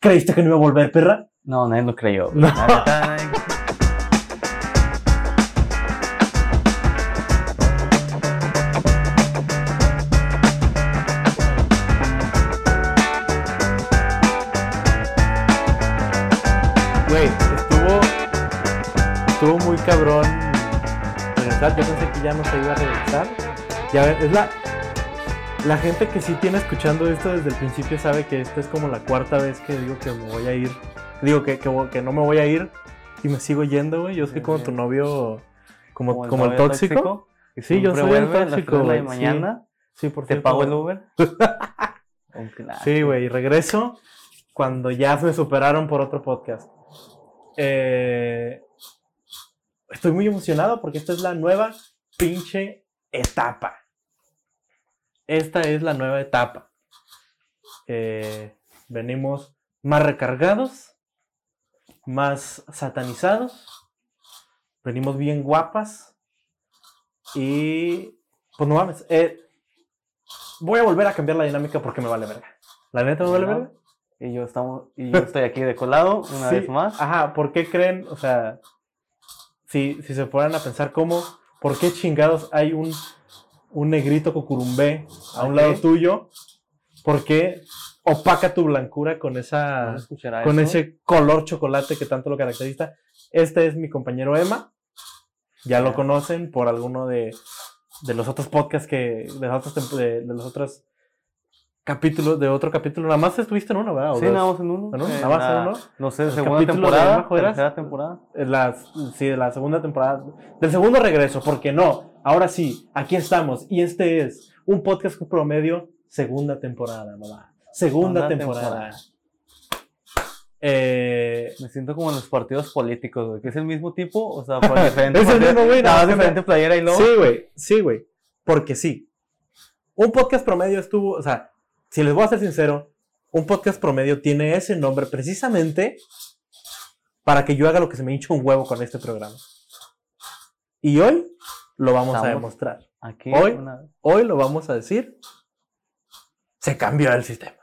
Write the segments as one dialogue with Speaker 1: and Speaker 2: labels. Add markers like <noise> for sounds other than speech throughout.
Speaker 1: ¿Creíste que no iba a volver, perra?
Speaker 2: No, nadie lo creyó. güey.
Speaker 1: No.
Speaker 2: La neta, eh,
Speaker 3: Güey, estuvo. Estuvo muy cabrón regresar. Yo pensé que ya no se iba a regresar. Y a ver, es la. La gente que sí tiene escuchando esto desde el principio sabe que esta es como la cuarta vez que digo que me voy a ir. Digo que, que, vo- que no me voy a ir y me sigo yendo, güey. Yo soy como tu novio. <laughs> Como, como, el,
Speaker 2: novio
Speaker 3: tóxico.
Speaker 2: que
Speaker 3: Sí, yo
Speaker 2: siempre
Speaker 3: soy el
Speaker 2: vuelve a las
Speaker 3: tóxico,
Speaker 2: tres de
Speaker 3: güey,
Speaker 2: la
Speaker 3: sí.
Speaker 2: mañana,
Speaker 3: Sí, por
Speaker 2: te
Speaker 3: cierto,
Speaker 2: pago el
Speaker 3: güey. <laughs>
Speaker 2: Uber. Un clásico.
Speaker 3: Sí, güey, y regreso cuando ya me superaron por otro podcast. Eh, estoy muy emocionado porque esta es la nueva pinche etapa. Esta es la nueva etapa. Eh, venimos más recargados, más satanizados, venimos bien guapas y... Pues no mames, eh, voy a volver a cambiar la dinámica porque me vale verga. La neta me vale
Speaker 2: Ajá.
Speaker 3: verga.
Speaker 2: Y yo, estamos, y yo estoy aquí de colado una
Speaker 3: Sí, Ah,
Speaker 2: vez más.
Speaker 3: Ajá, ¿por qué creen? O sea, si, si se fueran a pensar cómo, ¿por qué chingados hay un, un negrito cucurumbé a un
Speaker 2: Ok.
Speaker 3: lado tuyo? ¿Por qué opaca tu blancura con
Speaker 2: No
Speaker 3: esa
Speaker 2: se escuchará
Speaker 3: con
Speaker 2: eso.
Speaker 3: ese color chocolate que tanto lo caracteriza? Este es mi compañero Emma. Ya lo
Speaker 2: Ya.
Speaker 3: conocen por alguno de, de los otros podcasts que. de, las otras tem- de- de los otros capítulos, de otro capítulo. Nada más estuviste en uno, ¿verdad? O
Speaker 2: Sí,
Speaker 3: dos.
Speaker 2: nada más en uno.
Speaker 3: ¿En uno? Ah,
Speaker 2: En
Speaker 3: ¿Nada más en
Speaker 2: la-
Speaker 3: uno?
Speaker 2: No sé,
Speaker 3: El
Speaker 2: segunda
Speaker 3: capítulo de
Speaker 2: temporada,
Speaker 3: Abajo Eras.
Speaker 2: tercera temporada.
Speaker 3: La, sí, de la segunda temporada. Del segundo regreso, porque no. Ahora sí, aquí estamos. Y este es un podcast promedio, segunda temporada, mamá. Segunda
Speaker 2: Segunda
Speaker 3: temporada.
Speaker 2: temporada.
Speaker 3: Eh,
Speaker 2: Me siento como en los partidos políticos, güey, que es el mismo tipo, o sea,
Speaker 3: <laughs>
Speaker 2: por diferente.
Speaker 3: Es el
Speaker 2: partido-
Speaker 3: mismo, güey, nada
Speaker 2: Nada más
Speaker 3: más
Speaker 2: diferente playera y logo.
Speaker 3: Sí, güey. Sí, güey. Porque sí. Un podcast promedio estuvo, o sea, si les voy a ser sincero, un podcast promedio tiene ese nombre precisamente para que yo haga lo que se me hincha un huevo con este programa. Y hoy lo vamos a
Speaker 2: Estamos-
Speaker 3: demostrar.
Speaker 2: Aquí,
Speaker 3: Hoy,
Speaker 2: una-
Speaker 3: Hoy lo vamos a decir. Se cambió el sistema.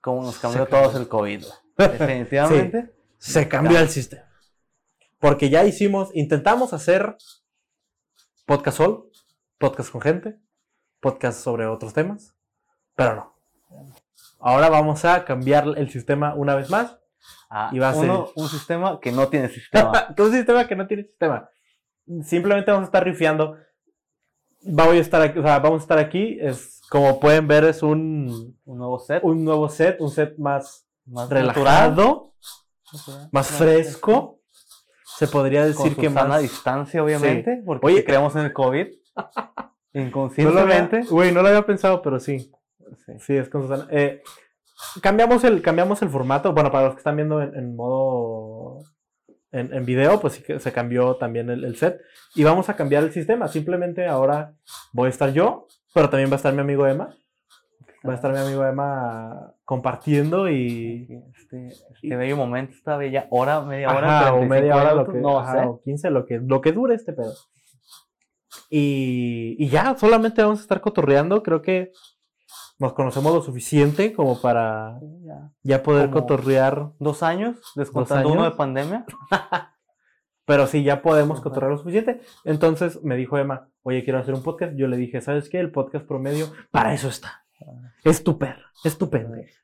Speaker 2: como nos cambió
Speaker 3: se-
Speaker 2: todos el
Speaker 3: <laughs>
Speaker 2: COVID. güey. Definitivamente.
Speaker 3: Se cambió el sistema. Porque ya hicimos, intentamos hacer podcast sol, podcast con gente, podcast sobre otros temas, pero no. Ahora vamos a cambiar el sistema una vez más.
Speaker 2: Ah,
Speaker 3: Y va a ser-
Speaker 2: uno- un sistema que no tiene sistema.
Speaker 3: <laughs> Que un sistema que no tiene sistema. Simplemente vamos a estar rifeando. Va- voy a estar aquí- o sea, vamos a estar aquí. Es, como pueden ver, es un,
Speaker 2: Un nuevo set.
Speaker 3: un nuevo set, un set más
Speaker 2: más natural,
Speaker 3: relajado,
Speaker 2: natural,
Speaker 3: más fresco. Se podría
Speaker 2: Con
Speaker 3: decir
Speaker 2: su
Speaker 3: que
Speaker 2: sana
Speaker 3: más.
Speaker 2: distancia, obviamente, porque
Speaker 3: Oye,
Speaker 2: si creemos en el <laughs> COVID.
Speaker 3: No lo había-
Speaker 2: inconscientemente.
Speaker 3: Güey, no lo había pensado, pero sí.
Speaker 2: Sí.
Speaker 3: Sí, es con Susana. Eh, cambiamos, el, cambiamos el formato. Bueno, para los que están viendo en, en modo. En, en video, pues sí que se cambió también el, el set. Y vamos a cambiar el sistema. Simplemente ahora voy a estar yo, pero también va a estar mi amigo Emma. Va a estar mi amigo Emma compartiendo y.
Speaker 2: Este, este bello momento, esta bella hora, media hora,
Speaker 3: Ajá, o
Speaker 2: 45
Speaker 3: media hora lo
Speaker 2: minutos,
Speaker 3: que,
Speaker 2: no
Speaker 3: ajá,
Speaker 2: sé.
Speaker 3: o 15, lo que, lo que dure este pedo. Y, y ya, solamente vamos a estar cotorreando. Creo que nos conocemos lo suficiente como para
Speaker 2: Sí, ya.
Speaker 3: ya poder
Speaker 2: Como-
Speaker 3: cotorrear.
Speaker 2: Dos años, descontando
Speaker 3: años.
Speaker 2: uno de pandemia.
Speaker 3: Pero sí, ya podemos
Speaker 2: Ajá.
Speaker 3: cotorrear lo suficiente. Entonces me dijo Emma, oye, quiero hacer un podcast. Yo le dije, ¿sabes qué? El podcast promedio, para eso está.
Speaker 2: Ah.
Speaker 3: Es tu perra, es tu pendeja.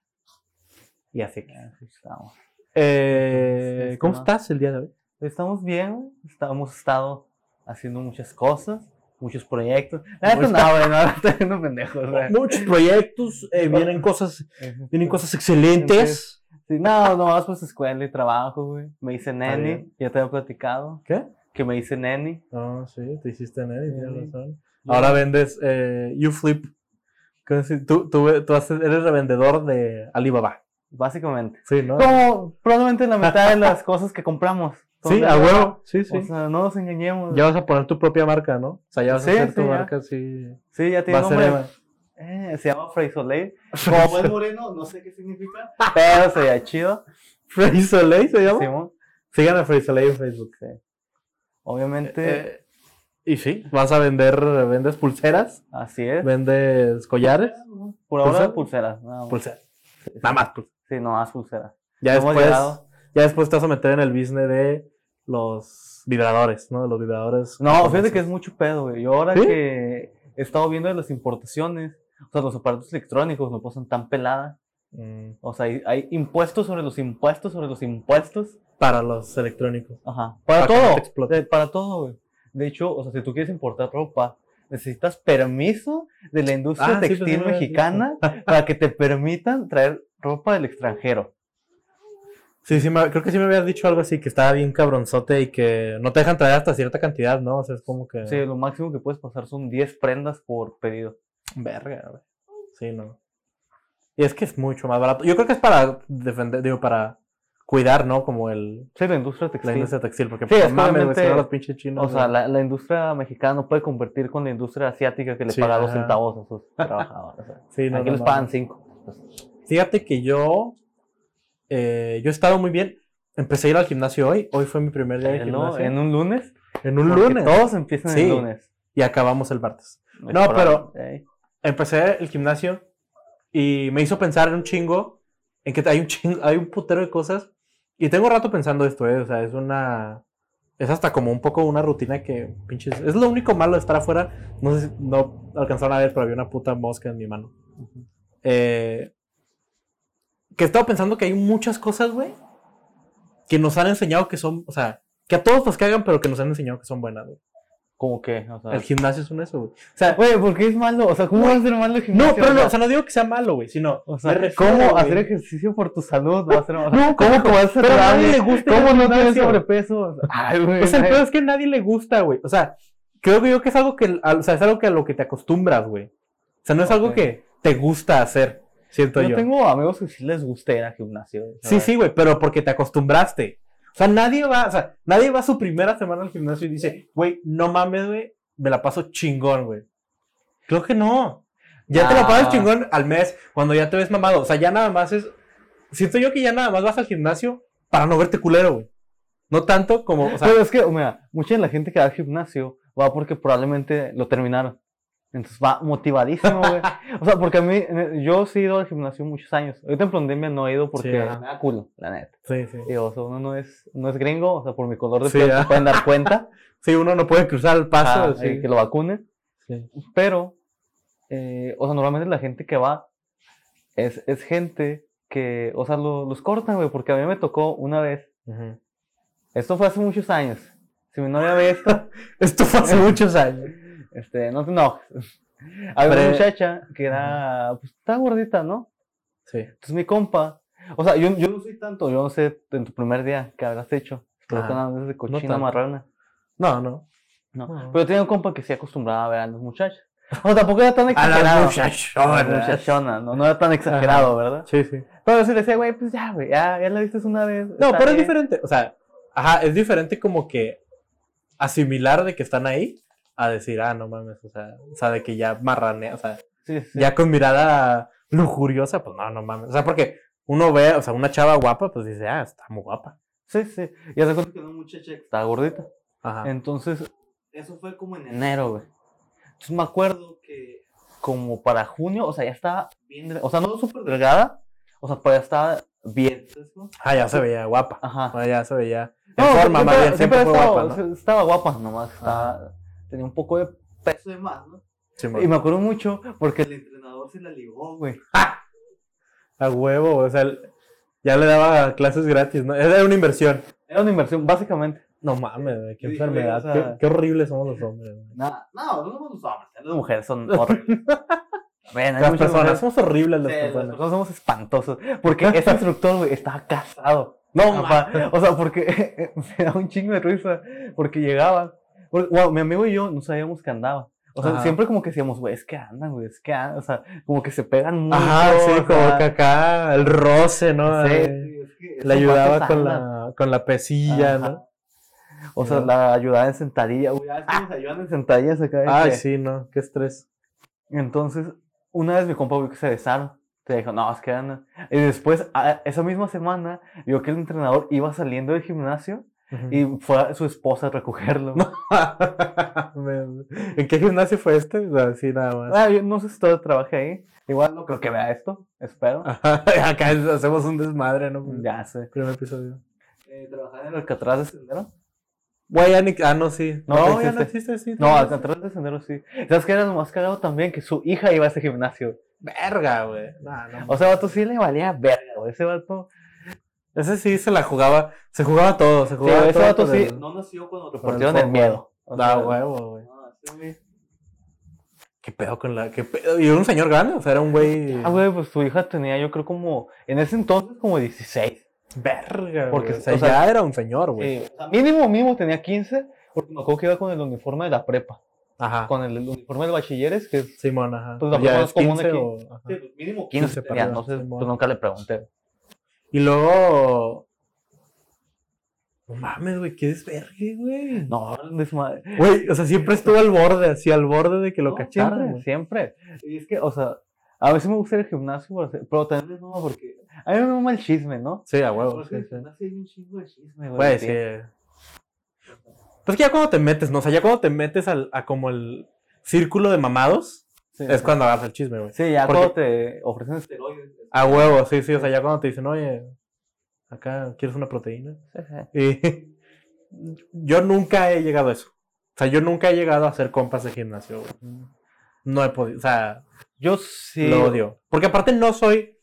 Speaker 3: Y así que.
Speaker 2: Así Estamos.
Speaker 3: Eh,
Speaker 2: Entonces, este,
Speaker 3: ¿Cómo
Speaker 2: ¿no?
Speaker 3: estás el día de hoy?
Speaker 2: Estamos bien, está- hemos estado haciendo muchas cosas, muchos proyectos. La neta,
Speaker 3: Mucho-
Speaker 2: no, güey, no, <laughs> estoy haciendo pendejo. o sea,
Speaker 3: Muchos proyectos, eh, vienen cosas Vienen cosas excelentes.
Speaker 2: Este, Sí, no, no, vas pues escuela y trabajo, güey. Me hice neni,
Speaker 3: bien.
Speaker 2: ya te había platicado.
Speaker 3: ¿Qué?
Speaker 2: Que me hice neni.
Speaker 3: No, sí, te hiciste en
Speaker 2: Sí.
Speaker 3: tienes razón. Ahora vendes eh, UFlip. ¿Cómo se- Tú, tú, tú haces- eres revendedor de Alibaba.
Speaker 2: Básicamente.
Speaker 3: Sí, ¿no?
Speaker 2: Como probablemente la mitad de las cosas que compramos.
Speaker 3: <laughs>
Speaker 2: son
Speaker 3: Sí,
Speaker 2: de
Speaker 3: a
Speaker 2: verdad.
Speaker 3: huevo. Sí,
Speaker 2: O
Speaker 3: sí.
Speaker 2: sea, no nos engañemos.
Speaker 3: Ya vas a poner tu propia marca, ¿no? O sea, ya vas
Speaker 2: Sí,
Speaker 3: a hacer
Speaker 2: sí,
Speaker 3: tu
Speaker 2: ya.
Speaker 3: marca, sí.
Speaker 2: sí, ya
Speaker 3: Va
Speaker 2: tiene
Speaker 3: a ser <laughs>
Speaker 2: nombre.
Speaker 3: Eva.
Speaker 2: Eh, se llama Frey
Speaker 3: <laughs>
Speaker 2: Soleil. Como buen moreno, no sé qué significa. Pero sería chido.
Speaker 3: Free Soleil se llama.
Speaker 2: Simón.
Speaker 3: Sigan a Free Soleil en Facebook.
Speaker 2: Obviamente,
Speaker 3: Eh, y sí, vas a vender, vendes pulseras,
Speaker 2: así es.
Speaker 3: vendes collares.
Speaker 2: Por ahora
Speaker 3: ¿pulsera?
Speaker 2: pulseras. nada más.
Speaker 3: Pulseras. Nada más pulseras.
Speaker 2: Sí, no, haz pulseras.
Speaker 3: Ya
Speaker 2: Hemos
Speaker 3: después,
Speaker 2: llegado-
Speaker 3: ya después te vas a meter en el business de los vibradores, ¿no? De los vibradores.
Speaker 2: No, fíjate que es mucho pedo, güey. Yo ahora
Speaker 3: pues, ¿Sí?
Speaker 2: que he estado viendo las importaciones, o sea, los aparatos electrónicos no pasan tan pelada.
Speaker 3: Mm,
Speaker 2: O sea, hay, hay impuestos sobre los impuestos sobre los impuestos.
Speaker 3: para los electrónicos.
Speaker 2: Ajá. Para,
Speaker 3: Para que no te
Speaker 2: todo.
Speaker 3: explote.
Speaker 2: de- para todo, güey. De hecho, o sea, si tú quieres importar ropa, necesitas permiso de la industria
Speaker 3: Ah, sí, pues,
Speaker 2: textil
Speaker 3: sí me habías
Speaker 2: mexicana
Speaker 3: <laughs>
Speaker 2: para que te permitan traer ropa del extranjero.
Speaker 3: Sí, sí, me- creo que sí me habías dicho algo así, que estaba bien cabronzote y que no te dejan traer hasta cierta cantidad, ¿no? O sea, es como que...
Speaker 2: Sí, lo máximo que puedes pasar son 10 prendas por pedido.
Speaker 3: Verga, güey. Sí, no. Y es que es mucho más barato. Yo creo que es para defender, digo, para cuidar, ¿no? Como el,
Speaker 2: Sí, la industria
Speaker 3: la
Speaker 2: textil.
Speaker 3: industria textil, porque
Speaker 2: Sí, es
Speaker 3: pues, mames, güey,
Speaker 2: obviamente-
Speaker 3: si no los pinches chinos.
Speaker 2: O sea,
Speaker 3: güey.
Speaker 2: la, la industria mexicana no puede convertir con la industria asiática que le
Speaker 3: Sí,
Speaker 2: paga dos
Speaker 3: ajá.
Speaker 2: centavos
Speaker 3: <laughs>
Speaker 2: a sus trabajadores. o sea,
Speaker 3: Sí, no,
Speaker 2: aquí
Speaker 3: no
Speaker 2: les
Speaker 3: mames.
Speaker 2: pagan cinco.
Speaker 3: Fíjate que yo, eh, yo he estado muy bien. Empecé a ir al gimnasio hoy. Hoy fue mi primer día de
Speaker 2: Pero no,
Speaker 3: gimnasio.
Speaker 2: en un lunes.
Speaker 3: En un
Speaker 2: porque
Speaker 3: lunes.
Speaker 2: Todos empiezan
Speaker 3: Sí.
Speaker 2: el lunes.
Speaker 3: Y acabamos el martes.
Speaker 2: Es
Speaker 3: No,
Speaker 2: probable, ¿eh?
Speaker 3: Empecé el gimnasio y me hizo pensar en un chingo, en que hay un chingo, hay un putero de cosas. Y tengo rato pensando esto, ¿eh? O sea, es una... Es hasta como un poco una rutina que, pinches, es lo único malo de estar afuera. No sé si no alcanzaron a ver, pero había una puta mosca en mi mano.
Speaker 2: Ujú.
Speaker 3: Eh, que he estado pensando que hay muchas cosas, güey, que nos han enseñado que son, o sea, que a todos nos cagan, pero que nos han enseñado que son buenas, güey.
Speaker 2: ¿Cómo que? O sea,
Speaker 3: El gimnasio es un eso, güey. O sea,
Speaker 2: Güey, ¿por qué es malo? O sea, ¿cómo va a ser malo el gimnasio?
Speaker 3: no, pero no, o sea, no digo que sea malo, güey, sino,
Speaker 2: O sea,
Speaker 3: me refiero,
Speaker 2: ¿cómo
Speaker 3: güey.
Speaker 2: hacer ejercicio por tu salud va a ser malo?
Speaker 3: No,
Speaker 2: ¿Cómo que va a ser
Speaker 3: pero a nadie
Speaker 2: saludable?
Speaker 3: le gusta ir
Speaker 2: ¿Cómo
Speaker 3: al
Speaker 2: no tener
Speaker 3: gimnasio?
Speaker 2: sobrepeso? Ay, güey.
Speaker 3: O sea, el
Speaker 2: nadie-
Speaker 3: pedo es que a nadie le gusta, güey. O sea, creo que yo que es algo que, al- o sea, es algo que a lo que te acostumbras, güey. O sea, no es algo
Speaker 2: Ok.
Speaker 3: que te gusta hacer, siento
Speaker 2: Yo
Speaker 3: yo.
Speaker 2: tengo amigos que sí les gusta ir al gimnasio.
Speaker 3: Sí,
Speaker 2: ¿sabes?
Speaker 3: sí, güey, pero porque te acostumbraste. O sea, nadie va, o sea, nadie va su primera semana al gimnasio y dice, güey, no mames, güey, me la paso chingón, güey. Creo que no. Ya te la pasas
Speaker 2: Ah.
Speaker 3: chingón al mes, cuando ya te ves mamado. O sea, ya nada más es. Siento yo que ya nada más vas al gimnasio para no verte culero, güey. No tanto como, o sea,
Speaker 2: pero es que, mira, mucha de la gente que va al gimnasio va porque probablemente lo terminaron. Entonces va motivadísimo,
Speaker 3: <laughs>
Speaker 2: güey. O sea, porque a mí, eh, yo sí he ido al gimnasio muchos años. Ahorita en pandemia no he ido porque
Speaker 3: Sí,
Speaker 2: me
Speaker 3: ajá.
Speaker 2: da culo, la neta.
Speaker 3: sí, sí.
Speaker 2: Digo, o sea, uno no es, no es gringo, o sea, por mi color de
Speaker 3: Sí,
Speaker 2: piel
Speaker 3: ah.
Speaker 2: se pueden dar cuenta.
Speaker 3: Sí, uno no puede cruzar el paso.
Speaker 2: ah,
Speaker 3: sí.
Speaker 2: eh, Que lo vacunen.
Speaker 3: Sí.
Speaker 2: Pero, eh, o sea, normalmente la gente que va es, es gente que, o sea, lo- los cortan, güey, porque a mí me tocó una vez,
Speaker 3: Ujú. <laughs>
Speaker 2: esto fue hace muchos años, si mi novia ve esto,
Speaker 3: Esto fue hace muchos años.
Speaker 2: este, no <laughs> te enojes. Había
Speaker 3: Pre-
Speaker 2: una muchacha que era, pues, estaba gordita, ¿no?
Speaker 3: Sí.
Speaker 2: Entonces mi compa, o sea, yo, yo no soy tanto, yo no sé en tu primer día que habrás hecho, pero
Speaker 3: Ajá.
Speaker 2: que nada más de cochina
Speaker 3: Ah, tanto.
Speaker 2: marrana.
Speaker 3: No, no.
Speaker 2: No.
Speaker 3: Ah.
Speaker 2: Pero tenía un compa que se acostumbraba a ver a las muchachas. O sea, tampoco era tan
Speaker 3: A
Speaker 2: exagerado.
Speaker 3: las
Speaker 2: Ah,
Speaker 3: muchachonas.
Speaker 2: muchachona, no, no era tan exagerado, ¿verdad?
Speaker 3: Sí, sí.
Speaker 2: Pero si le decía, güey, pues ya, güey, ya, ya la viste una vez.
Speaker 3: No,
Speaker 2: está
Speaker 3: pero es
Speaker 2: bien".
Speaker 3: diferente. O sea, ajá, es diferente como que asimilar de que están ahí a decir, ah, no mames, o sea, o sea de que ya marranea, o sea,
Speaker 2: Sí, sí.
Speaker 3: ya con mirada lujuriosa, pues no, no mames. O sea, porque uno ve, o sea, una chava guapa, pues dice, ah, está muy guapa.
Speaker 2: Sí, sí. Y hace cuenta que una muchacha que estaba gordita.
Speaker 3: Ajá.
Speaker 2: Entonces, eso fue como en enero, güey. Entonces me acuerdo que como para junio, o sea, ya estaba bien, delga- o sea, no súper delgada, o sea, pues ya estaba bien. ¿sabes cómo?
Speaker 3: Ah, ya se veía guapa.
Speaker 2: Ajá.
Speaker 3: Ah, ya se veía. En
Speaker 2: No,
Speaker 3: forma,
Speaker 2: siempre-
Speaker 3: más bien,
Speaker 2: siempre
Speaker 3: siempre fue
Speaker 2: estaba,
Speaker 3: guapa, ¿no?
Speaker 2: se- estaba guapa nomás, estaba- tenía un poco de peso de más, ¿no?
Speaker 3: Simón.
Speaker 2: Y me acuerdo mucho porque el entrenador se la ligó, güey.
Speaker 3: A huevo, o sea, el- ya le daba clases gratis, ¿no? Era una inversión.
Speaker 2: Era una inversión, básicamente.
Speaker 3: No mames, güey, qué
Speaker 2: Sí, güey,
Speaker 3: enfermedad.
Speaker 2: o sea-
Speaker 3: qué, qué horribles somos los hombres. güey.
Speaker 2: Nada, no, no somos los hombres, las mujeres son
Speaker 3: <laughs>
Speaker 2: horribles. Ven, hay
Speaker 3: Las
Speaker 2: muchas
Speaker 3: personas,
Speaker 2: mujeres-
Speaker 3: somos horribles las
Speaker 2: Sí, las
Speaker 3: personas.
Speaker 2: personas somos espantosos. Porque ese instructor, güey, estaba casado.
Speaker 3: No,
Speaker 2: Papá, O sea, porque <laughs> me da un chingo de risa. Porque llegaba. porque, bueno, mi amigo y yo no sabíamos que andaba. O sea,
Speaker 3: Ajá.
Speaker 2: siempre como que decíamos, güey, es que andan, güey, es que andan. O sea, como que se pegan mucho.
Speaker 3: Ajá, sí,
Speaker 2: o
Speaker 3: como
Speaker 2: sea,
Speaker 3: que acá el roce, ¿no?
Speaker 2: sí,
Speaker 3: Eh,
Speaker 2: sí, es que esos
Speaker 3: le ayudaba
Speaker 2: vatos
Speaker 3: con
Speaker 2: andan.
Speaker 3: la, con la pesilla,
Speaker 2: Ajá.
Speaker 3: ¿no?
Speaker 2: O sea,
Speaker 3: Sí.
Speaker 2: la ayudaba en sentadilla, güey. Ah, es que nos ayudan en sentadillas acá. de
Speaker 3: Ay,
Speaker 2: que-
Speaker 3: sí, no, qué estrés.
Speaker 2: Entonces, una vez mi compa vio que se besaron. Te dijo, no, es que eran. Y después, a- esa misma semana, vio que el entrenador iba saliendo del gimnasio
Speaker 3: <laughs>
Speaker 2: Y fue a su esposa a recogerlo. <laughs> No,
Speaker 3: ¿En qué gimnasio fue este? O sea, Así nada
Speaker 2: <laughs>
Speaker 3: más.
Speaker 2: Ah, yo no sé si todavía trabajé ahí. Igual no creo que vea esto, espero.
Speaker 3: Ah. Ajá, <laughs> Acá es- hacemos un desmadre, ¿no?
Speaker 2: Ya sé.
Speaker 3: Primer episodio.
Speaker 2: Eh, ¿Trabajar en el Alcatraz de Sendero?
Speaker 3: Güey, ya ni- Ah, no, sí.
Speaker 2: No,
Speaker 3: No,
Speaker 2: no
Speaker 3: ya no existe, sí.
Speaker 2: No,
Speaker 3: también.
Speaker 2: Alcatraz de Sendero sí. ¿Sabes qué era lo más cagado también? Que su hija iba a ese gimnasio.
Speaker 3: Verga, güey. No, no.
Speaker 2: O sea, vato sí le valía verga, güey. Ese vato.
Speaker 3: Ese sí se la jugaba. Se jugaba todo. Se
Speaker 2: Sí,
Speaker 3: jugaba
Speaker 2: ese
Speaker 3: todo.
Speaker 2: vato
Speaker 3: con
Speaker 2: sí.
Speaker 3: el- Ah,
Speaker 2: No nació cuando
Speaker 3: con el
Speaker 2: repartieron el
Speaker 3: fútbol.
Speaker 2: miedo. O
Speaker 3: Da
Speaker 2: sea,
Speaker 3: huevo, güey.
Speaker 2: no, ese güey-
Speaker 3: ¿Qué pedo con la.? ¿Qué pedo? Y era un señor grande, o sea, era un güey.
Speaker 2: Ah, güey, pues su hija tenía, yo creo, como. En ese entonces, como 16.
Speaker 3: Verga, Porque
Speaker 2: Porque,
Speaker 3: o sea,
Speaker 2: o sea,
Speaker 3: ya era un señor, güey.
Speaker 2: Eh, o sea, mínimo, mínimo tenía 15. Porque me acuerdo que iba con el uniforme de la prepa.
Speaker 3: Ajá.
Speaker 2: Con el uniforme de bachilleres, que es.
Speaker 3: Simón, ajá.
Speaker 2: Pues la
Speaker 3: ya
Speaker 2: persona
Speaker 3: es
Speaker 2: común
Speaker 3: 15
Speaker 2: aquí.
Speaker 3: o- ajá.
Speaker 2: pues, mínimo
Speaker 3: 15
Speaker 2: 15. tenía,
Speaker 3: para
Speaker 2: no sé,
Speaker 3: Simón.
Speaker 2: pues nunca le pregunté.
Speaker 3: Y luego. No mames, güey, qué desvergue, güey.
Speaker 2: No, desmadre.
Speaker 3: Güey, o sea, siempre estuvo al borde, así al borde de que lo
Speaker 2: No,
Speaker 3: cacharan, güey.
Speaker 2: Siempre, siempre. Y es que, o sea, a veces me gusta ir al gimnasio, por hacer- pero también les mama porque. A mí me mama el chisme, ¿no?
Speaker 3: Sí, a huevo.
Speaker 2: Porque
Speaker 3: Sí,
Speaker 2: en el
Speaker 3: sí.
Speaker 2: gimnasio hay un chingo de chisme, güey.
Speaker 3: Güey,
Speaker 2: de
Speaker 3: sí.
Speaker 2: que-
Speaker 3: Pues que ya cuando te metes, ¿no? O sea, ya cuando te metes al, a como el círculo de mamados,
Speaker 2: sí,
Speaker 3: es
Speaker 2: ¿no?
Speaker 3: cuando agarras el chisme, güey.
Speaker 2: Sí, ya
Speaker 3: porque-
Speaker 2: cuando te ofrecen esteroides. es-
Speaker 3: A huevo, sí, sí. O sea, ya cuando te dicen, oye, acá quieres una proteína. Y Eh, <laughs> yo nunca he llegado a eso. O sea, yo nunca he llegado a hacer compas de gimnasio, güey. No he podido. O sea,
Speaker 2: Yo sí.
Speaker 3: lo odio. Porque aparte no soy.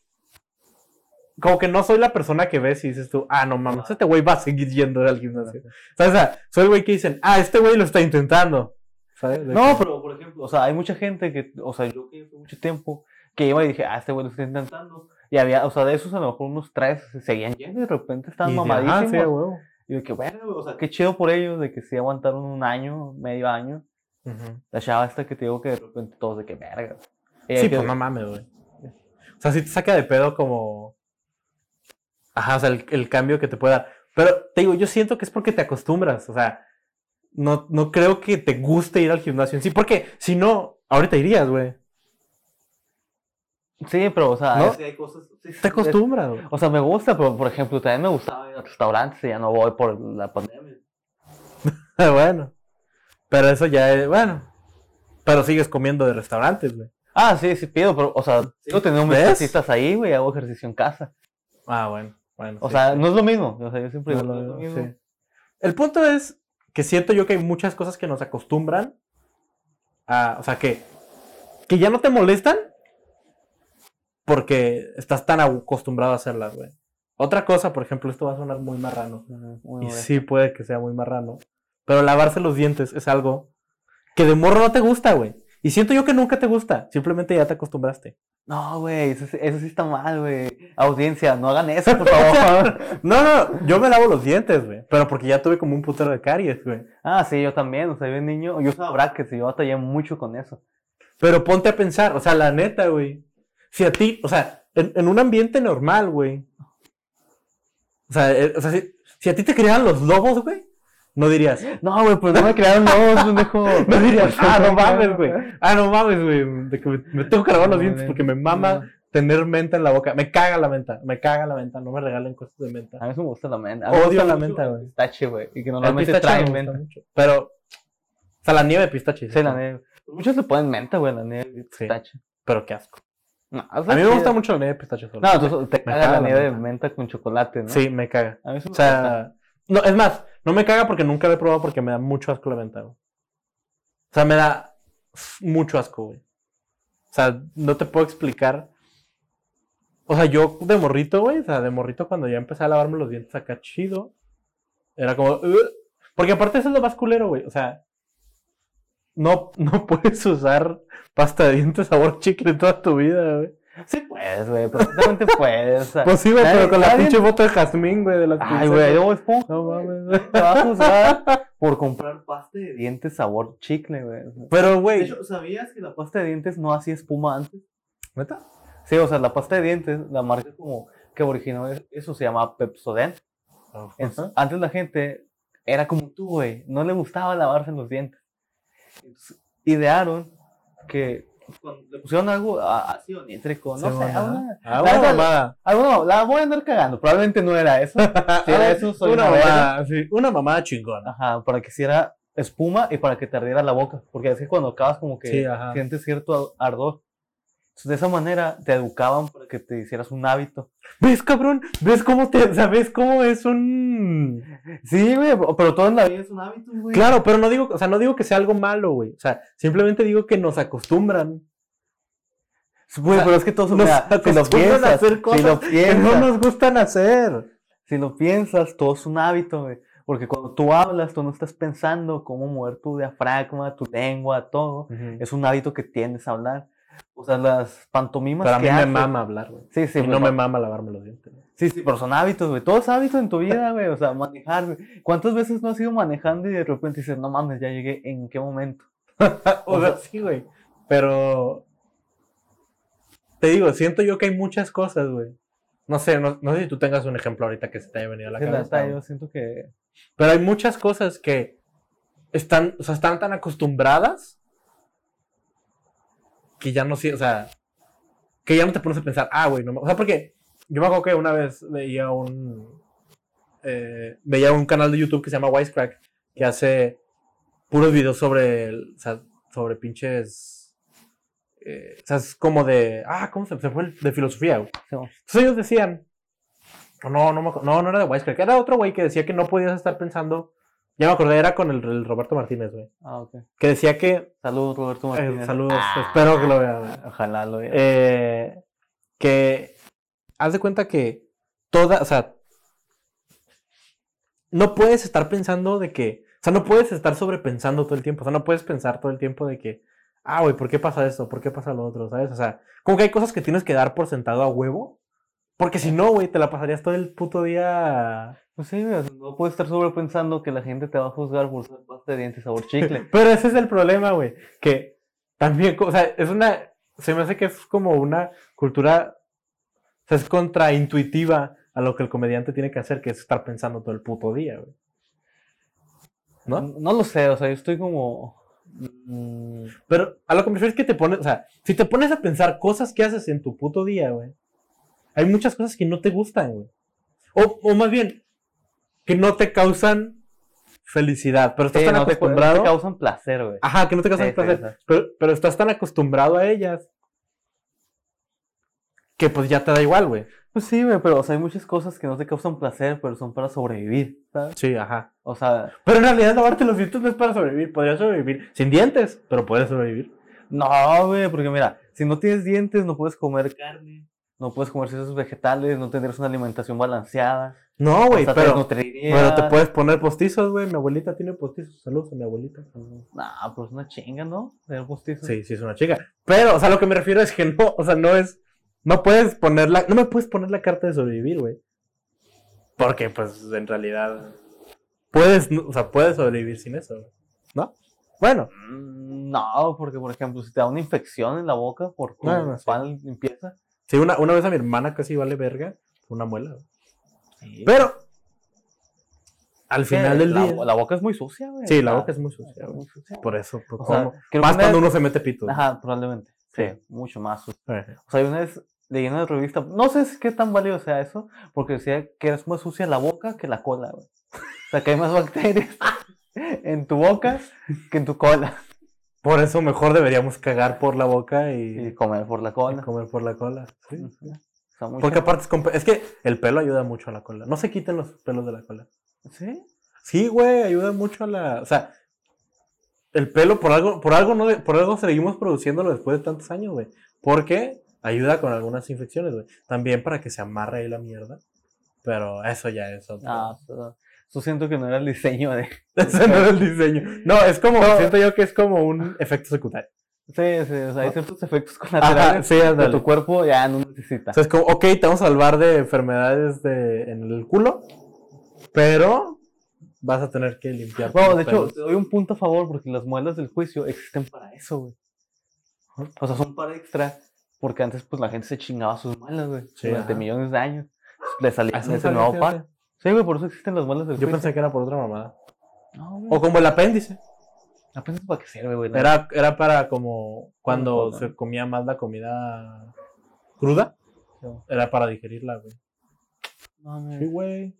Speaker 3: Como que no soy la persona que ves y dices tú, ah, no mames, este güey va a seguir yendo al gimnasio. O sea, o sea, soy el güey que dicen, ah, este güey lo está intentando. ¿Sabes? De
Speaker 2: No,
Speaker 3: que-
Speaker 2: pero por ejemplo, o sea, hay mucha gente que, o sea, yo que fue mucho tiempo que iba y dije, ah, este güey lo está intentando. Y había, o sea, de esos a lo mejor unos tres se seguían yendo y de repente
Speaker 3: y
Speaker 2: estaban
Speaker 3: de- ajá,
Speaker 2: mamadísimos.
Speaker 3: sí, a huevo.
Speaker 2: y de que, bueno, güey, o sea, qué chido por ellos, de que sí aguantaron un año, medio año.
Speaker 3: Ujú.
Speaker 2: La chava esta que te digo que de repente todos de que verga. Ella
Speaker 3: Sí,
Speaker 2: que-
Speaker 3: pues no mames, güey. O sea, sí te saca de pedo como. Ajá, o sea, el, el cambio que te puede dar. Pero te digo, yo siento que es porque te acostumbras. O sea, no, no creo que te guste ir al gimnasio en sí. Porque si no, ahorita irías, güey.
Speaker 2: Sí, pero, o sea,
Speaker 3: ¿No?
Speaker 2: es que hay cosas. sí, sí,
Speaker 3: Te
Speaker 2: es-
Speaker 3: acostumbras, güey.
Speaker 2: O sea, me gusta, pero por ejemplo, también me gustaba ir a restaurantes y ya no voy por la pandemia.
Speaker 3: Ah, <laughs> bueno. Pero eso ya es. Bueno. Pero sigues comiendo de restaurantes, güey.
Speaker 2: Ah, sí, sí pido, pero, o sea, yo tenía mis
Speaker 3: ¿Ves?
Speaker 2: casitas ahí, güey, hago ejercicio en casa.
Speaker 3: Ah, bueno. bueno
Speaker 2: O
Speaker 3: sí.
Speaker 2: sea, no es lo mismo. O sea, yo siempre
Speaker 3: No
Speaker 2: digo,
Speaker 3: lo
Speaker 2: no es
Speaker 3: veo,
Speaker 2: lo mismo.
Speaker 3: sí. El punto es que siento yo que hay muchas cosas que nos acostumbran a, o sea, que, que ya no te molestan porque estás tan acostumbrado a hacerlas, güey. Otra cosa, por ejemplo, esto va a sonar muy marrano.
Speaker 2: Ajá, muy
Speaker 3: Y
Speaker 2: bueno.
Speaker 3: sí puede que sea muy marrano. Pero lavarse los dientes es algo que de morro no te gusta, güey. Y siento yo que nunca te gusta. Simplemente ya te acostumbraste. <laughs>
Speaker 2: No, güey, eso, sí- eso sí está mal, güey. Audiencia, no hagan eso, por
Speaker 3: <laughs>
Speaker 2: favor.
Speaker 3: No, no, yo me lavo los dientes, güey. Pero porque ya tuve como un putero de caries, güey.
Speaker 2: ah, sí, yo también. O sea, yo de niño, yo usaba brackets y yo batallé mucho con eso.
Speaker 3: Pero ponte a pensar, o sea, la neta, güey. Si a ti, o sea, en, en un ambiente normal, güey. O sea, eh, o sea, si, si a ti te crearan los lobos, güey, no dirías.
Speaker 2: No, güey, pues no me
Speaker 3: <laughs>
Speaker 2: crearon nuevos, pendejo.
Speaker 3: No dirías, <laughs> ah, no
Speaker 2: me
Speaker 3: mames,
Speaker 2: crearon".
Speaker 3: güey. Ah, no mames, güey. de que me, me tengo que lavar los
Speaker 2: No,
Speaker 3: dientes
Speaker 2: güey,
Speaker 3: porque me mama tener menta en la boca. Me caga la menta, me caga la menta. No me regalen cosas de menta.
Speaker 2: A mí sí me gusta la menta.
Speaker 3: Odio la menta, güey.
Speaker 2: El pistache, güey. Y que
Speaker 3: El
Speaker 2: normalmente
Speaker 3: pistache me
Speaker 2: traen
Speaker 3: gusta
Speaker 2: menta.
Speaker 3: mucho, Pero, o sea, la nieve de pistache.
Speaker 2: Sí, la nieve. Muchos le ponen menta, güey, la nieve de pistache.
Speaker 3: Pero qué asco.
Speaker 2: No,
Speaker 3: A mí me gusta mucho la nieve de pistache. sola.
Speaker 2: No, pues, entonces te
Speaker 3: Me
Speaker 2: caga
Speaker 3: caga
Speaker 2: la
Speaker 3: la
Speaker 2: nieve de menta con chocolate, ¿no?
Speaker 3: Sí, me caga.
Speaker 2: A mí
Speaker 3: O
Speaker 2: sí me gusta.
Speaker 3: sea, no, es más, no me caga porque nunca lo he probado porque me da mucho asco la menta, güey. O sea, me da mucho asco, güey. O sea, no te puedo explicar. O sea, yo de morrito, güey, o sea, de morrito cuando ya empecé a lavarme los dientes acá chido, era como... "Ugh". porque aparte eso es lo más culero, güey. O sea, no, no <laughs> puedes usar pasta de dientes sabor chicle toda tu vida, güey.
Speaker 2: Sí puedes, güey, perfectamente puedes. o sea.
Speaker 3: Pues sí, güey,
Speaker 2: Nadie-
Speaker 3: pero con la
Speaker 2: nadie-
Speaker 3: pinche bota de jazmín, güey, de las
Speaker 2: Ay, güey,
Speaker 3: princesas.
Speaker 2: yo esponja.
Speaker 3: No
Speaker 2: güey.
Speaker 3: mames, güey.
Speaker 2: Te vas a juzgar <laughs> por comprar pasta de dientes sabor chicle, güey.
Speaker 3: Pero,
Speaker 2: De
Speaker 3: güey...
Speaker 2: hecho, ¿sabías que la pasta de dientes no hacía espuma antes?
Speaker 3: ¿Neta?
Speaker 2: Sí, o sea, la pasta de dientes, la marca como que originó es- eso se llama Pepsodent. En- Antes la gente era como tú, güey, no le gustaba lavarse los dientes. Entonces, idearon que con- le pusieron algo a- ácido nítrico, no sé.
Speaker 3: Según,
Speaker 2: alguna-
Speaker 3: ah, ah, una
Speaker 2: Neta-
Speaker 3: mamada.
Speaker 2: Ah, bueno, la voy a andar cagando. Probablemente no era <laughs> eso. Si
Speaker 3: Ah,
Speaker 2: era eso, soy
Speaker 3: una
Speaker 2: una verga.
Speaker 3: mamada, sí, una mamada chingona.
Speaker 2: Ajá, para que hiciera espuma y para que te ardiera la boca. Porque es que cuando acabas como que
Speaker 3: Sí, ah. ajá.
Speaker 2: sientes cierto a- ardor. Entonces, de esa manera te educaban para que te hicieras un hábito.
Speaker 3: ¿Ves, cabrón? ¿Ves cómo te, o sea, ves cómo es un
Speaker 2: Sí, güey, pero pero todo en la vida es un hábito, güey.
Speaker 3: Claro, pero no digo, o sea, no digo que sea algo malo, güey. O sea, simplemente digo que nos acostumbran.
Speaker 2: Sí, güey, pero es que todos
Speaker 3: nos
Speaker 2: mira, si lo
Speaker 3: acostumbran
Speaker 2: piensas,
Speaker 3: a hacer
Speaker 2: si
Speaker 3: cosas
Speaker 2: lo
Speaker 3: Que
Speaker 2: piensas,
Speaker 3: no nos gustan hacer.
Speaker 2: si lo piensas, todo es un hábito, güey. Porque cuando tú hablas, tú no estás pensando cómo mover tu diafragma, tu lengua, todo. Es un hábito que tienes a hablar. O sea, las pantomimas
Speaker 3: Para mí
Speaker 2: que
Speaker 3: me
Speaker 2: haces-
Speaker 3: mama hablar, güey.
Speaker 2: Sí, sí,
Speaker 3: y no
Speaker 2: me-
Speaker 3: me mama lavarme los dientes. güey.
Speaker 2: Sí, sí, pero son hábitos, güey. Todos hábitos en tu vida, güey. O sea, manejar, güey. ¿Cuántas veces no has ido manejando y de repente dices, no mames, ya llegué, ¿en qué momento?
Speaker 3: O sea, sí, güey. Pero. Te digo, siento yo que hay muchas cosas, güey. No sé, no, no sé si tú tengas un ejemplo ahorita que se te haya venido a la
Speaker 2: Sí, la
Speaker 3: cabeza.
Speaker 2: neta,
Speaker 3: güey.
Speaker 2: yo siento que.
Speaker 3: Pero hay muchas cosas que están, o sea, están tan acostumbradas que ya no sé, o sea, que ya no te pones a pensar, ah, güey, no ma-". O sea, porque yo me acuerdo que una vez veía un. eh, veía un canal de YouTube que se llama Wisecrack que hace puros videos sobre. el- o sea, sobre pinches. eh, o sea, es como de. Ah, ¿cómo se, se fue? el- De filosofía, güey.
Speaker 2: Sí.
Speaker 3: Entonces ellos decían. o No, no, me acu- no, no era de Wisecrack. Era otro güey que decía que no podías estar pensando. Ya me acordé, era con el, el Roberto Martínez, güey.
Speaker 2: Ah, ok.
Speaker 3: Que decía que.
Speaker 2: Saludos, Roberto
Speaker 3: eh,
Speaker 2: Martínez.
Speaker 3: saludos, espero que lo vean. güey.
Speaker 2: Ah. Ojalá lo vea.
Speaker 3: Eh, que haz de cuenta que toda, o sea, no puedes estar pensando de que, o sea, no puedes estar sobrepensando todo el tiempo, o sea, no puedes pensar todo el tiempo de que, ah, güey, ¿por qué pasa esto? ¿Por qué pasa lo otro? ¿Sabes? O sea, como que hay cosas que tienes que dar por sentado a huevo, porque si no, güey, te la pasarías todo el puto día.
Speaker 2: Pues sí, güey. o sea, No puedes estar sobrepensando que la gente te va a juzgar por ser pasta de dientes sabor chicle.
Speaker 3: Pero ese es el problema, güey, que también, o sea, es una, se me hace que es como una cultura O sea, es contraintuitiva a lo que el comediante tiene que hacer, que es estar pensando todo el puto día, güey.
Speaker 2: ¿No?
Speaker 3: <laughs> ¿No?
Speaker 2: lo sé, o sea, yo estoy como. mm,
Speaker 3: Pero a lo que me refiero es que te pones, o sea, si te pones a pensar cosas que haces en tu puto día, güey, hay muchas cosas que no te gustan, güey. O, o más bien, que no te causan felicidad, pero estás
Speaker 2: Sí,
Speaker 3: tan
Speaker 2: no te, cu- no
Speaker 3: acostumbrado.
Speaker 2: te causan placer, güey.
Speaker 3: Ajá, que no te causan
Speaker 2: Sí, sí,
Speaker 3: placer,
Speaker 2: ajá.
Speaker 3: pero, pero estás tan acostumbrado a ellas que pues ya te da igual, güey.
Speaker 2: Pues sí, güey, pero o sea, hay muchas cosas que no te causan placer, pero son para sobrevivir, ¿sabes?
Speaker 3: Sí, ajá.
Speaker 2: O sea,
Speaker 3: Pero en realidad lavarte los dientes no es para sobrevivir. Podrías sobrevivir sin dientes, pero podrías sobrevivir.
Speaker 2: No, güey, porque mira, si no tienes dientes, no puedes comer carne, no puedes comer ciertos vegetales, no tendrás una alimentación balanceada.
Speaker 3: No, güey,
Speaker 2: o sea, te
Speaker 3: pero,
Speaker 2: desnutrirías.
Speaker 3: pero te puedes poner postizos, güey. Mi abuelita tiene postizos. Saludos a mi abuelita.
Speaker 2: Nah, pues una chinga, ¿no? Tener postizos.
Speaker 3: Sí, sí, es una chica. Pero, o sea, lo que me refiero es que no, o sea, no es. No puedes poner la. No me puedes poner la carta de sobrevivir, güey. Porque, pues, en realidad. Puedes, o sea, puedes sobrevivir sin eso, güey. ¿No? Bueno,
Speaker 2: Mm, No, porque por ejemplo, si te da una infección en la boca por tu
Speaker 3: No, no, sí.
Speaker 2: mal limpieza.
Speaker 3: sí, una, una vez a mi hermana casi vale verga una muela. güey.
Speaker 2: sí,
Speaker 3: Pero. Al
Speaker 2: es que
Speaker 3: final del
Speaker 2: Eh, la,
Speaker 3: día.
Speaker 2: la boca es muy sucia, güey.
Speaker 3: Sí, la
Speaker 2: Ah,
Speaker 3: boca es muy sucia, güey.
Speaker 2: muy sucia.
Speaker 3: Por eso, pues,
Speaker 2: O sea,
Speaker 3: ¿cómo?
Speaker 2: creo
Speaker 3: más
Speaker 2: que una
Speaker 3: cuando
Speaker 2: vez-
Speaker 3: uno se mete pito. Eh,
Speaker 2: Ajá, probablemente. Sí,
Speaker 3: Sí.
Speaker 2: mucho más sucia.
Speaker 3: Ajá.
Speaker 2: O sea, yo una vez leí en una revista, no sé si qué tan válido sea eso, porque decía que es más sucia la boca que la cola, güey. O sea, que hay más bacterias <laughs> en tu boca que en tu cola.
Speaker 3: Por eso mejor deberíamos cagar por la boca
Speaker 2: Y
Speaker 3: y,
Speaker 2: comer por la
Speaker 3: y
Speaker 2: cola.
Speaker 3: comer por la cola. sí.
Speaker 2: Ujú. O sea, mucha-
Speaker 3: Porque aparte es, comp- es que el pelo ayuda mucho a la cola. No se quiten los pelos de la cola.
Speaker 2: ¿Sí?
Speaker 3: Sí, güey, ayuda mucho a la. O sea, el pelo por algo, por algo no, de- por algo seguimos produciéndolo después de tantos años, güey. Porque ayuda con algunas infecciones, güey. También para que se amarre ahí la mierda. Pero eso ya es otro. <laughs>
Speaker 2: Ah, pero yo siento que no era el diseño de... <laughs>
Speaker 3: Ese no era el diseño. No, es como, siento yo que es como un efecto secundario.
Speaker 2: Sí, sí, o sea, hay ciertos efectos
Speaker 3: Ah. Ajá,
Speaker 2: colaterales
Speaker 3: sí,
Speaker 2: que
Speaker 3: ándale.
Speaker 2: tu cuerpo ya no necesita.
Speaker 3: O sea, es como, ok, te vamos a salvar de enfermedades de, en el culo, pero vas a tener que
Speaker 2: <laughs>
Speaker 3: limpiar.
Speaker 2: Bueno,
Speaker 3: tus
Speaker 2: de hecho,
Speaker 3: pelos.
Speaker 2: te doy un punto a favor porque las muelas del juicio existen para eso, güey. O sea, son para extra porque antes pues la gente se chingaba sus muelas, güey,
Speaker 3: Sí,
Speaker 2: durante
Speaker 3: ajá.
Speaker 2: millones de años. Le
Speaker 3: Ah,
Speaker 2: salía
Speaker 3: eso no
Speaker 2: ese
Speaker 3: sabía,
Speaker 2: nuevo
Speaker 3: fíjate. pues
Speaker 2: par. Sí, güey, por eso existen las muelas del
Speaker 3: Yo
Speaker 2: juicio.
Speaker 3: pensé que era por otra mamada.
Speaker 2: No, güey.
Speaker 3: O como el apéndice.
Speaker 2: Apenas para qué sirve, güey. la
Speaker 3: Era, era para como cuando
Speaker 2: Ujú.
Speaker 3: se comía más la comida cruda,
Speaker 2: neta.
Speaker 3: era para digerirla, güey.
Speaker 2: Mames.
Speaker 3: Sí, güey.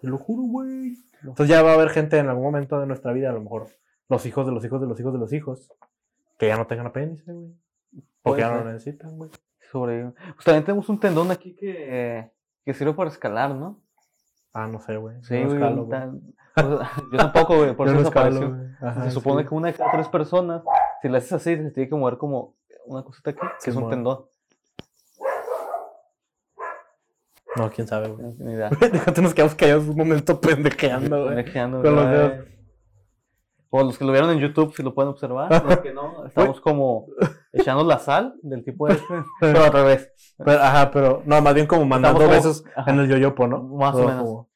Speaker 3: Te lo juro, güey. Entonces ya va a haber gente en algún momento de nuestra vida, a lo mejor los hijos de los hijos de los hijos de los hijos, que ya no tengan apéndice, güey. Porque
Speaker 2: Puede
Speaker 3: ya no lo
Speaker 2: ser.
Speaker 3: necesitan, güey.
Speaker 2: Sobrevive. Pues también tenemos un tendón aquí que, que sirve para escalar, ¿no?
Speaker 3: Ah, no sé, güey.
Speaker 2: Sí,
Speaker 3: No
Speaker 2: güey.
Speaker 3: escalo,
Speaker 2: ahorita- o sea, <laughs> yo tampoco, güey. Por
Speaker 3: Yo
Speaker 2: eso
Speaker 3: no escalo,
Speaker 2: desapareció.
Speaker 3: güey. Ajá,
Speaker 2: se supone
Speaker 3: sí.
Speaker 2: que una de cada tres personas, si la haces así, se tiene que mover como una cosita aquí, que es un
Speaker 3: Simón.
Speaker 2: tendón.
Speaker 3: No, quién sabe, güey. <laughs>
Speaker 2: No tengo ni <laughs> idea.
Speaker 3: Déjate, nos quedamos callados un momento <laughs> pendejeando, güey.
Speaker 2: Conecteando,
Speaker 3: Con los
Speaker 2: ya,
Speaker 3: dedos.
Speaker 2: eh. O los que lo vieron en YouTube, si lo pueden observar. Los que <laughs> no, estamos como echando la sal del tipo de. este, Pero al revés.
Speaker 3: Pero, ajá, pero, no, más bien como mandando
Speaker 2: como-
Speaker 3: besos
Speaker 2: ajá.
Speaker 3: en el yoyopo, ¿no?
Speaker 2: Más o
Speaker 3: Todo
Speaker 2: menos.
Speaker 3: como-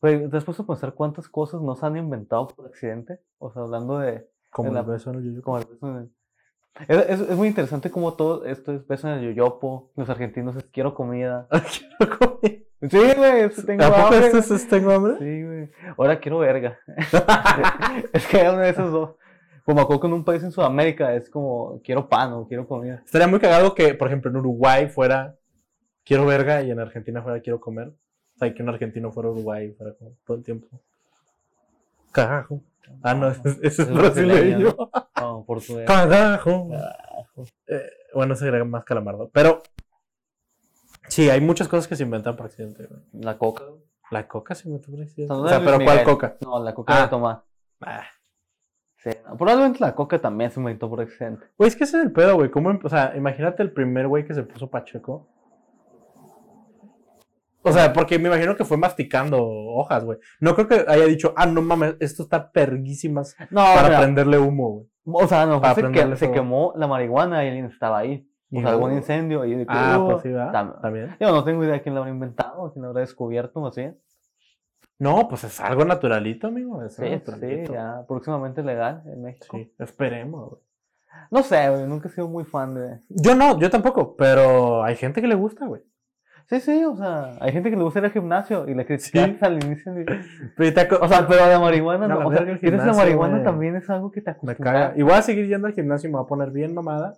Speaker 2: Güey, ¿te has puesto a pensar cuántas cosas nos han inventado por accidente? O sea, hablando de.
Speaker 3: Como
Speaker 2: En
Speaker 3: el
Speaker 2: la-
Speaker 3: beso en el
Speaker 2: <laughs>
Speaker 3: yoyopo.
Speaker 2: como el beso en el- Es, es- es muy interesante como todo esto es beso en el yoyopo. Los argentinos es quiero comida.
Speaker 3: Quiero comer.
Speaker 2: Sí, güey, es tengo
Speaker 3: ¿A poco
Speaker 2: hambre.
Speaker 3: esto es- es tengo hambre?
Speaker 2: Sí, güey. Ahora
Speaker 3: <laughs>
Speaker 2: quiero verga. es que hay una de esas dos. Como acá con un país en Sudamérica es como quiero pan o quiero comida.
Speaker 3: Estaría muy cagado que, por ejemplo, en Uruguay fuera quiero verga y en Argentina fuera quiero comer. O sea, que un argentino fuera a Uruguay y fuera como todo el tiempo. Cagajo. Ah, no, ese es, ese es
Speaker 2: Es
Speaker 3: brasileño.
Speaker 2: brasileño. No, portugués.
Speaker 3: Cagajo. Eh, bueno, se agrega más calamardo. Pero sí, hay muchas cosas que se inventan por accidente. güey.
Speaker 2: La coca.
Speaker 3: La coca se inventó por accidente.
Speaker 2: Saludos
Speaker 3: O sea,
Speaker 2: a Luis
Speaker 3: pero ¿cuál
Speaker 2: Miguel.
Speaker 3: coca?
Speaker 2: No, la coca
Speaker 3: Ah.
Speaker 2: de tomar.
Speaker 3: Ah.
Speaker 2: Sí, no, Probablemente la coca también se inventó por accidente.
Speaker 3: Güey, es que ese es el pedo, güey. ¿Cómo em- o sea, imagínate el primer güey que se puso Pacheco. O sea, porque me imagino que fue masticando hojas, güey. No creo que haya dicho, ah, no mames, esto está perguísimas
Speaker 2: No,
Speaker 3: para
Speaker 2: mira,
Speaker 3: prenderle humo, güey.
Speaker 2: o sea, a lo mejor
Speaker 3: para
Speaker 2: se, que-
Speaker 3: prenderle
Speaker 2: se
Speaker 3: fuego.
Speaker 2: quemó la marihuana y alguien estaba ahí. O sea, algún
Speaker 3: Y-
Speaker 2: incendio. Y de que,
Speaker 3: Ah,
Speaker 2: uh,
Speaker 3: pues sí, ¿verdad?
Speaker 2: tam-
Speaker 3: También.
Speaker 2: Yo no tengo idea quién lo habrá inventado, quién lo habrá descubierto, no
Speaker 3: Ah,
Speaker 2: sé.
Speaker 3: No, pues es algo naturalito, amigo. Es
Speaker 2: Sí,
Speaker 3: algo
Speaker 2: sí,
Speaker 3: naturalito.
Speaker 2: ya próximamente legal en México.
Speaker 3: Sí, esperemos, güey.
Speaker 2: No sé, güey, nunca he sido muy fan de...
Speaker 3: Yo no, yo tampoco, pero hay gente que le gusta, güey.
Speaker 2: Sí, sí, o sea, hay gente que le gusta ir al gimnasio y le criticas al inicio. de-
Speaker 3: Pero te acu-
Speaker 2: O sea, pero la marihuana
Speaker 3: A
Speaker 2: no.
Speaker 3: la
Speaker 2: O sea,
Speaker 3: verga el
Speaker 2: quieres la
Speaker 3: gimnasio,
Speaker 2: marihuana
Speaker 3: güey.
Speaker 2: también es algo que te
Speaker 3: Me
Speaker 2: acostumbra.
Speaker 3: caga. Y voy a seguir yendo al gimnasio y me voy a poner bien mamada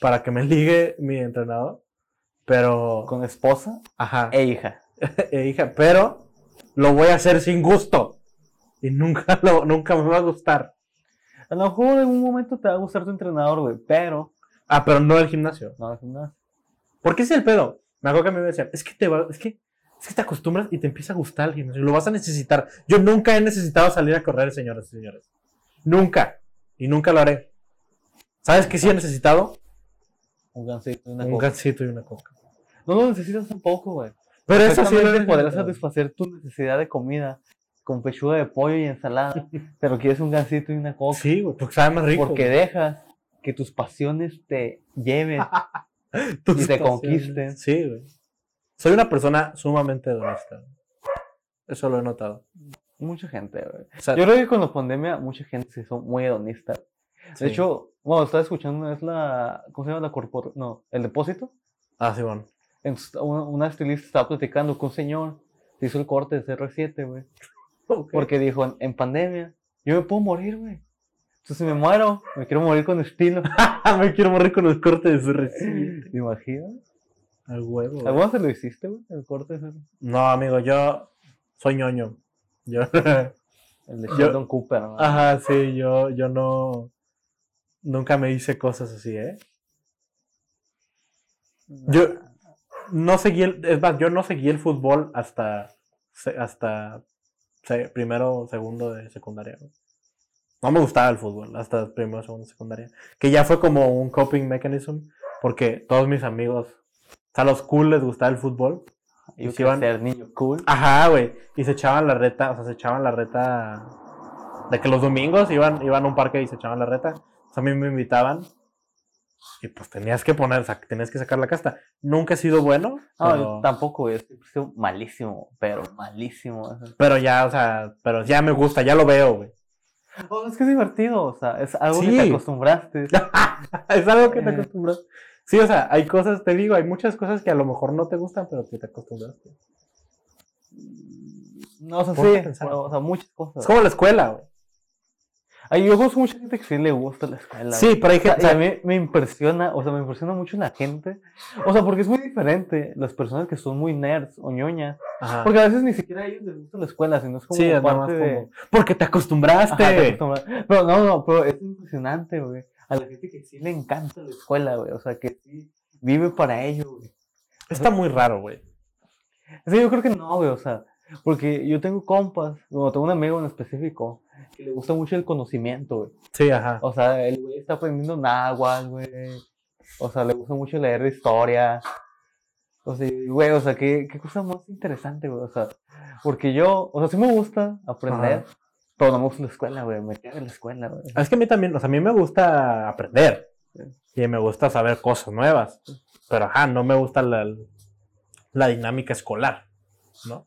Speaker 3: para que me <laughs> ligue mi entrenador. Pero,
Speaker 2: Con esposa
Speaker 3: ajá, <laughs>
Speaker 2: e hija.
Speaker 3: eh, hija, pero lo voy a hacer sin gusto. Y nunca, <laughs> lo, nunca me va a gustar.
Speaker 2: A lo mejor en algún momento te va a gustar tu entrenador, güey, pero
Speaker 3: Ah, pero no el gimnasio.
Speaker 2: no al gimnasio.
Speaker 3: Porque ese es el pedo. Me acuerdo que a mí me decían, es que te va, es que, es que te acostumbras y te empieza a gustar el gimnasio. Lo vas a necesitar. Yo nunca he necesitado salir a correr, señoras y señores. Nunca. Y nunca lo haré. ¿Sabes qué sí he necesitado?
Speaker 2: Un gancito, una
Speaker 3: Un
Speaker 2: coca.
Speaker 3: gancito y una coca.
Speaker 2: No lo necesitas tampoco, güey.
Speaker 3: Pero eso sí lo he
Speaker 2: Perfectamente podrás
Speaker 3: necesitado.
Speaker 2: satisfacer tu necesidad de comida con pechuga de pollo
Speaker 3: <laughs>
Speaker 2: y ensalada, pero quieres un gancito y una coca.
Speaker 3: Sí, güey, porque sabe más rico.
Speaker 2: porque dejas que tus pasiones te
Speaker 3: <laughs>
Speaker 2: lleven.
Speaker 3: güey.
Speaker 2: y
Speaker 3: Tus
Speaker 2: te
Speaker 3: pasiones.
Speaker 2: conquisten.
Speaker 3: Sí, güey. Soy una persona sumamente honesta. Eso lo he notado.
Speaker 2: Mucha gente, güey.
Speaker 3: O sea,
Speaker 2: Yo creo que con la pandemia mucha gente se hizo muy hedonista.
Speaker 3: sí.
Speaker 2: De hecho, bueno, estaba escuchando una vez la, ¿cómo se llama? La corpor... No, el depósito.
Speaker 3: Ah, sí, bueno.
Speaker 2: Entonces, una, una estilista estaba platicando con un señor, se hizo el corte de CR7, güey.
Speaker 3: Porque <laughs>
Speaker 2: Porque dijo, en, en pandemia, yo me puedo morir, güey. Entonces, si me muero, me quiero morir con estilo.
Speaker 3: <laughs> ah, me quiero morir con el corte de su recién.
Speaker 2: ¿Te imaginas?
Speaker 3: Al huevo. güey.
Speaker 2: ¿Alguna vez lo hiciste, güey? El corte de CR7.
Speaker 3: No, amigo, yo soy ñoño. Yo... <laughs>
Speaker 2: El de
Speaker 3: Yo- Ah,
Speaker 2: Sheldon Cooper, ¿no?
Speaker 3: Ajá, sí, yo, yo no. Nunca me hice cosas así, ¿eh? Yo no seguí el, es más, yo no seguí el fútbol hasta, se- hasta se- primero o segundo de secundaria. güey. No me gustaba el fútbol hasta primero o segundo de secundaria. Que ya fue como un coping mechanism porque todos mis amigos, o sea, a los cool les gustaba el fútbol.
Speaker 2: Yo
Speaker 3: si
Speaker 2: quiero
Speaker 3: van-
Speaker 2: ser niño cool.
Speaker 3: Ajá, güey. Y se echaban la reta, o sea, se echaban la reta de que los domingos iban, iban a un parque y se echaban la reta. O sea, a mí me invitaban. Y pues tenías que poner, o sea, tenías que sacar la casta. Nunca he sido bueno.
Speaker 2: No,
Speaker 3: pero-
Speaker 2: yo tampoco, güey. Yo siempre he sido malísimo, pero malísimo.
Speaker 3: Pero ya, o sea, pero ya me gusta, ya lo veo, güey. <laughs>
Speaker 2: Oh, es que es divertido, o sea, es algo que
Speaker 3: Sí.
Speaker 2: te acostumbraste.
Speaker 3: Es algo que te
Speaker 2: Eh.
Speaker 3: acostumbras. Sí, o sea, hay cosas, te digo, hay muchas cosas que a lo mejor no te gustan, pero que te acostumbras.
Speaker 2: No, o sea,
Speaker 3: Ponte a
Speaker 2: sí,
Speaker 3: pensar.
Speaker 2: bueno, o sea, muchas
Speaker 3: Es
Speaker 2: cosas.
Speaker 3: como la escuela, güey.
Speaker 2: Ay, yo conozco mucha gente que sí le gusta la escuela. güey.
Speaker 3: Sí, pero hay
Speaker 2: O sea,
Speaker 3: gente.
Speaker 2: y a mí me impresiona, o sea, me impresiona mucho la gente. O sea, porque es muy diferente las personas que son muy nerds o ñoñas.
Speaker 3: Ajá.
Speaker 2: Porque a veces ni siquiera a ellos les gusta la escuela, sino es como
Speaker 3: sí, es nada más
Speaker 2: parte de...
Speaker 3: como. este. Porque te acostumbraste.
Speaker 2: Ajá, te acostumbras. Pero no, no, pero es impresionante, güey. A la gente que sí le encanta la escuela, güey. O sea, que sí vive para ello, güey.
Speaker 3: Está muy raro, güey.
Speaker 2: O sea, yo creo que no, güey, o sea, porque yo tengo compas, o tengo un amigo en específico que le gusta mucho el conocimiento, güey.
Speaker 3: Sí, ajá.
Speaker 2: O sea, el güey está aprendiendo náhuatl, güey. O sea, le gusta mucho leer historia. O sea, y, güey, o sea, qué, qué cosa más interesante, güey. O sea, porque yo, o sea, sí me gusta aprender, pero no me gusta la escuela, güey. Me queda en la escuela, güey.
Speaker 3: Es que a mí también, o sea, a mí me gusta aprender. Y me gusta saber cosas nuevas. Pero ajá, no me gusta la, la dinámica escolar. ¿No?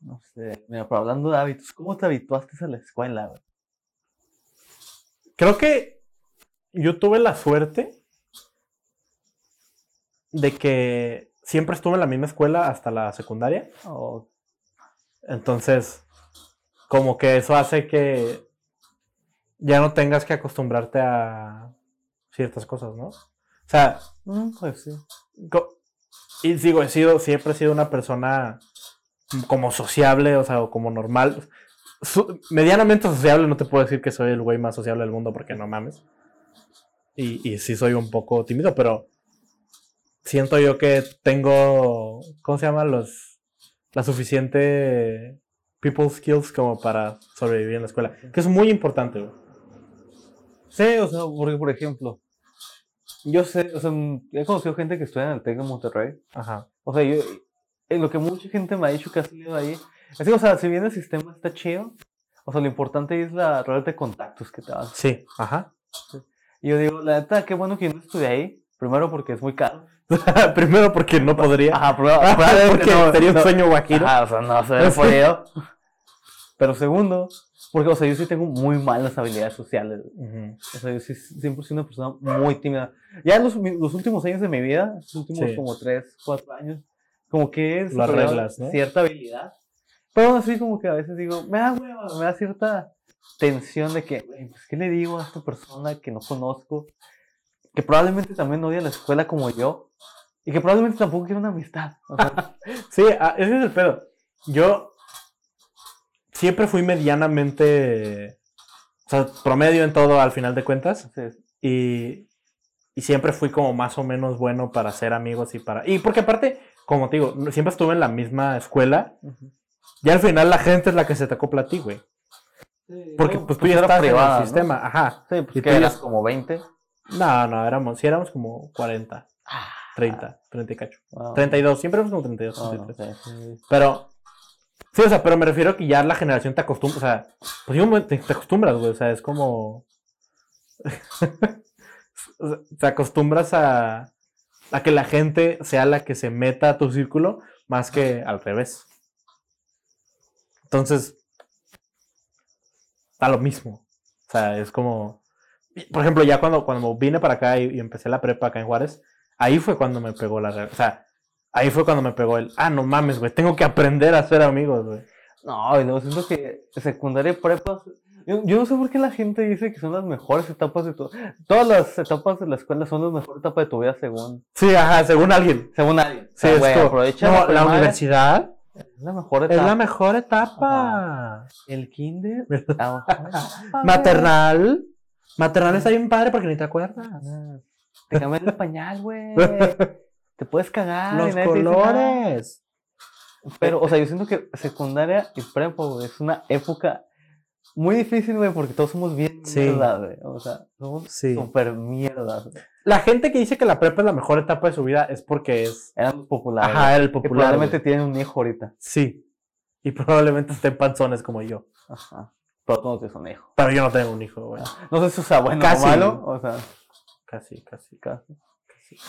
Speaker 2: No sé. Mira, pero hablando de hábitos, ¿cómo te habituaste a la escuela, güey?
Speaker 3: Creo que yo tuve la suerte de que siempre estuve en la misma escuela hasta la secundaria.
Speaker 2: O-
Speaker 3: Entonces, como que eso hace que ya no tengas que acostumbrarte a ciertas cosas, ¿no? O sea,
Speaker 2: mm, pues sí.
Speaker 3: co- y digo, he sido, siempre he sido una persona como sociable, o sea, o como normal. Su- medianamente sociable, no te puedo decir que soy el güey más sociable del mundo porque no mames. Y, y sí soy un poco tímido, pero siento yo que tengo, ¿cómo se llama? Los, la suficiente people skills como para sobrevivir en la escuela, que es muy importante, güey.
Speaker 2: Sí, o sea, porque, por ejemplo, yo sé, o sea, mm, he conocido gente que estudia en el TEC de Monterrey.
Speaker 3: Ajá.
Speaker 2: O sea, yo, en lo que mucha gente me ha dicho que ha salido ahí, es que, o sea, si bien el sistema está chido, o sea, lo importante es la red de contactos que te das.
Speaker 3: Sí, ajá. <laughs>
Speaker 2: Y yo digo, la neta, qué bueno que yo no estudié ahí. Primero porque es muy caro.
Speaker 3: Primero porque no podría.
Speaker 2: Ajá, proba- probablemente
Speaker 3: Ah, <laughs> porque
Speaker 2: no,
Speaker 3: sería un
Speaker 2: no.
Speaker 3: sueño guajiro.
Speaker 2: Ajá, o sea, no se ve podido. Pero segundo, porque, o sea, yo sí tengo muy malas habilidades sociales.
Speaker 3: Ujú.
Speaker 2: O sea, yo sí, siempre he sido una persona muy tímida. Ya en los, mi- los últimos años de mi vida, los últimos
Speaker 3: Sí.
Speaker 2: como 3, 4 años, como que he desarrollado
Speaker 3: arreglas, ¿no?
Speaker 2: cierta habilidad. Pero aún así como que a veces digo, me da hueva, me da cierta tensión de que, güey, pues, ¿qué le digo a esta persona que no conozco? Que probablemente también odia la escuela como yo. Y que probablemente tampoco quiere una amistad. O sea,
Speaker 3: Sí, ah, ese es el pedo. Yo siempre fui medianamente, o sea, promedio en todo al final de cuentas.
Speaker 2: entonces,
Speaker 3: Y, y siempre fui como más o menos bueno para ser amigos y para... Y porque aparte, como te digo, no- siempre estuve en la misma escuela.
Speaker 2: ujú.
Speaker 3: Y al final la gente es la que se te acopla a ti, güey. Porque
Speaker 2: No,
Speaker 3: pues tú ya
Speaker 2: era
Speaker 3: estás
Speaker 2: privada,
Speaker 3: en
Speaker 2: ¿no?
Speaker 3: el sistema. Ajá.
Speaker 2: Sí, pues
Speaker 3: Y
Speaker 2: que
Speaker 3: tú ya-
Speaker 2: eras como 20.
Speaker 3: No, no, éramos, sí éramos como 40,
Speaker 2: Ah,
Speaker 3: 30, 30 y cacho.
Speaker 2: wow.
Speaker 3: 32, siempre éramos como 32,
Speaker 2: Ah,
Speaker 3: 33.
Speaker 2: ok, sí.
Speaker 3: Pero. Sí, o sea, pero me refiero que ya la generación te acostumbra. O sea, pues llega un momento en que te acostumbras, güey. O sea, es como. <laughs> o sea, te acostumbras a. a que la gente sea la que se meta a tu círculo más que al revés. Entonces. Da lo mismo. O sea, es como. Por ejemplo, ya cuando, cuando vine para acá y, y empecé la prepa acá en Juárez, ahí fue cuando me pegó la. re- O sea, Ahí fue cuando me pegó el, ah, no mames, güey, tengo que aprender a ser amigos, güey.
Speaker 2: No, y luego siento que secundaria y prepa. Yo, yo no sé por qué la gente dice que son las mejores etapas de tu Todas las etapas de la escuela son las mejores etapas de tu vida según,
Speaker 3: Sí, ajá, según alguien.
Speaker 2: según nadie.
Speaker 3: Sí, es como,
Speaker 2: Ah, aprovecha
Speaker 3: no,
Speaker 2: la,
Speaker 3: la,
Speaker 2: primaria,
Speaker 3: universidad
Speaker 2: Es la mejor
Speaker 3: es
Speaker 2: etapa.
Speaker 3: la mejor etapa.
Speaker 2: El kinder.
Speaker 3: <laughs>
Speaker 2: la mejor etapa,
Speaker 3: Maternal. Maternal está bien padre porque ni te acuerdas.
Speaker 2: güey. Te cambian el pañal,
Speaker 3: <laughs>
Speaker 2: güey. Te puedes cagar. y
Speaker 3: Los
Speaker 2: nadie te dice nada.
Speaker 3: colores.
Speaker 2: Pero, o sea, yo siento que secundaria y prepa, güey, es una época muy difícil, güey, porque todos somos bien
Speaker 3: Sí.
Speaker 2: mierdas, güey. O sea, somos
Speaker 3: Sí.
Speaker 2: super mierdas. güey.
Speaker 3: La gente que dice que la prepa es la mejor etapa de su vida es porque es.
Speaker 2: Éramos populares.
Speaker 3: Ajá, era el
Speaker 2: güey, que
Speaker 3: popular.
Speaker 2: probablemente
Speaker 3: güey.
Speaker 2: tienen un hijo ahorita.
Speaker 3: Sí. Y probablemente estén panzones como yo.
Speaker 2: Ajá. Pero tú no tienes un hijo.
Speaker 3: Pero yo no tengo un hijo, güey.
Speaker 2: No sé si sea bueno
Speaker 3: Casi.
Speaker 2: o malo. O sea,
Speaker 3: Casi, casi.
Speaker 2: casi.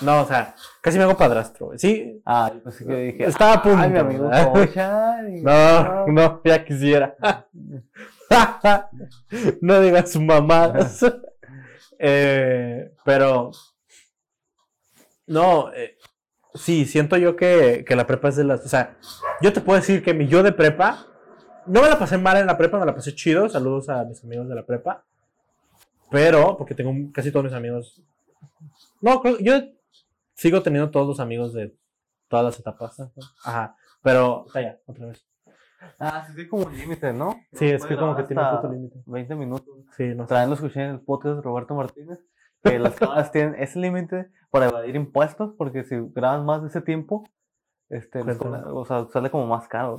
Speaker 3: No, o sea, casi me hago padrastro, güey. Sí,
Speaker 2: Ah, yo pensé que dije.
Speaker 3: Estaba a punto,
Speaker 2: Ay, mi
Speaker 3: <laughs>
Speaker 2: amigo
Speaker 3: ¿verdad?
Speaker 2: Cochan, y-
Speaker 3: No, no, ya quisiera. <laughs> no digas mamadas. Eh, pero. No, eh, sí, siento yo que, que la prepa es de las. O sea, yo te puedo decir que mi yo de prepa. No me la pasé mal en la prepa, me la pasé chido. Saludos a mis amigos de la prepa. Pero, porque tengo casi todos mis amigos. No, creo- yo sigo teniendo todos los amigos de todas las etapas. Ajá. Pero, calla, otra vez.
Speaker 2: Ah, sí, sí, como un límite, ¿no?
Speaker 3: Sí, es que como que tiene un
Speaker 2: Hasta
Speaker 3: puto límite.
Speaker 2: 20 minutos.
Speaker 3: Sí, no sé.
Speaker 2: También lo escuché en el podcast de Roberto Martínez, que
Speaker 3: <laughs>
Speaker 2: las cámaras tienen ese límite para evadir impuestos, porque si graban más de ese tiempo, este, les
Speaker 3: Cuéntame.
Speaker 2: cobran- o sea, sale como más caro.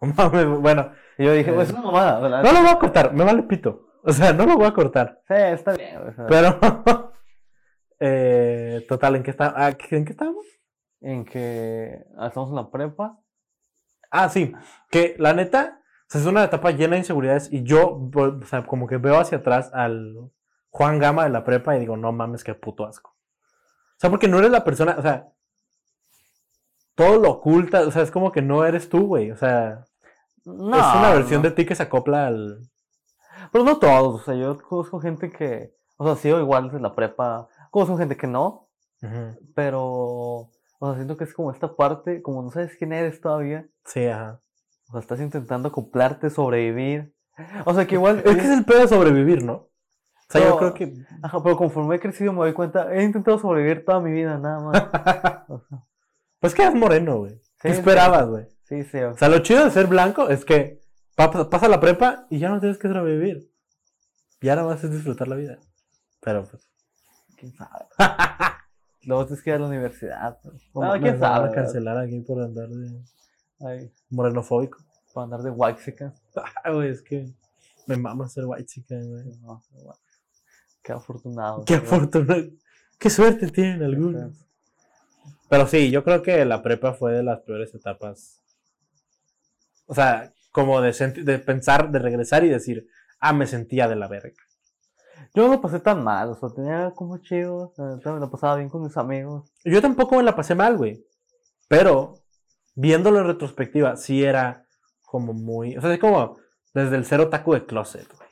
Speaker 3: No <laughs> mames, bueno.
Speaker 2: Y yo dije,
Speaker 3: Eh.
Speaker 2: pues es una mamada, ¿verdad?
Speaker 3: No lo voy a cortar, me vale pito. O sea, no lo voy a cortar.
Speaker 2: Sí, está bien. o sea,
Speaker 3: Pero. <laughs> eh, total, ¿en qué, está, ah, ¿en qué estábamos?
Speaker 2: En que estamos en la prepa.
Speaker 3: Ah, sí. Que la neta, o sea, es una etapa llena de inseguridades y yo, vol- o sea, como que veo hacia atrás al Juan Gama de la prepa y digo, no mames, qué puto asco. O sea, porque no eres la persona, o sea, todo lo oculta, o sea, es como que no eres tú, güey. O sea,
Speaker 2: No,
Speaker 3: es una versión
Speaker 2: no.
Speaker 3: de ti que se acopla al...
Speaker 2: Pero no todos, o sea, yo conozco gente que, o sea, sigo igual desde la prepa, conozco gente que no,
Speaker 3: Ujú.
Speaker 2: pero, o sea, siento que es como esta parte, como no sabes quién eres todavía,
Speaker 3: Sí, ajá.
Speaker 2: o sea, estás intentando acoplarte, sobrevivir, o sea, que igual,
Speaker 3: <laughs> Es que es el pedo de sobrevivir, ¿no? O sea, yo
Speaker 2: No.
Speaker 3: creo que...
Speaker 2: Ajá, pero conforme he crecido me doy cuenta, he intentado sobrevivir toda mi vida,
Speaker 3: <laughs>
Speaker 2: nada más. O sea,
Speaker 3: Pues que eres moreno, güey. ¿Qué
Speaker 2: Sí, sí.
Speaker 3: esperabas, güey?
Speaker 2: sí, sí, o
Speaker 3: O sea, lo chido de ser blanco es que pa- pa- pasa la prepa y ya no tienes que sobrevivir. Ya nada más es disfrutar la vida. Pero pues.
Speaker 2: sea, quién
Speaker 3: <laughs>
Speaker 2: sabe. Luego tienes que ir a la universidad, pero-
Speaker 3: no
Speaker 2: Ah,
Speaker 3: mames,
Speaker 2: quién
Speaker 3: me van
Speaker 2: sabe,
Speaker 3: a cancelar aquí por andar de
Speaker 2: Ay,
Speaker 3: morenofóbico.
Speaker 2: para andar de waxica.
Speaker 3: Ah, güey, es que me mama ser white chica, güey.
Speaker 2: No, bueno. Qué afortunado.
Speaker 3: Qué
Speaker 2: afortunado.
Speaker 3: afortunado. Qué suerte tienen algunos. Pero sí, yo creo que la prepa fue de las peores etapas. O sea, como de, senti- de pensar, de regresar y decir, ah, me sentía de la verga.
Speaker 2: Yo no lo pasé tan mal, o sea, tenía como chido, la neta, me lo pasaba bien con mis amigos.
Speaker 3: Yo tampoco me la pasé mal, güey. Pero, viéndolo en retrospectiva, sí era como muy. O sea, es como desde el cero taco de closet, güey.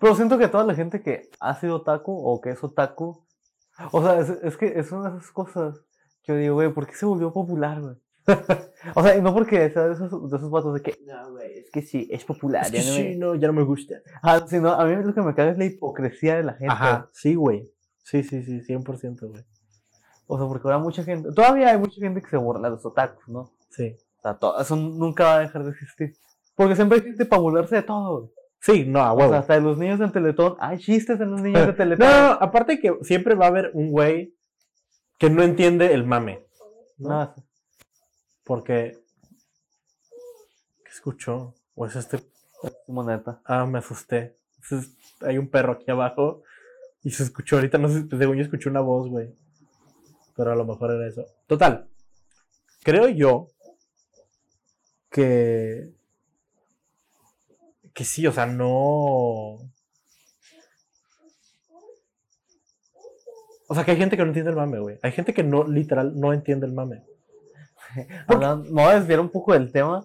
Speaker 2: Pero siento que toda la gente que ha sido otaku o que es otaku, o sea, es, es que es una de esas cosas que yo digo, güey, ¿por qué se volvió popular, güey? <laughs> o sea, y no porque sea de esos, de esos vatos de que, no, güey, es que sí, es popular,
Speaker 3: Es que
Speaker 2: ya no
Speaker 3: sí,
Speaker 2: me-".
Speaker 3: no, "Ah, ya no me gusta.
Speaker 2: Ajá, sino a mí lo que me caga es la hipocresía de la gente.
Speaker 3: Ajá, sí, güey. Sí, sí, sí, 100%, güey.
Speaker 2: O sea, porque ahora mucha gente, todavía hay mucha gente que se burla de los otakus, ¿no?
Speaker 3: Sí.
Speaker 2: O sea, to- eso nunca va a dejar de existir. Porque siempre hay gente para burlarse de todo, güey.
Speaker 3: Sí, no, a
Speaker 2: O
Speaker 3: huevo.
Speaker 2: sea, hasta de los niños en Teletón. Hay chistes en los niños
Speaker 3: <laughs>
Speaker 2: de
Speaker 3: no,
Speaker 2: Teletón.
Speaker 3: no, no, aparte que siempre va a haber un güey que no entiende el mame. ¿no?
Speaker 2: No, sí.
Speaker 3: Porque. ¿Qué escuchó? ¿O es este
Speaker 2: moneta.
Speaker 3: Ah, me asusté. Entonces, hay un perro aquí abajo y se escuchó ahorita, no sé, según yo escuché una voz, güey. Pero a lo mejor era eso. Total, creo yo que... Que sí, o sea, no... O sea, que hay gente que no entiende el mame, güey. Hay gente que no, literal, no entiende el mame.
Speaker 2: Hablando- me voy a desviar un poco del tema.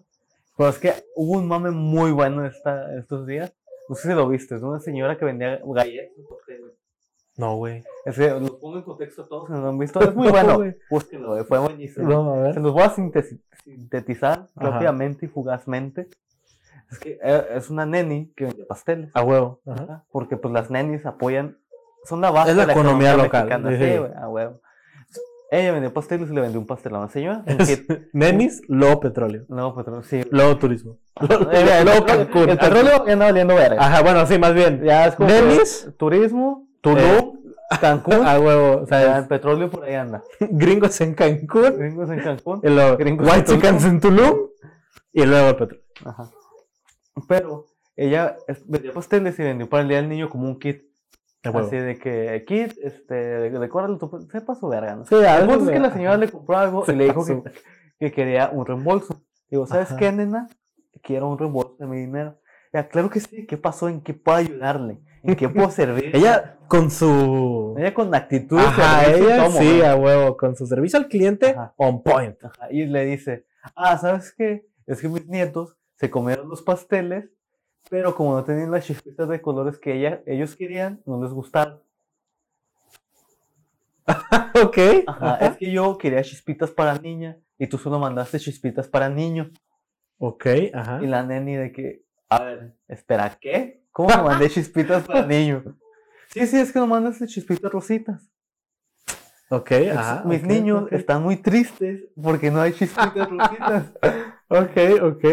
Speaker 2: Pero es que hubo un mame muy bueno esta, estos días. No sé si lo viste. Es una señora que vendía galletas. en hoteles.
Speaker 3: No, güey.
Speaker 2: Es que los pongo en contexto a todos. Si no lo han visto,
Speaker 3: <laughs>
Speaker 2: es muy bueno. Búsquenlo, güey, fue buenísimo.
Speaker 3: No, a
Speaker 2: Se
Speaker 3: ver.
Speaker 2: los voy a sintesi- sintetizar
Speaker 3: Ajá.
Speaker 2: rápidamente y fugazmente. Es que eh, es una neni que vende pasteles.
Speaker 3: A huevo. Ajá.
Speaker 2: Ajá, Porque pues las nenis apoyan, son la base
Speaker 3: Es la economía local,
Speaker 2: mexicana,
Speaker 3: sí,
Speaker 2: sí,
Speaker 3: sí.
Speaker 2: güey, a huevo. Ella vendió pasteles y le vendió un pastel a
Speaker 3: <laughs>
Speaker 2: una señora. un kit.
Speaker 3: Nenis, luego petróleo.
Speaker 2: no,
Speaker 3: <laughs>
Speaker 2: petróleo, sí.
Speaker 3: Luego turismo.
Speaker 2: Ella, el,
Speaker 3: Luego
Speaker 2: petróleo,
Speaker 3: Cancún. Ah,
Speaker 2: el petróleo ya anda valiendo verga.
Speaker 3: Ajá, bueno, sí, más bien.
Speaker 2: ya es como que
Speaker 3: Denis,
Speaker 2: turismo,
Speaker 3: Tulum,
Speaker 2: eh,
Speaker 3: <laughs>
Speaker 2: Cancún.
Speaker 3: a huevo. O
Speaker 2: ya
Speaker 3: sea,
Speaker 2: el petróleo por ahí anda.
Speaker 3: gringos en Cancún,
Speaker 2: Gringos en Cancún.
Speaker 3: y luego
Speaker 2: <laughs> Gringos
Speaker 3: white
Speaker 2: en Tulum.
Speaker 3: chickens en Tulum, y luego el petróleo.
Speaker 2: Ajá. Pero ella es- vendió pasteles y vendió para el día del niño como un kit.
Speaker 3: A huevo.
Speaker 2: Así de que kit, este, decóralo, tú, pues, sepa su verga, ¿no?
Speaker 3: Sí, a
Speaker 2: El
Speaker 3: veces
Speaker 2: punto es que
Speaker 3: me-
Speaker 2: la señora le compró algo y le dijo que,
Speaker 3: Pasó.
Speaker 2: que quería un reembolso. Digo, ¿sabes
Speaker 3: Ajá.
Speaker 2: qué, nena? Quiero un reembolso de mi dinero. Ya, claro que sí. ¿Qué pasó? ¿En qué puedo ayudarle? ¿En
Speaker 3: <laughs>
Speaker 2: qué puedo servir?
Speaker 3: Ella con su...
Speaker 2: ella con actitud. de
Speaker 3: Ajá,
Speaker 2: servicio y
Speaker 3: ella
Speaker 2: tomo,
Speaker 3: sí,
Speaker 2: ¿no?
Speaker 3: a huevo. Con su servicio al cliente
Speaker 2: Ajá.
Speaker 3: on point.
Speaker 2: Ajá, Y le dice, ah, ¿sabes qué? Es que mis nietos se comieron los pasteles, pero como no tenían las chispitas de colores que ella, ellos querían, no les gustaron.
Speaker 3: ok.
Speaker 2: Ajá, Ah, es que yo quería chispitas para niña y tú solo mandaste chispitas para niño.
Speaker 3: Ok, ajá.
Speaker 2: Y la neni de que, a ver, espera, ¿qué?
Speaker 3: <laughs>
Speaker 2: ¿Cómo me mandé chispitas para niño? Sí, sí, es que no mandas chispitas rositas.
Speaker 3: Ok,
Speaker 2: Ex-
Speaker 3: ajá.
Speaker 2: Mis
Speaker 3: Ah, ok,
Speaker 2: niños
Speaker 3: ok.
Speaker 2: están muy tristes porque no hay
Speaker 3: <laughs>
Speaker 2: chispitas rositas.
Speaker 3: Ok, ok.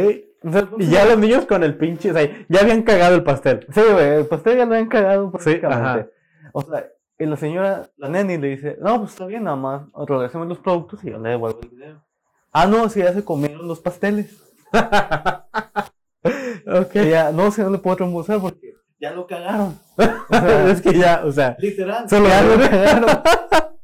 Speaker 2: O sea,
Speaker 3: Y ya los niños con el pinche. O sea, ya habían cagado el pastel.
Speaker 2: Sí, güey, el pastel ya lo han cagado
Speaker 3: Sí,
Speaker 2: prácticamente. o sea, y la señora, la neni le dice, no, pues está bien, nada más, regresemos los productos y yo le devuelvo el dinero. Ah, no, si ya se comieron los pasteles.
Speaker 3: Ok.
Speaker 2: Ella, no, si no le puedo reembolsar porque ya
Speaker 3: <laughs>
Speaker 2: lo cagaron. O sea,
Speaker 3: es que ya, o sea,
Speaker 2: literal.
Speaker 3: Se lo
Speaker 2: ya lo cagaron.
Speaker 3: <laughs>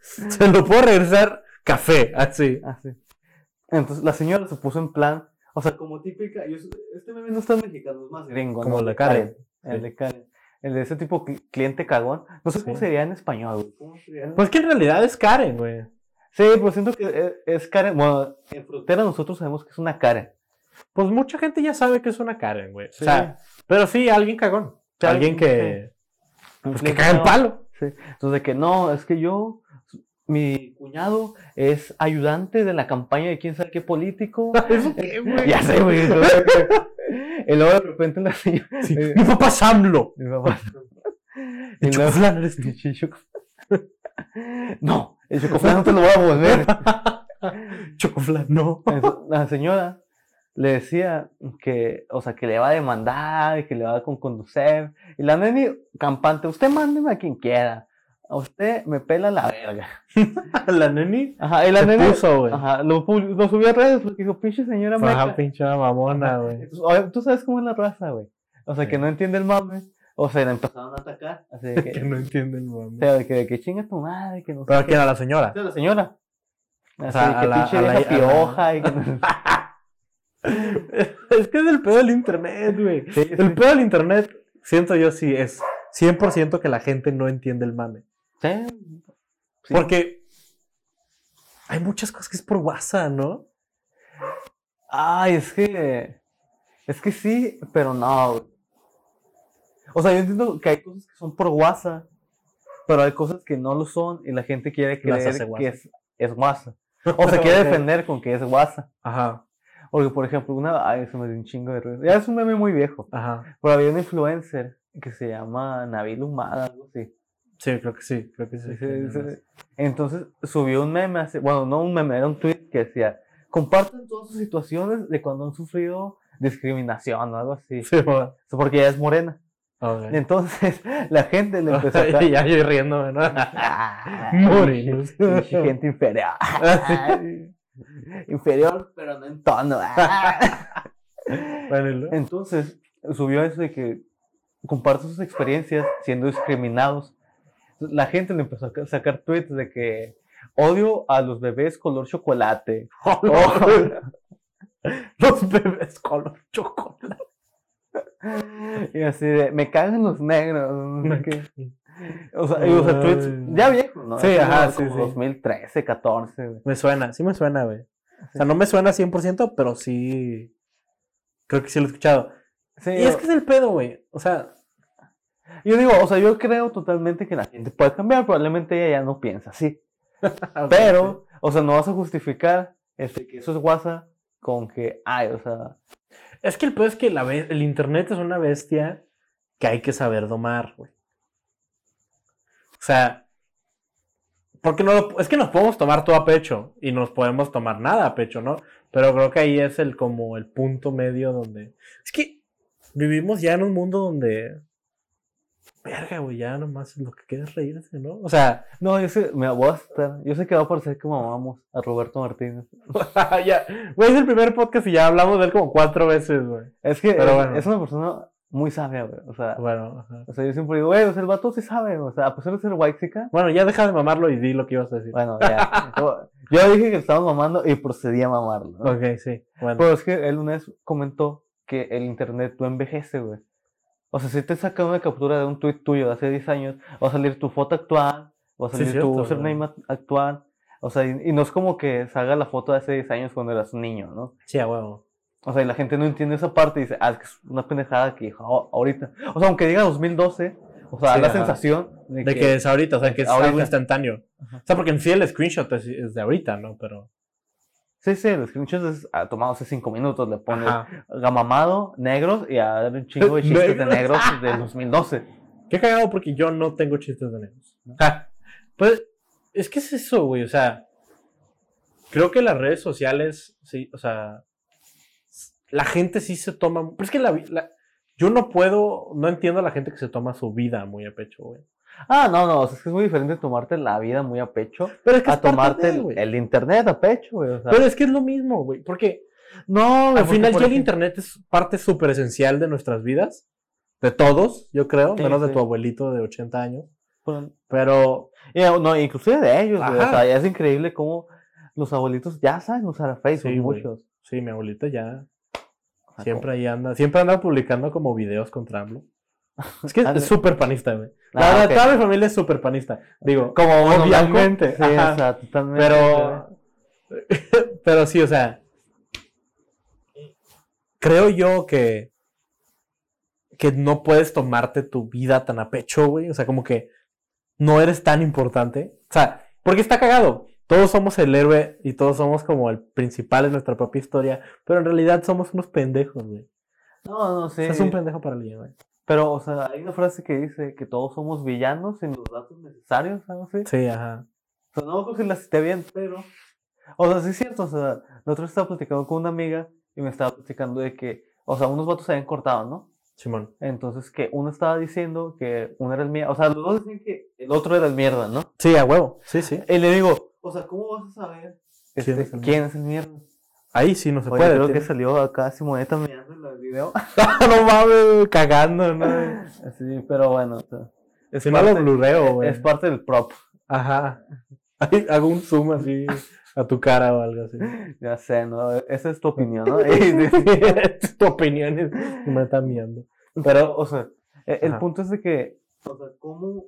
Speaker 3: se lo puedo regresar café, así.
Speaker 2: Así. Ah, Entonces la señora se puso en plan, o sea, como típica, yo, este meme no está mexicano, es más gringo.
Speaker 3: Como
Speaker 2: ¿no?
Speaker 3: el de Karen.
Speaker 2: El de Karen. El de ese tipo cli- cliente cagón. No sé cómo
Speaker 3: Sí.
Speaker 2: sería en español, güey. ¿Cómo sería en-
Speaker 3: Pues que en realidad es Karen, güey.
Speaker 2: Sí, pero siento que es, es Karen. Bueno, en frontera nosotros sabemos que es una Karen.
Speaker 3: Pues mucha gente ya sabe que es una Karen, güey. O
Speaker 2: Sí.
Speaker 3: sea, pero sí, alguien cagón. O sea, alguien que, pues, que caga el palo.
Speaker 2: Entonces, de que no, es que yo, mi cuñado es ayudante de la campaña de quién sabe
Speaker 3: <laughs>
Speaker 2: qué político.
Speaker 3: ¿Eso qué, güey?
Speaker 2: ya sé, güey. entonces,
Speaker 3: <laughs>
Speaker 2: Y luego de repente la señora. eh,
Speaker 3: Sí. Mi papá es AMLO.
Speaker 2: Mi papá.
Speaker 3: Y
Speaker 2: Y
Speaker 3: Choco
Speaker 2: luego-
Speaker 3: Flan eres <laughs> tú.
Speaker 2: Pinche Choco- <laughs> No, el
Speaker 3: <laughs>
Speaker 2: chocoflan no te lo voy a volver.
Speaker 3: Chocoflan, no.
Speaker 2: Entonces, la señora le decía que, o sea, que le va a demandar, que le va a con conducir. Y la neni campante, usted mándeme a quien quiera. A usted me pela la verga.
Speaker 3: <laughs> La neni
Speaker 2: Ajá, y la
Speaker 3: se
Speaker 2: neni
Speaker 3: puso, güey.
Speaker 2: ajá, lo, pub- lo subió a redes porque dijo, pinche señora
Speaker 3: Ajá,
Speaker 2: meca.
Speaker 3: pinche mamona, güey.
Speaker 2: Entonces, obvio, Tú sabes cómo es la raza, güey. O sea, que
Speaker 3: Sí.
Speaker 2: no entiende el mame. O sea, la empezaron a atacar.
Speaker 3: <laughs>
Speaker 2: Así de que,
Speaker 3: Que no entienden,
Speaker 2: o
Speaker 3: güey.
Speaker 2: sea, de que, de que chinga tu madre, que no sé
Speaker 3: Pero
Speaker 2: qué.
Speaker 3: que era la señora.
Speaker 2: De la señora. Así
Speaker 3: sea,
Speaker 2: de
Speaker 3: a
Speaker 2: que
Speaker 3: la- a
Speaker 2: pinche
Speaker 3: la-
Speaker 2: vieja
Speaker 3: a la-
Speaker 2: pioja y que no sé-
Speaker 3: <laughs> es que es el pedo del internet, güey.
Speaker 2: Sí,
Speaker 3: El pedo del internet, siento yo, sí es 100% que la gente no entiende el mame.
Speaker 2: <laughs> sí. Sí.
Speaker 3: Porque hay muchas cosas que es por WhatsApp, ¿no?
Speaker 2: Ay, es que. Es que sí, pero no. güey. O sea, yo entiendo que hay cosas que son por WhatsApp, pero hay cosas que no lo son y la gente quiere
Speaker 3: Las
Speaker 2: creer
Speaker 3: hace
Speaker 2: que
Speaker 3: guasa.
Speaker 2: es, es WhatsApp. O <laughs> se quiere
Speaker 3: Ok.
Speaker 2: defender con que es WhatsApp.
Speaker 3: Ajá,
Speaker 2: Porque, por ejemplo, una. Ay, eso me dio un chingo de ruido. Ya es un meme muy viejo.
Speaker 3: ajá.
Speaker 2: Pero había un influencer que se llama Nabil Humada, algo así.
Speaker 3: Sí, creo que sí, creo que sí.
Speaker 2: Sí,
Speaker 3: que no,
Speaker 2: sí,
Speaker 3: no
Speaker 2: sí.
Speaker 3: sé.
Speaker 2: Entonces subió un meme, hace- bueno, no un meme, era un tweet que decía, compartan todas sus situaciones de cuando han sufrido discriminación o algo así,
Speaker 3: Sí, va.
Speaker 2: porque ella es morena.
Speaker 3: Ok.
Speaker 2: Entonces <laughs> la gente
Speaker 3: <laughs>
Speaker 2: le <laughs> empezó a...
Speaker 3: Y ya yo riéndome,
Speaker 2: <laughs>
Speaker 3: ¿no?
Speaker 2: ca-
Speaker 3: Morenos.
Speaker 2: Pinche gente <laughs> inferior. inferior, pero no en <laughs> tono.
Speaker 3: Bueno, y
Speaker 2: <laughs>
Speaker 3: luego-
Speaker 2: Entonces, subió eso de que comparte sus experiencias siendo discriminados. La gente le empezó a ca- sacar tweets de que odio a los bebés
Speaker 3: <laughs>
Speaker 2: color chocolate. Oh,
Speaker 3: Los bebés color chocolate.
Speaker 2: <laughs> Y así de, me cagan los negros. no sé
Speaker 3: Me
Speaker 2: qué. O sea, y, o sea, tweets
Speaker 3: Ay.
Speaker 2: ya viejos, ¿no?
Speaker 3: Sí,
Speaker 2: Es como-
Speaker 3: ajá, sí,
Speaker 2: como
Speaker 3: sí.
Speaker 2: 2013, 14. güey.
Speaker 3: Me suena, sí me suena, güey. O sea, no me suena 100%, pero sí. Creo que sí lo he escuchado.
Speaker 2: Sí,
Speaker 3: Y es
Speaker 2: o-
Speaker 3: que es el pedo, güey. O sea,
Speaker 2: yo digo, o sea, yo creo totalmente que la gente puede cambiar, probablemente ella ya no piensa así. Pero, o sea, no vas a justificar este, que eso es WhatsApp con que, ay, o sea,
Speaker 3: Es que el pedo es que la be- el internet es una bestia que hay que saber domar, güey. O sea, porque no lo- es que nos podemos tomar todo a pecho y nos podemos tomar nada a pecho, ¿no? Pero creo que ahí es el como el punto medio donde es que vivimos ya en un mundo donde verga, güey, ya nomás lo que queda es reírse, ¿no? O sea, <laughs>
Speaker 2: no, yo sé, me voy a estar, yo sé que va a parecer que mamamos a Roberto Martínez.
Speaker 3: ya, güey, es el primer podcast y ya hablamos de él como cuatro veces, güey.
Speaker 2: Es que
Speaker 3: Pero
Speaker 2: es,
Speaker 3: bueno.
Speaker 2: es una persona muy sabia, güey, o sea,
Speaker 3: Bueno, ajá.
Speaker 2: o sea, yo siempre digo, güey, o sea, el vato sí sabe, o sea, a pesar de ser guayxica,
Speaker 3: bueno, ya deja de mamarlo y di lo que ibas a decir.
Speaker 2: bueno, ya, <laughs> yo, yo dije que estábamos mamando y procedí a mamarlo, ¿no?
Speaker 3: Ok, sí. Bueno.
Speaker 2: Pero es que él una vez comentó que el internet no envejece, güey. O sea, si te sacan una captura de un tweet tuyo de hace 10 años, va a salir tu foto actual, va a
Speaker 3: Sí,
Speaker 2: salir
Speaker 3: cierto,
Speaker 2: tu
Speaker 3: güey.
Speaker 2: username act- actual. O sea, y, y no es como que salga la foto de hace 10 años cuando eras un niño, ¿no?
Speaker 3: Sí, a huevo.
Speaker 2: O sea, y la gente no entiende esa parte y dice, ah, es que es una pendejada que dijo ahor- ahorita. O sea, aunque diga 2012, o sea, da
Speaker 3: Sí,
Speaker 2: la
Speaker 3: ajá.
Speaker 2: sensación de,
Speaker 3: De que es ahorita, o sea, que es
Speaker 2: Ahorita.
Speaker 3: algo instantáneo.
Speaker 2: Ajá.
Speaker 3: O sea, porque en sí el screenshot es, es de ahorita, ¿no? Pero.
Speaker 2: Sí, sí, el screenshot es ah, tomado hace cinco minutos, le pones
Speaker 3: Ajá.
Speaker 2: gamamado, negros y a dar un
Speaker 3: <laughs>
Speaker 2: chingo de chistes de negros del 2012.
Speaker 3: Qué cagado porque yo no tengo chistes de negros. ¿no? Pues es que es eso, güey. O sea, creo que las redes sociales, sí, o sea, la gente sí se toma. Pero es que la, vi- la- yo no puedo, no entiendo a la gente que se toma su vida muy a pecho, güey.
Speaker 2: Ah, no, no, o sea, es que es muy diferente tomarte la vida muy a pecho
Speaker 3: Pero es que
Speaker 2: a
Speaker 3: es parte
Speaker 2: tomarte
Speaker 3: de,
Speaker 2: el-
Speaker 3: güey.
Speaker 2: el, internet a pecho, güey. o sea.
Speaker 3: Pero es que es lo mismo, güey. Porque
Speaker 2: no,
Speaker 3: al final ya
Speaker 2: yo
Speaker 3: el internet es parte súper esencial de nuestras vidas. De todos, yo creo.
Speaker 2: Sí,
Speaker 3: menos de
Speaker 2: sí.
Speaker 3: tu abuelito de 80 años. Pero
Speaker 2: Y, eh, no, inclusive de ellos, güey, O
Speaker 3: Ajá.
Speaker 2: sea, ya es increíble cómo los abuelitos ya saben usar Facebook,
Speaker 3: Sí, güey.
Speaker 2: muchos.
Speaker 3: sí, mi abuelita
Speaker 2: Ah,
Speaker 3: ya
Speaker 2: O sea,
Speaker 3: Siempre ahí anda, siempre anda publicando como videos contra AMLO. Es
Speaker 2: <laughs>
Speaker 3: que
Speaker 2: Ándale.
Speaker 3: es súper panista, güey.
Speaker 2: Ah,
Speaker 3: La verdad,
Speaker 2: ok.
Speaker 3: toda mi familia es súper panista. Digo,
Speaker 2: como como uno blanco.
Speaker 3: obviamente,
Speaker 2: Sí, o
Speaker 3: ajá,
Speaker 2: sea, totalmente.
Speaker 3: pero. <laughs> pero sí, o sea. Creo yo que. Que no puedes tomarte tu vida tan a pecho, güey. O sea, como que no eres tan importante. O sea, porque está cagado. Todos somos el héroe y todos somos como el principal en nuestra propia historia. Pero en realidad somos unos pendejos, güey.
Speaker 2: No, no, sí.
Speaker 3: O sea, es un pendejo para alguien, güey.
Speaker 2: Pero, o sea, hay una frase que dice que todos somos villanos sin los datos necesarios, algo así.
Speaker 3: Sí, ajá.
Speaker 2: O sea, no me acuerdo si la cité bien, pero. O sea, sí es cierto, o sea, la otra vez estaba platicando con una amiga y me estaba platicando de que, o sea, unos vatos se habían cortado, ¿no?
Speaker 3: Simón.
Speaker 2: Entonces que uno estaba diciendo que uno era el mierda, o sea, los dos decían que el otro era el mierda, ¿no?
Speaker 3: Sí, a huevo. Eh, Sí, sí.
Speaker 2: Y le digo, o sea, ¿cómo vas a saber este,
Speaker 3: ¿Quién es el
Speaker 2: quién es el mierda?
Speaker 3: Ahí sí no se
Speaker 2: Oye,
Speaker 3: puede.
Speaker 2: creo
Speaker 3: <laughs>
Speaker 2: que
Speaker 3: tiene-
Speaker 2: salió acá Simoneta mirando el video.
Speaker 3: no mames, cagando, ¿no?
Speaker 2: sí, pero bueno, o sea, es,
Speaker 3: Si no
Speaker 2: parte,
Speaker 3: lo blurreo, güey.
Speaker 2: es parte del prop.
Speaker 3: Ajá. Ahí hago un zoom así a tu cara o
Speaker 2: <laughs>
Speaker 3: algo así.
Speaker 2: Ya sé, ¿no? Esa es tu opinión, <laughs> ¿no? Y- y-
Speaker 3: tu opinión es que me está mirando.
Speaker 2: Pero, o sea, e- el
Speaker 3: Ajá.
Speaker 2: punto es de que, o sea, ¿cómo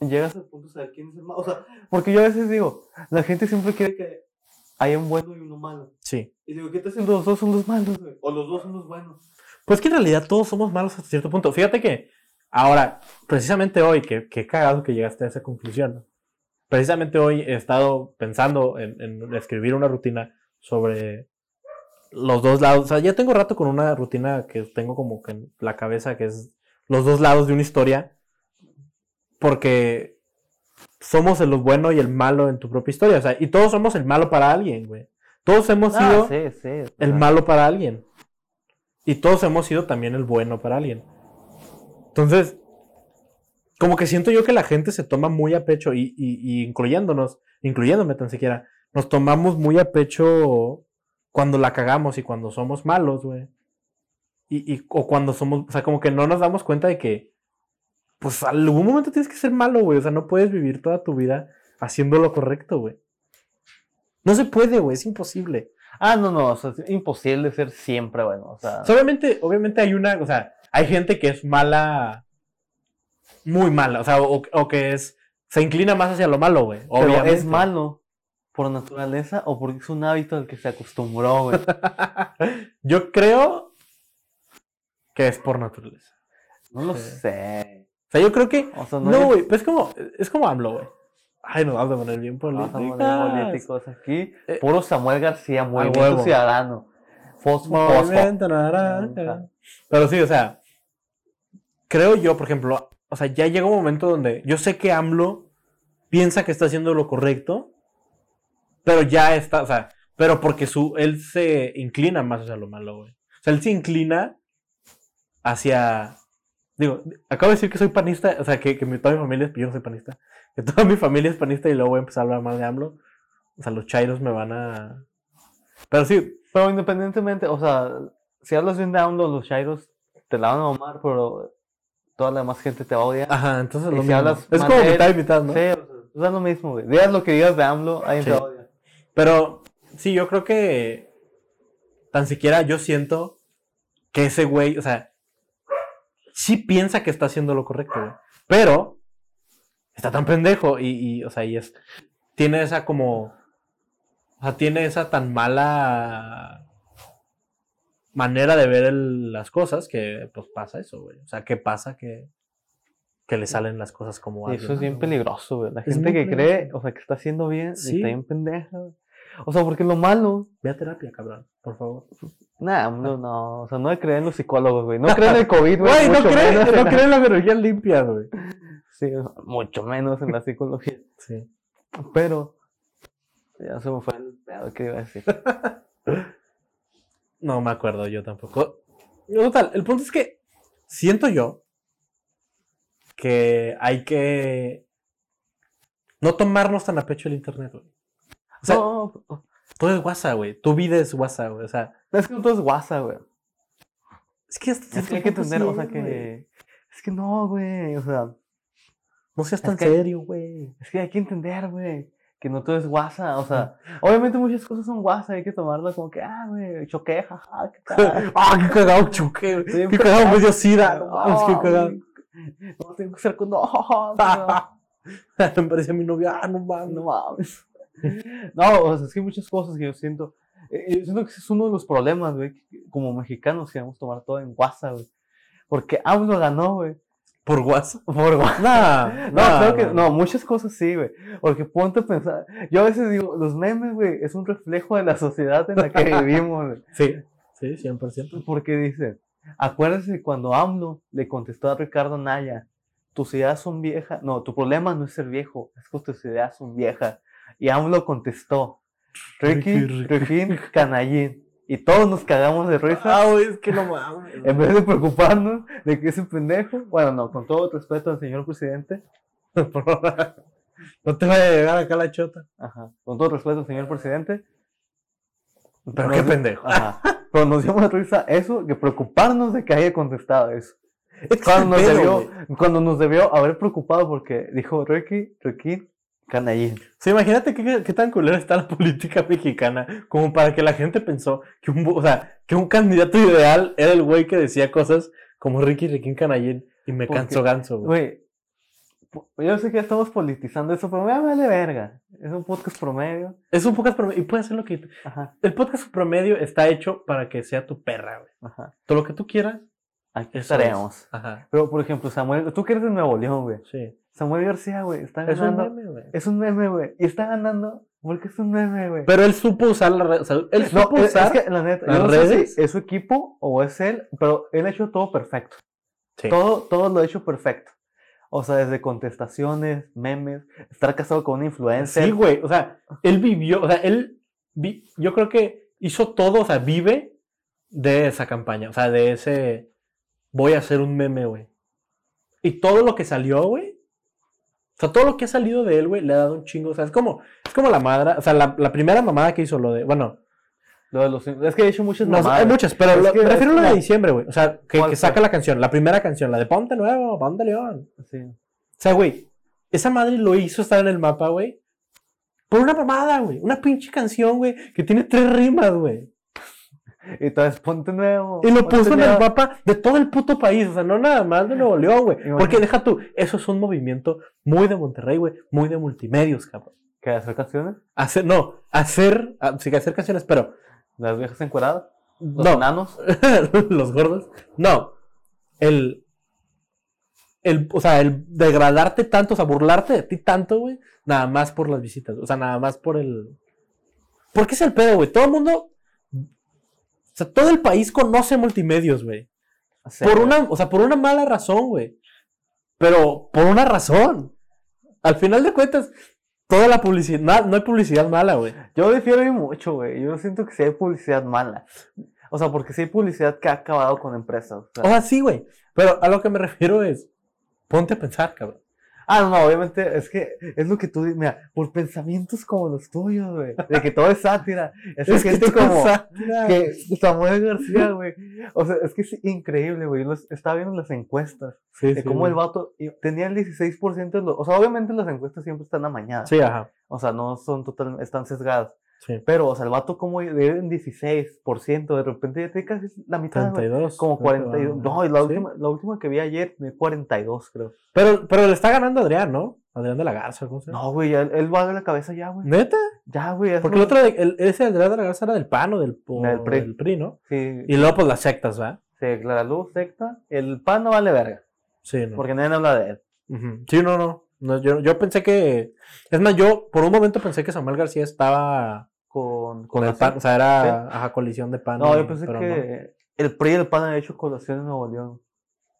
Speaker 2: llegas al punto de saber quién es el malo? O sea, porque yo a veces digo, la gente siempre quiere que haya un bueno y uno malo.
Speaker 3: Sí.
Speaker 2: Y digo, ¿qué te hacen los dos son los malos, güey? O los dos son los buenos.
Speaker 3: Pues que en realidad todos somos malos hasta cierto punto. Fíjate que ahora, precisamente hoy, que, que cagado que llegaste a esa conclusión. ¿no? Precisamente hoy he estado pensando en, en escribir una rutina sobre los dos lados. O sea, ya tengo rato con una rutina que tengo como que en la cabeza, que es los dos lados de una historia. Porque somos el bueno y el malo en tu propia historia. O sea, y todos somos el malo para alguien, güey. Todos hemos sido
Speaker 2: Ah, sí, sí. o sea,
Speaker 3: el malo para alguien. Y todos hemos sido también el bueno para alguien. Entonces, como que siento yo que la gente se toma muy a pecho, y, y- y incluyéndonos, incluyéndome tan siquiera, nos tomamos muy a pecho cuando la cagamos y cuando somos malos, güey. Y, y- o cuando somos, o sea, como que no nos damos cuenta de que, pues algún momento tienes que ser malo, güey. O sea, no puedes vivir toda tu vida haciendo lo correcto, güey. No se puede, güey, es imposible.
Speaker 2: Ah, no, no, o sea, es imposible ser siempre bueno, o sea.
Speaker 3: O sea, obviamente, obviamente hay una, o sea, hay gente que es mala, muy mala, o sea, o, o que es, se inclina más hacia lo malo, güey.
Speaker 2: Pero
Speaker 3: Obviamente.
Speaker 2: es malo por naturaleza o porque es un hábito al que se
Speaker 3: <laughs>
Speaker 2: acostumbró, güey.
Speaker 3: Yo creo que es por naturaleza.
Speaker 2: No lo
Speaker 3: Sí.
Speaker 2: sé.
Speaker 3: O sea, yo creo que,
Speaker 2: O sea, no,
Speaker 3: no,
Speaker 2: hay-
Speaker 3: güey, pues es como, es como AMLO, güey. Ay, nos vamos a poner bien
Speaker 2: no
Speaker 3: políticos.
Speaker 2: estamos de políticos aquí.
Speaker 3: Eh,
Speaker 2: Puro Samuel García, movimiento
Speaker 3: huevo.
Speaker 2: ciudadano. Fosfo, fosfo.
Speaker 3: Movimiento naranja. Pero sí, o sea, creo yo, por ejemplo, o sea, ya llega un momento donde yo sé que AMLO piensa que está haciendo lo correcto, pero ya está, o sea, pero porque su, él se inclina más hacia lo malo, güey. O sea, él se inclina hacia, digo, acabo de decir que soy panista, o sea, que, que mi- toda mi familia es, yo no soy panista, que toda mi familia es panista y luego voy a empezar a hablar mal de AMLO. O sea, los chairos me van a... Pero sí,
Speaker 2: Pero independientemente, o sea, si hablas bien de AMLO, los Shairos te la van a mamar, pero toda la demás gente te va a odiar.
Speaker 3: Ajá, entonces
Speaker 2: Y
Speaker 3: lo
Speaker 2: si
Speaker 3: mismo.
Speaker 2: hablas
Speaker 3: es
Speaker 2: mal
Speaker 3: como
Speaker 2: de él,
Speaker 3: mitad y mitad, Ah, ¿no?
Speaker 2: Sí, o sea, o sea, es lo mismo, güey. Digas lo que digas de AMLO, alguien
Speaker 3: Sí.
Speaker 2: te odia.
Speaker 3: Pero sí, yo creo que tan siquiera yo siento que ese güey, o sea, sí piensa que está haciendo lo correcto, güey. Pero está tan pendejo y, y, o sea, y es, tiene esa como, o sea, tiene esa tan mala manera de ver el- las cosas que pues pasa eso, güey. O sea, ¿qué pasa que, que le salen las cosas como
Speaker 2: Y
Speaker 3: alguien
Speaker 2: eso es bien
Speaker 3: malo, güey?
Speaker 2: peligroso, güey. La
Speaker 3: Es muy
Speaker 2: gente que cree,
Speaker 3: peligroso.
Speaker 2: o sea, que está haciendo bien, y
Speaker 3: Sí.
Speaker 2: está bien pendeja, güey. O sea, porque lo malo.
Speaker 3: Ve a terapia, cabrón, por favor.
Speaker 2: Nah, no, no. O sea, no creen los psicólogos, güey. No
Speaker 3: <laughs>
Speaker 2: creen en el COVID, güey.
Speaker 3: Ah. Güey, no
Speaker 2: mucho
Speaker 3: creen
Speaker 2: menos en
Speaker 3: no
Speaker 2: la-
Speaker 3: cree en la biología limpia, güey.
Speaker 2: Sí, o sea, mucho menos en la psicología.
Speaker 3: <laughs> Sí.
Speaker 2: Pero. Ya se me fue el pedo que iba a decir.
Speaker 3: No me acuerdo yo tampoco. Total, el punto es que siento yo que hay que no tomarnos tan a pecho el internet, güey. O sea,
Speaker 2: no,
Speaker 3: todo es WhatsApp, güey. Tu vida es WhatsApp, güey. O sea,
Speaker 2: es que no todo es WhatsApp, güey.
Speaker 3: es que hasta
Speaker 2: Es
Speaker 3: cierto
Speaker 2: que hay que
Speaker 3: punto sí
Speaker 2: entender, o sea,
Speaker 3: es, güey.
Speaker 2: que. Es que no, güey. O sea,
Speaker 3: No seas tan
Speaker 2: que-
Speaker 3: serio, güey.
Speaker 2: es que hay que entender, güey. Que no todo es WhatsApp. O sea, obviamente muchas cosas son WhatsApp. Hay que tomarlas como que, ah, güey, choqué, jaja,
Speaker 3: <laughs>
Speaker 2: qué tal.
Speaker 3: ¡Ah, qué cagado, choque!
Speaker 2: Estoy
Speaker 3: ¡Qué cagado, me dio sida!
Speaker 2: No,
Speaker 3: ¡Vamos, qué cagado!
Speaker 2: No, tengo que ser con. No,
Speaker 3: <laughs>
Speaker 2: no,
Speaker 3: me parecía mi novia, ah, no mames.
Speaker 2: no mames. <laughs> No, o sea, es que hay muchas cosas que yo siento. eh, Yo siento que ese es uno de los problemas, güey. que Como mexicanos, que vamos a tomar todo en WhatsApp, güey. Porque AMLO ganó, güey.
Speaker 3: ¿Por WhatsApp?
Speaker 2: Por WhatsApp.
Speaker 3: Nah,
Speaker 2: <laughs> No,
Speaker 3: nah,
Speaker 2: claro que
Speaker 3: nah.
Speaker 2: no, muchas cosas sí, güey. Porque ponte a pensar, yo a veces digo, los memes, güey, es un reflejo de la sociedad en la <laughs> que vivimos, güey.
Speaker 3: Sí, sí, 100%.
Speaker 2: Porque dice, acuérdese cuando AMLO le contestó a Ricardo Naya, tus ideas son viejas, no, tu problema no es ser viejo, es que tus ideas son viejas. Y AMLO contestó, Ricky,
Speaker 3: Ricky, Ricky".
Speaker 2: Ricky, Canallín. Y todos nos cagamos de risa.
Speaker 3: Ah, güey, es que no mames.
Speaker 2: En vez de preocuparnos de que ese pendejo, bueno, no, con todo respeto al señor presidente,
Speaker 3: <laughs> no te vaya a llegar acá la chota.
Speaker 2: Ajá. Con todo respeto, señor presidente.
Speaker 3: Pero
Speaker 2: nos
Speaker 3: qué
Speaker 2: di-
Speaker 3: pendejo.
Speaker 2: Ajá. Pero nos dio más risa eso que preocuparnos de que haya contestado eso.
Speaker 3: Es que
Speaker 2: Cuando nos,
Speaker 3: es el pedo,
Speaker 2: debió,
Speaker 3: güey.
Speaker 2: cuando nos debió haber preocupado porque dijo Ricky, Ricky, canallín.
Speaker 3: Sí, imagínate qué, qué tan culera está la <laughs> política mexicana como para que la gente pensó que un, o sea, que un candidato ideal era el güey que decía cosas como Ricky Riquín Canallín y me
Speaker 2: Porque,
Speaker 3: canso ganso, güey.
Speaker 2: Güey, po- yo sé que ya estamos politizando eso, pero me vale verga. Es un podcast promedio.
Speaker 3: Es un podcast promedio y puede hacer lo que...
Speaker 2: Ajá,
Speaker 3: El podcast promedio está hecho para que sea tu perra, güey.
Speaker 2: ajá.
Speaker 3: Todo lo que tú quieras.
Speaker 2: Aquí
Speaker 3: Eso
Speaker 2: estaremos.
Speaker 3: Ajá.
Speaker 2: Pero, por ejemplo, Samuel, tú que eres de Nuevo León, güey.
Speaker 3: Sí. Ah,
Speaker 2: Samuel García, güey, está
Speaker 3: Es un
Speaker 2: ganando.
Speaker 3: meme, güey.
Speaker 2: Es un meme, güey. Y está ganando porque es un meme, güey.
Speaker 3: Pero él supo usar la red. o sea, él <laughs>
Speaker 2: No,
Speaker 3: supo
Speaker 2: es,
Speaker 3: usar.
Speaker 2: es que la neta,
Speaker 3: las
Speaker 2: yo no sé si
Speaker 3: redes.
Speaker 2: es su equipo o es él, pero él ha hecho todo perfecto.
Speaker 3: Sí.
Speaker 2: Todo, todo lo ha hecho perfecto. O sea, desde contestaciones, memes, estar casado con una influencer.
Speaker 3: Sí, güey. O sea, él vivió. O sea, él. vi- yo creo que hizo todo. O sea, vive de esa campaña. O sea, de ese. Voy a hacer un meme, güey. Y todo lo que salió, güey. O sea, todo lo que ha salido de él, güey, le ha dado un chingo. O sea, es como, es como la madre. O sea, la, la primera mamada que hizo lo de. Bueno,
Speaker 2: Lo de los- es que he hecho muchas
Speaker 3: no,
Speaker 2: mamadas.
Speaker 3: hay muchas, pero
Speaker 2: Es
Speaker 3: lo-
Speaker 2: que
Speaker 3: me refiero a
Speaker 2: es
Speaker 3: lo de
Speaker 2: como-
Speaker 3: diciembre, güey. O sea, que,
Speaker 2: ¿Cuál
Speaker 3: que
Speaker 2: fue?
Speaker 3: saca la canción, la primera canción, la de Ponte Nuevo, Ponte León.
Speaker 2: Sí.
Speaker 3: O sea, güey, esa madre lo hizo estar en el mapa, güey. Por una mamada, güey. Una pinche canción, güey, que tiene tres rimas, güey.
Speaker 2: Y entonces, ponte nuevo.
Speaker 3: Y lo
Speaker 2: ponte
Speaker 3: puso en el
Speaker 2: nuevo.
Speaker 3: mapa de todo el puto país. O sea, no nada más de Nuevo León, güey.
Speaker 2: Imagínate.
Speaker 3: Porque deja tú, eso es un movimiento muy de Monterrey, güey. Muy de multimedios, cabrón.
Speaker 2: ¿Qué hacer canciones?
Speaker 3: Hacer, no, hacer, ah, sí, hacer canciones, pero.
Speaker 2: Las viejas encueradas. Los
Speaker 3: no,
Speaker 2: enanos.
Speaker 3: los gordos. No. El. El, o sea, el degradarte tanto, o sea, burlarte de ti tanto, güey, nada más por las visitas, o sea, nada más por el... Porque es el pedo, güey, todo el mundo, o sea, todo el país conoce multimedios, güey,
Speaker 2: O
Speaker 3: <laughs>
Speaker 2: sea,
Speaker 3: por una, o sea, por una mala razón, güey, pero por una razón, al final de cuentas, toda la publicidad, na- no hay publicidad mala, güey,
Speaker 2: Yo difiero ahí mucho, güey. Yo siento que sí hay publicidad mala. O sea, porque sí hay publicidad que ha acabado con empresas. o sea,
Speaker 3: o sea, sí, güey, pero a lo que me refiero es, ponte a pensar, cabrón.
Speaker 2: Ah, no, obviamente, es que es lo que tú dices, mira, por pensamientos como los tuyos, güey, de que todo es sátira, es,
Speaker 3: Es que
Speaker 2: gente
Speaker 3: tú
Speaker 2: como
Speaker 3: que-
Speaker 2: que Samuel García, güey, o sea, es que es increíble, güey, yo los- estaba viendo las encuestas de cómo el vato y tenía el 16% de los, o sea, obviamente las encuestas siempre están amañadas,
Speaker 3: Sí, ajá.
Speaker 2: o sea, no son total, están sesgadas,
Speaker 3: Sí.
Speaker 2: pero, o sea, el vato como de un 16%, de repente ya tiene casi la mitad, güey,
Speaker 3: 32.
Speaker 2: como 42, no, y la,
Speaker 3: Sí.
Speaker 2: última, la última que vi ayer, tenía 42, creo.
Speaker 3: Pero, pero le está ganando Adrián, ¿no? Adrián de la Garza, ¿cómo se llama?
Speaker 2: No, güey, ya él, él va de la cabeza ya, güey.
Speaker 3: ¿Neta?
Speaker 2: Ya, güey. es
Speaker 3: Porque
Speaker 2: lo-
Speaker 3: el otro, de- el- ese Adrián de la Garza era del PAN o del, o
Speaker 2: Del PRI.
Speaker 3: del PRI, ¿no?
Speaker 2: Sí,
Speaker 3: Y luego, pues, las sectas, ¿va?
Speaker 2: se declara luz, secta. El pan no vale verga,
Speaker 3: Sí, ¿no?
Speaker 2: porque nadie habla de él.
Speaker 3: Ujú. Sí, no, no. No, yo, yo pensé que... Es más, yo por un momento pensé que Samuel García estaba
Speaker 2: con,
Speaker 3: Con el pan, o sea, era ajá, colisión de pan.
Speaker 2: ¿Ah, No,
Speaker 3: y-
Speaker 2: yo pensé
Speaker 3: pero no.
Speaker 2: que el PRI y el PAN han hecho colación en Nuevo León.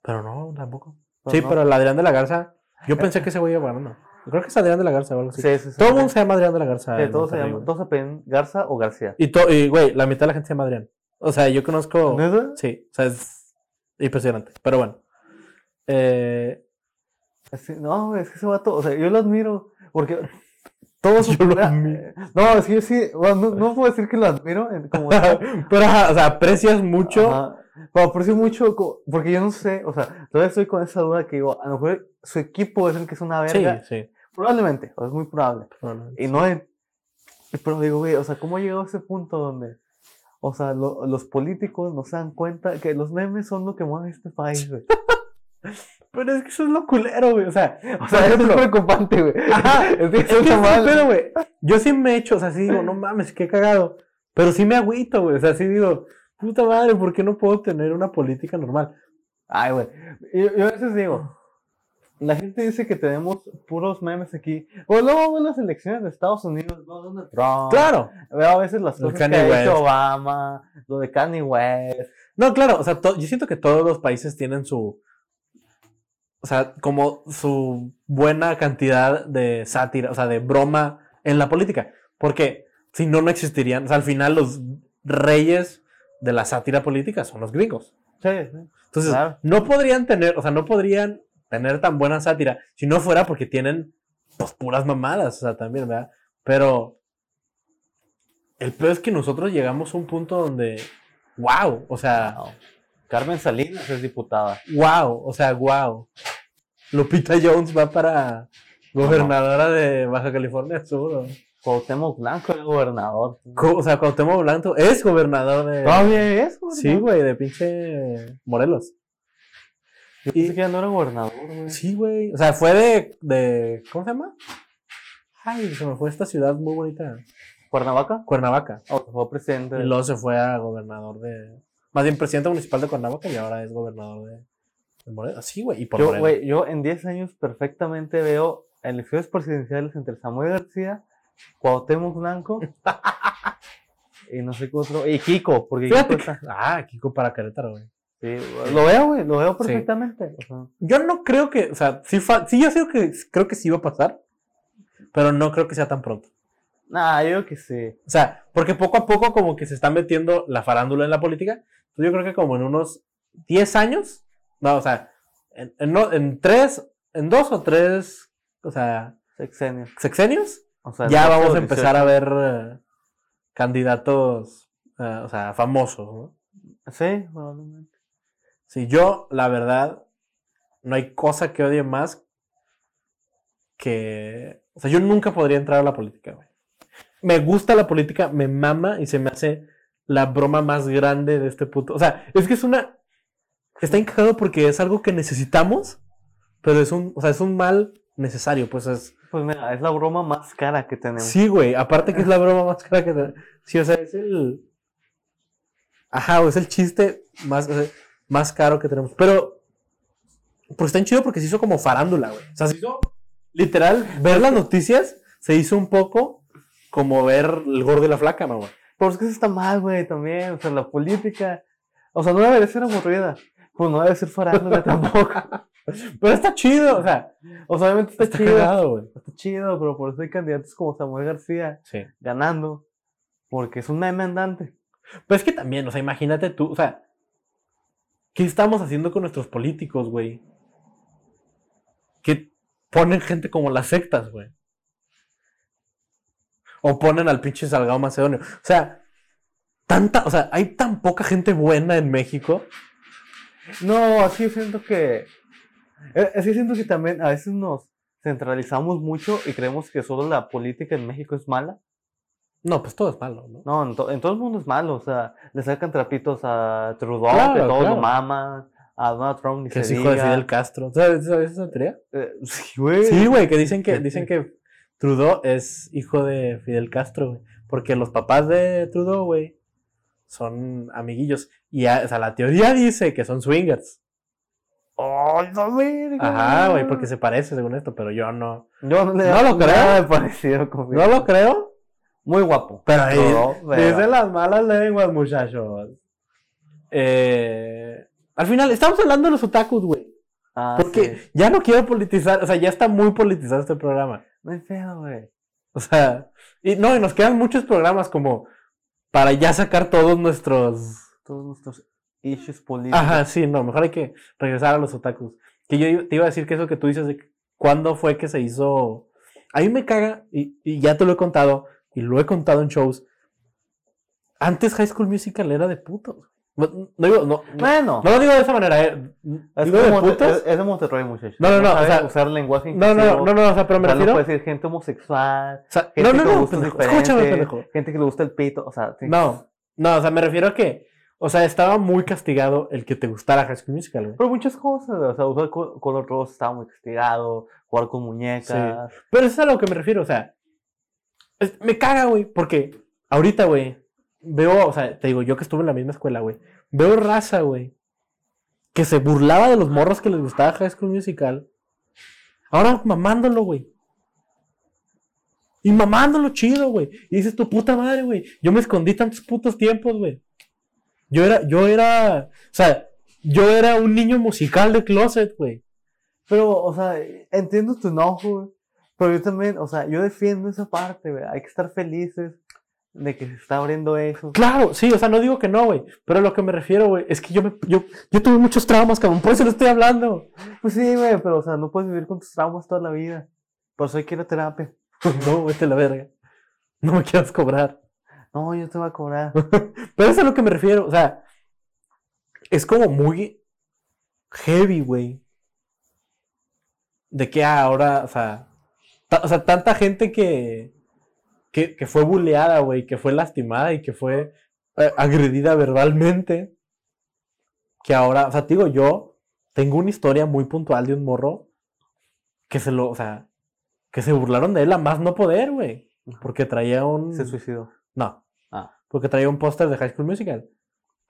Speaker 3: Pero no, tampoco.
Speaker 2: pero
Speaker 3: sí,
Speaker 2: no.
Speaker 3: pero el Adrián de la Garza,
Speaker 2: <laughs>
Speaker 3: yo pensé que ese güey iba ganando. Yo creo que es Adrián de la Garza o algo así.
Speaker 2: Sí, sí, sí,
Speaker 3: Todo el
Speaker 2: sí.
Speaker 3: mundo se llama Adrián de la Garza.
Speaker 2: Sí,
Speaker 3: en
Speaker 2: todos se
Speaker 3: Monterrey,
Speaker 2: llaman,
Speaker 3: güey.
Speaker 2: todos se apellidan Garza o García.
Speaker 3: Y, to- y, güey, la mitad de la gente se llama Adrián. O sea, yo conozco...
Speaker 2: ¿Neta?
Speaker 3: Sí, o sea, es impresionante. Pero bueno. Eh,
Speaker 2: Así, no, güey, es que ese vato, o sea, yo lo admiro,
Speaker 3: <laughs>
Speaker 2: porque todos sus
Speaker 3: Yo lo
Speaker 2: primeras-
Speaker 3: admiro.
Speaker 2: No, es que yo sí, bueno, no,
Speaker 3: <laughs>
Speaker 2: no puedo decir que lo admiro, en- como tal.
Speaker 3: pero, ajá, o sea, aprecias mucho.
Speaker 2: Ajá. Pero aprecio mucho, co- porque yo no sé, o sea, todavía estoy con esa duda que digo, a lo mejor su equipo es el que es una
Speaker 3: sí,
Speaker 2: verga.
Speaker 3: sí.
Speaker 2: Probablemente, o es muy probable.
Speaker 3: No, no.
Speaker 2: Y no es. Pero digo, güey, o sea, ¿cómo ha llegado a ese punto donde, o sea, lo- los políticos no se dan cuenta que los memes son lo que mueve este país, güey?
Speaker 3: <laughs> Pero es que eso es lo culero, güey. O sea,
Speaker 2: O sea, eso es
Speaker 3: ejemplo-
Speaker 2: preocupante, güey.
Speaker 3: Ajá,
Speaker 2: <laughs> Es que
Speaker 3: es que ese
Speaker 2: eso
Speaker 3: es
Speaker 2: está
Speaker 3: el
Speaker 2: mal.
Speaker 3: pedo, güey. Yo sí me he hecho, o sea, sí digo, no mames, qué cagado. Pero sí me agüito, güey. O sea, sí digo, puta madre, ¿por qué no puedo tener una política normal?
Speaker 2: Ay, güey. Yo, yo a veces digo, la gente dice que tenemos puros memes aquí. O luego ven las elecciones de Estados Unidos, ¿no? Donald Trump.
Speaker 3: Claro.
Speaker 2: Veo a veces las
Speaker 3: Lo
Speaker 2: cosas
Speaker 3: Kanye
Speaker 2: que ha hecho
Speaker 3: West.
Speaker 2: Obama, lo de Kanye West.
Speaker 3: No, claro, o sea, to- yo siento que todos los países tienen su. O sea, como su buena cantidad de sátira, o sea, de broma en la política. Porque si no, no existirían. O sea, al final, los reyes de la sátira política son los gringos.
Speaker 2: Sí, sí.
Speaker 3: Entonces,
Speaker 2: Claro.
Speaker 3: no podrían tener, o sea, no podrían tener tan buena sátira si no fuera porque tienen pues, puras mamadas, o sea, también, ¿verdad? Pero el peor es que nosotros llegamos a un punto donde, wow, o sea,
Speaker 2: Wow. ah, Carmen Salinas es diputada.
Speaker 3: wow, o sea, wow. Lupita Jones va para gobernadora de Baja California Sur. O,
Speaker 2: Cuauhtémoc Blanco es gobernador.
Speaker 3: co- o sea, Cuauhtémoc Blanco es gobernador de...
Speaker 2: ¿Todavía es gobernador?
Speaker 3: Ah, sí, güey, de pinche Morelos.
Speaker 2: Yo
Speaker 3: Y-
Speaker 2: pensé que ya no era gobernador, güey.
Speaker 3: Sí, güey. O sea, fue de, de. ¿Cómo se llama? Ay, se me fue esta ciudad muy bonita.
Speaker 2: ¿Cuernavaca?
Speaker 3: Cuernavaca.
Speaker 2: O sea, fue presidente.
Speaker 3: Y
Speaker 2: de-
Speaker 3: luego se fue a gobernador de. Más bien presidente municipal de Cuernavaca y ahora es gobernador de, de Morelos. Sí, güey. Y por
Speaker 2: Yo,
Speaker 3: Morena.
Speaker 2: güey, yo en 10 años perfectamente veo elecciones presidenciales entre Samuel García, Cuauhtémoc
Speaker 3: <laughs>
Speaker 2: Blanco y no sé qué otro. Y Kiko, porque
Speaker 3: Fíjate
Speaker 2: Kiko está-
Speaker 3: que- Ah, Kiko para Querétaro, güey.
Speaker 2: sí, güey, lo veo, güey, lo veo perfectamente. o sea,
Speaker 3: Yo no creo que. O sea, sí, fa- sí yo creo que, creo que sí va a pasar. Pero no creo que sea tan pronto.
Speaker 2: nah, yo creo que sí.
Speaker 3: O sea, porque poco a poco como que se está metiendo la farándula en la política. Entonces yo creo que como en unos 10 años, no, o sea, en, en no- en tres, en dos o tres, o sea,
Speaker 2: Sexenio.
Speaker 3: sexenios,
Speaker 2: O sea,
Speaker 3: ya
Speaker 2: el
Speaker 3: vamos a
Speaker 2: 18.
Speaker 3: empezar a ver eh, candidatos, eh, o sea, famosos, ¿no?
Speaker 2: Sí, probablemente.
Speaker 3: Si yo, la verdad, no hay cosa que odie más que... O sea, yo nunca podría entrar a la política, güey. Me gusta la política, me mama y se me hace la broma más grande de este puto... O sea, es que es una... Está encajado porque es algo que necesitamos, pero es un... O sea, es un mal necesario, pues es...
Speaker 2: Pues mira, es la broma más cara que tenemos.
Speaker 3: Sí, güey. Aparte que es la <laughs> broma más cara que te- Sí, o sea, es el. Ajá, o es el chiste más, o sea, más caro que tenemos. Pero. Pues está en chido porque se hizo como farándula, güey. O sea, se hizo. Literal, ver las noticias se hizo un poco como ver el gordo y la flaca, <laughs> mamá.
Speaker 2: Pero es que eso está mal, güey, también. O sea, la política. O sea, no debe de ser aburrida. Pues no debe
Speaker 3: <laughs>
Speaker 2: ser farándula tampoco.
Speaker 3: Pero está chido, o sea,
Speaker 2: O sea, obviamente está,
Speaker 3: está
Speaker 2: chido.
Speaker 3: cagado, güey.
Speaker 2: Está chido, pero por eso hay candidatos como Samuel García
Speaker 3: Sí.
Speaker 2: ganando. Porque es un meme andante.
Speaker 3: Pero Pues es que también, o sea, imagínate tú, o sea, ¿qué estamos haciendo con nuestros políticos, güey? Que ponen gente como las sectas, güey. O ponen al pinche Salgado Macedonio. O sea, tanta, o sea, hay tan poca gente buena en México.
Speaker 2: No, así yo siento que. eh, Así siento que también a veces nos centralizamos mucho y creemos que solo la política en México es mala.
Speaker 3: No, pues todo es malo, ¿no?
Speaker 2: No, en, to- en todo el mundo es malo. O sea, le sacan trapitos a Trudeau, que
Speaker 3: Claro,
Speaker 2: todos
Speaker 3: claro.
Speaker 2: lo maman. A Donald Trump ni
Speaker 3: Que es
Speaker 2: se
Speaker 3: hijo de
Speaker 2: diga.
Speaker 3: Fidel Castro. ¿Sabes, sabes esa teoría?
Speaker 2: Eh, <laughs> sí, güey.
Speaker 3: Sí, güey, que dicen que, dicen que Trudeau es hijo de Fidel Castro, güey. Porque los papás de Trudeau, güey, son amiguillos. Y a- o sea, la teoría dice que son swingers.
Speaker 2: ¡Ay, no, verga!
Speaker 3: Ajá, güey, porque se parece según esto, pero yo no.
Speaker 2: Yo no, le
Speaker 3: No lo
Speaker 2: nada
Speaker 3: creo.
Speaker 2: de parecido con
Speaker 3: No lo creo.
Speaker 2: Muy guapo.
Speaker 3: Pero ahí,
Speaker 2: No, pero-
Speaker 3: dicen las malas lenguas, muchachos. Eh, al final, estamos hablando de los otakus, güey.
Speaker 2: Ah,
Speaker 3: Porque
Speaker 2: sí.
Speaker 3: ya no quiero politizar, o sea, ya está muy politizado este programa.
Speaker 2: No hay pedo, güey.
Speaker 3: <laughs> O sea, y no, y nos quedan muchos programas como para ya sacar todos nuestros.
Speaker 2: Todos nuestros issues políticos.
Speaker 3: Ajá, sí, no, mejor hay que regresar a los otakus. Que yo te iba a decir que eso que tú dices de que- cuándo fue que se hizo. A mí me caga, y, y ya te lo he contado, y lo he contado en shows. Antes High School Musical era de putos. No, no digo- no- no-
Speaker 2: Bueno.
Speaker 3: no lo digo de esa manera, eh.
Speaker 2: Es,
Speaker 3: ¿Digo de
Speaker 2: como-
Speaker 3: putos?
Speaker 2: es- es de Monterrey, muchachos.
Speaker 3: No, no, no,
Speaker 2: saben
Speaker 3: o sea,
Speaker 2: usar lenguaje
Speaker 3: No, no,
Speaker 2: inclusivo.
Speaker 3: no, no, o sea, pero
Speaker 2: O
Speaker 3: me
Speaker 2: sea, no
Speaker 3: refiero.
Speaker 2: puedes decir gente homosexual,
Speaker 3: o sea,
Speaker 2: gente
Speaker 3: no, no,
Speaker 2: con
Speaker 3: no,
Speaker 2: gustos
Speaker 3: pendejo,
Speaker 2: diferentes,
Speaker 3: escúchame, pendejo.
Speaker 2: gente que le gusta el pito, o sea, sí.
Speaker 3: No, no, o sea, me refiero a que, o sea, estaba muy castigado el que te gustara High School Musical, güey.
Speaker 2: Pero muchas cosas, o sea, usar co- color rosa estaba muy castigado, jugar con muñecas.
Speaker 3: Pero eso es a lo que me refiero, o sea, es- me caga, güey, porque ahorita, güey, veo, o sea, te digo, yo que estuve en la misma escuela, güey, veo raza, güey, que se burlaba de los morros que les gustaba High School Musical, ahora mamándolo, güey. Y mamándolo chido, güey. Y dices, tu puta madre, güey. Yo me escondí tantos putos tiempos, güey. Yo era, yo era, o sea, yo era un niño musical de closet, güey.
Speaker 2: Pero, o sea, entiendo tu enojo, güey, pero yo también, o sea, yo defiendo esa parte, güey. Hay que estar felices de que se está abriendo eso.
Speaker 3: Claro, sí, o sea, no digo que no, güey. Pero lo que me refiero, güey, es que yo, me, yo, yo tuve muchos traumas, cabrón. Por eso lo estoy hablando. <laughs>
Speaker 2: Pues sí, güey, pero, o sea, no puedes vivir con tus traumas toda la vida. Por eso hay que ir a terapia.
Speaker 3: no, vete a la verga. No me quieras cobrar.
Speaker 2: No, yo te voy
Speaker 3: <laughs>
Speaker 2: a cobrar.
Speaker 3: Pero eso es a lo que me refiero. O sea, es como muy heavy, güey. De que ah, ahora, o sea, ta- o sea, tanta gente que, que, que fue buleada, güey, que fue lastimada y que fue eh, agredida verbalmente. Que ahora, o sea, te digo, yo tengo una historia muy puntual de un morro que se lo, o sea, que se burlaron de él a más no poder, güey. Porque traía un.
Speaker 2: Se suicidó.
Speaker 3: No.
Speaker 2: Mm. Ah.
Speaker 3: Porque traía un póster de High School Musical.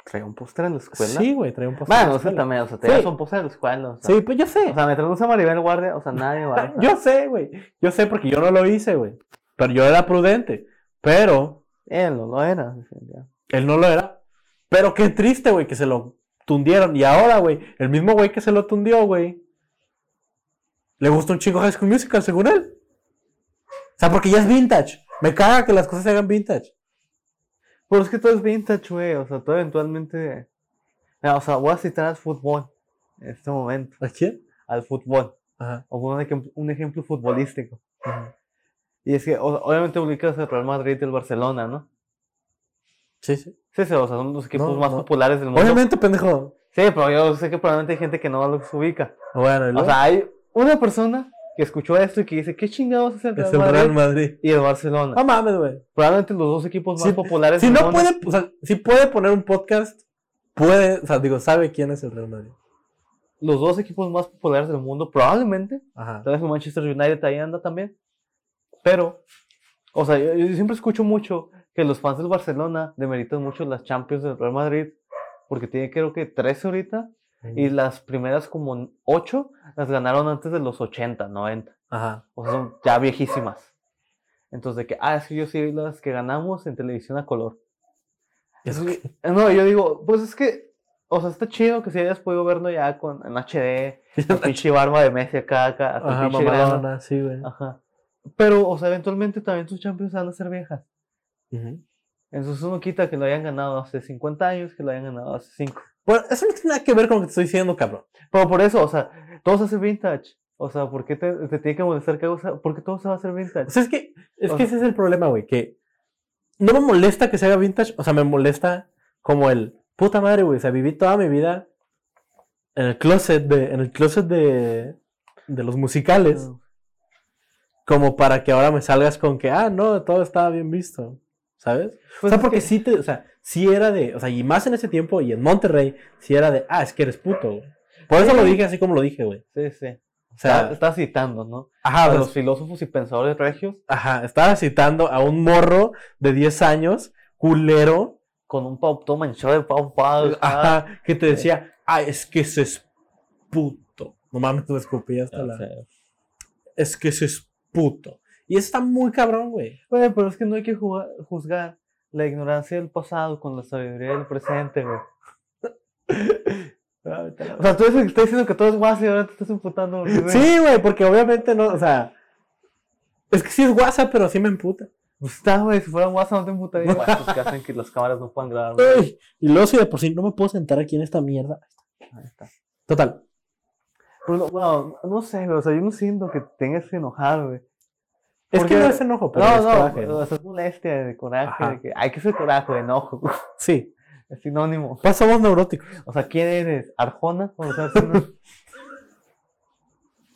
Speaker 2: Traía un póster en la escuela.
Speaker 3: Sí, güey, traía un póster. de
Speaker 2: Bueno,
Speaker 3: la
Speaker 2: o sea,
Speaker 3: escuela.
Speaker 2: también, o sea, te
Speaker 3: Sí.
Speaker 2: das un póster en la escuela. O sea,
Speaker 3: Sí, pues yo sé.
Speaker 2: O sea, mientras no sea Maribel Guardia, o sea, nadie va.
Speaker 3: <laughs>
Speaker 2: a-
Speaker 3: yo sé, güey. Yo sé porque yo no lo hice, güey. Pero yo era prudente. Pero
Speaker 2: Él no lo era. definitivamente.
Speaker 3: él no lo era. Pero qué triste, güey, que se lo tundieron. Y ahora, güey, el mismo güey que se lo tundió, güey, le gusta un chingo High School Musical, según él. O sea, porque ya es vintage. Me caga que las cosas se hagan vintage.
Speaker 2: Pero es que todo es vintage, güey. O sea, todo eventualmente. Mira, o sea, voy a citar al fútbol en este momento.
Speaker 3: ¿A quién?
Speaker 2: Al fútbol.
Speaker 3: Ajá.
Speaker 2: O un ejemplo, un ejemplo futbolístico. Y es que, o- obviamente, ubicas el Real Madrid y el Barcelona, ¿no?
Speaker 3: Sí, sí.
Speaker 2: Sí, sí, o sea, son los equipos
Speaker 3: No,
Speaker 2: más
Speaker 3: no.
Speaker 2: populares del mundo.
Speaker 3: Obviamente, pendejo.
Speaker 2: Sí, pero yo sé que probablemente hay gente que no los ubica.
Speaker 3: Bueno,
Speaker 2: O sea, hay una persona que escuchó esto y que dice: ¿Qué chingados es el Real
Speaker 3: es el
Speaker 2: Madrid?
Speaker 3: Real Madrid.
Speaker 2: Y el Barcelona.
Speaker 3: No mames, güey.
Speaker 2: Probablemente los dos equipos más
Speaker 3: Si-
Speaker 2: populares.
Speaker 3: Si
Speaker 2: del
Speaker 3: no
Speaker 2: mundo.
Speaker 3: puede, o sea, si puede poner un podcast, puede, o sea, digo, sabe quién es el Real Madrid.
Speaker 2: Los dos equipos más populares del mundo, probablemente.
Speaker 3: Ajá.
Speaker 2: Tal vez el Manchester United ahí anda también. Pero, o sea, yo, yo siempre escucho mucho que los fans del Barcelona demeritan mucho las Champions del Real Madrid. Porque tiene creo que 13 ahorita. Y las primeras como 8 las ganaron antes de los 80, 90.
Speaker 3: Ajá.
Speaker 2: O sea, son ya viejísimas. Entonces, de que, ah, es que yo sí vi las que ganamos en televisión a color.
Speaker 3: Eso
Speaker 2: Sí,
Speaker 3: <laughs> que-
Speaker 2: No, yo digo, pues es que, o sea, está chido que si hayas podido verlo ya con, en HD, la <laughs> pinche Ah. barba de Messi acá, acá, hasta el
Speaker 3: Ajá,
Speaker 2: pinche grano.
Speaker 3: mamadona, sí, güey.
Speaker 2: Ajá. Pero, o sea, eventualmente también tus champions van a ser viejas.
Speaker 3: Ujú.
Speaker 2: Entonces uno quita que lo hayan ganado hace 50 años, que lo hayan ganado hace 5.
Speaker 3: Bueno, eso no tiene nada que ver con lo que te estoy diciendo, cabrón.
Speaker 2: Pero por eso, o sea, todo se hace vintage. O sea, ¿por qué te, te tiene que molestar que hago esa- Porque todo se va a hacer
Speaker 3: O
Speaker 2: vintage.
Speaker 3: sea, es que, es
Speaker 2: O
Speaker 3: que ese
Speaker 2: sea-
Speaker 3: es el problema, güey, que no me molesta que se haga vintage, o sea, me molesta como el puta madre, güey, o sea, viví toda mi vida en el closet de, en el closet de, de los musicales.
Speaker 2: Ah,
Speaker 3: como para que ahora me salgas con que, ah, no, todo estaba bien visto, ¿sabes?
Speaker 2: Pues
Speaker 3: o sea,
Speaker 2: es
Speaker 3: porque
Speaker 2: que-
Speaker 3: sí te, o sea, sí era de, o sea, y más en ese tiempo y en Monterrey, sí era de, ah, es que eres puto, güey. Por eso
Speaker 2: Sí.
Speaker 3: lo dije así como lo dije, güey.
Speaker 2: Sí, sí.
Speaker 3: O
Speaker 2: Está,
Speaker 3: sea,
Speaker 2: está citando, ¿no?
Speaker 3: ajá,
Speaker 2: A
Speaker 3: o sea,
Speaker 2: los filósofos y pensadores regios
Speaker 3: ajá, estaba citando a un morro de 10 años, culero,
Speaker 2: con un pau todo manchado de pau pau. acá.
Speaker 3: <laughs> ajá, que te decía, ah, es que ese es
Speaker 2: Ah,
Speaker 3: puto. No mames, te lo escupí hasta la... Es que ese es puto. Y eso está muy cabrón, güey.
Speaker 2: Güey, pero es que no hay que jugar- juzgar la ignorancia del pasado con la sabiduría del presente, güey. O sea, tú eres el que está diciendo que todo es guasa y ahora te estás imputando. porque, güey,
Speaker 3: Sí, güey, porque obviamente no, o sea. Es que sí es guasa, pero sí me emputa.
Speaker 2: Pues está, güey, si fuera guasa no te imputaría. Güey, pues que hacen que las cámaras no puedan grabar, güey.
Speaker 3: Ey, y luego si de por sí no me puedo sentar aquí en esta mierda.
Speaker 2: Ahí está.
Speaker 3: Total.
Speaker 2: Pero, no, bueno, no sé, güey, o sea, yo no siento que tengas que enojar, güey.
Speaker 3: Es
Speaker 2: ¿Por
Speaker 3: que
Speaker 2: qué?
Speaker 3: no es enojo, pero
Speaker 2: No,
Speaker 3: es
Speaker 2: no,
Speaker 3: coraje.
Speaker 2: o sea, es molestia, de coraje,
Speaker 3: Ajá.
Speaker 2: de que hay que ser coraje, de enojo, güey,
Speaker 3: Sí.
Speaker 2: es sinónimo.
Speaker 3: Pues somos neuróticos.
Speaker 2: O sea, ¿quién eres? ¿Arjona? O sea, es, una- <laughs>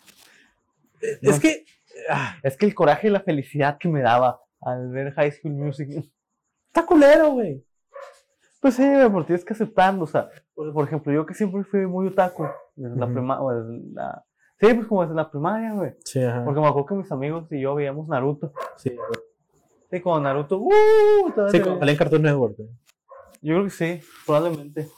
Speaker 3: Es
Speaker 2: No.
Speaker 3: que. ah,
Speaker 2: es que el coraje y la felicidad que me daba al ver High School Music.
Speaker 3: está culero, güey.
Speaker 2: Pues sí, güey, porque tienes que aceptarlo, o sea, por por ejemplo, yo que siempre fui muy otaku, desde la
Speaker 3: Ujú.
Speaker 2: primaria, la... sí, pues como desde la primaria, güey.
Speaker 3: Sí, ajá.
Speaker 2: Porque me acuerdo que mis amigos y yo veíamos Naruto.
Speaker 3: Sí, güey.
Speaker 2: Sí, como Naruto, ¡uh! Todavía
Speaker 3: sí
Speaker 2: se
Speaker 3: como
Speaker 2: veía.
Speaker 3: salía en Cartoon Network, güey.
Speaker 2: Yo creo que sí, probablemente.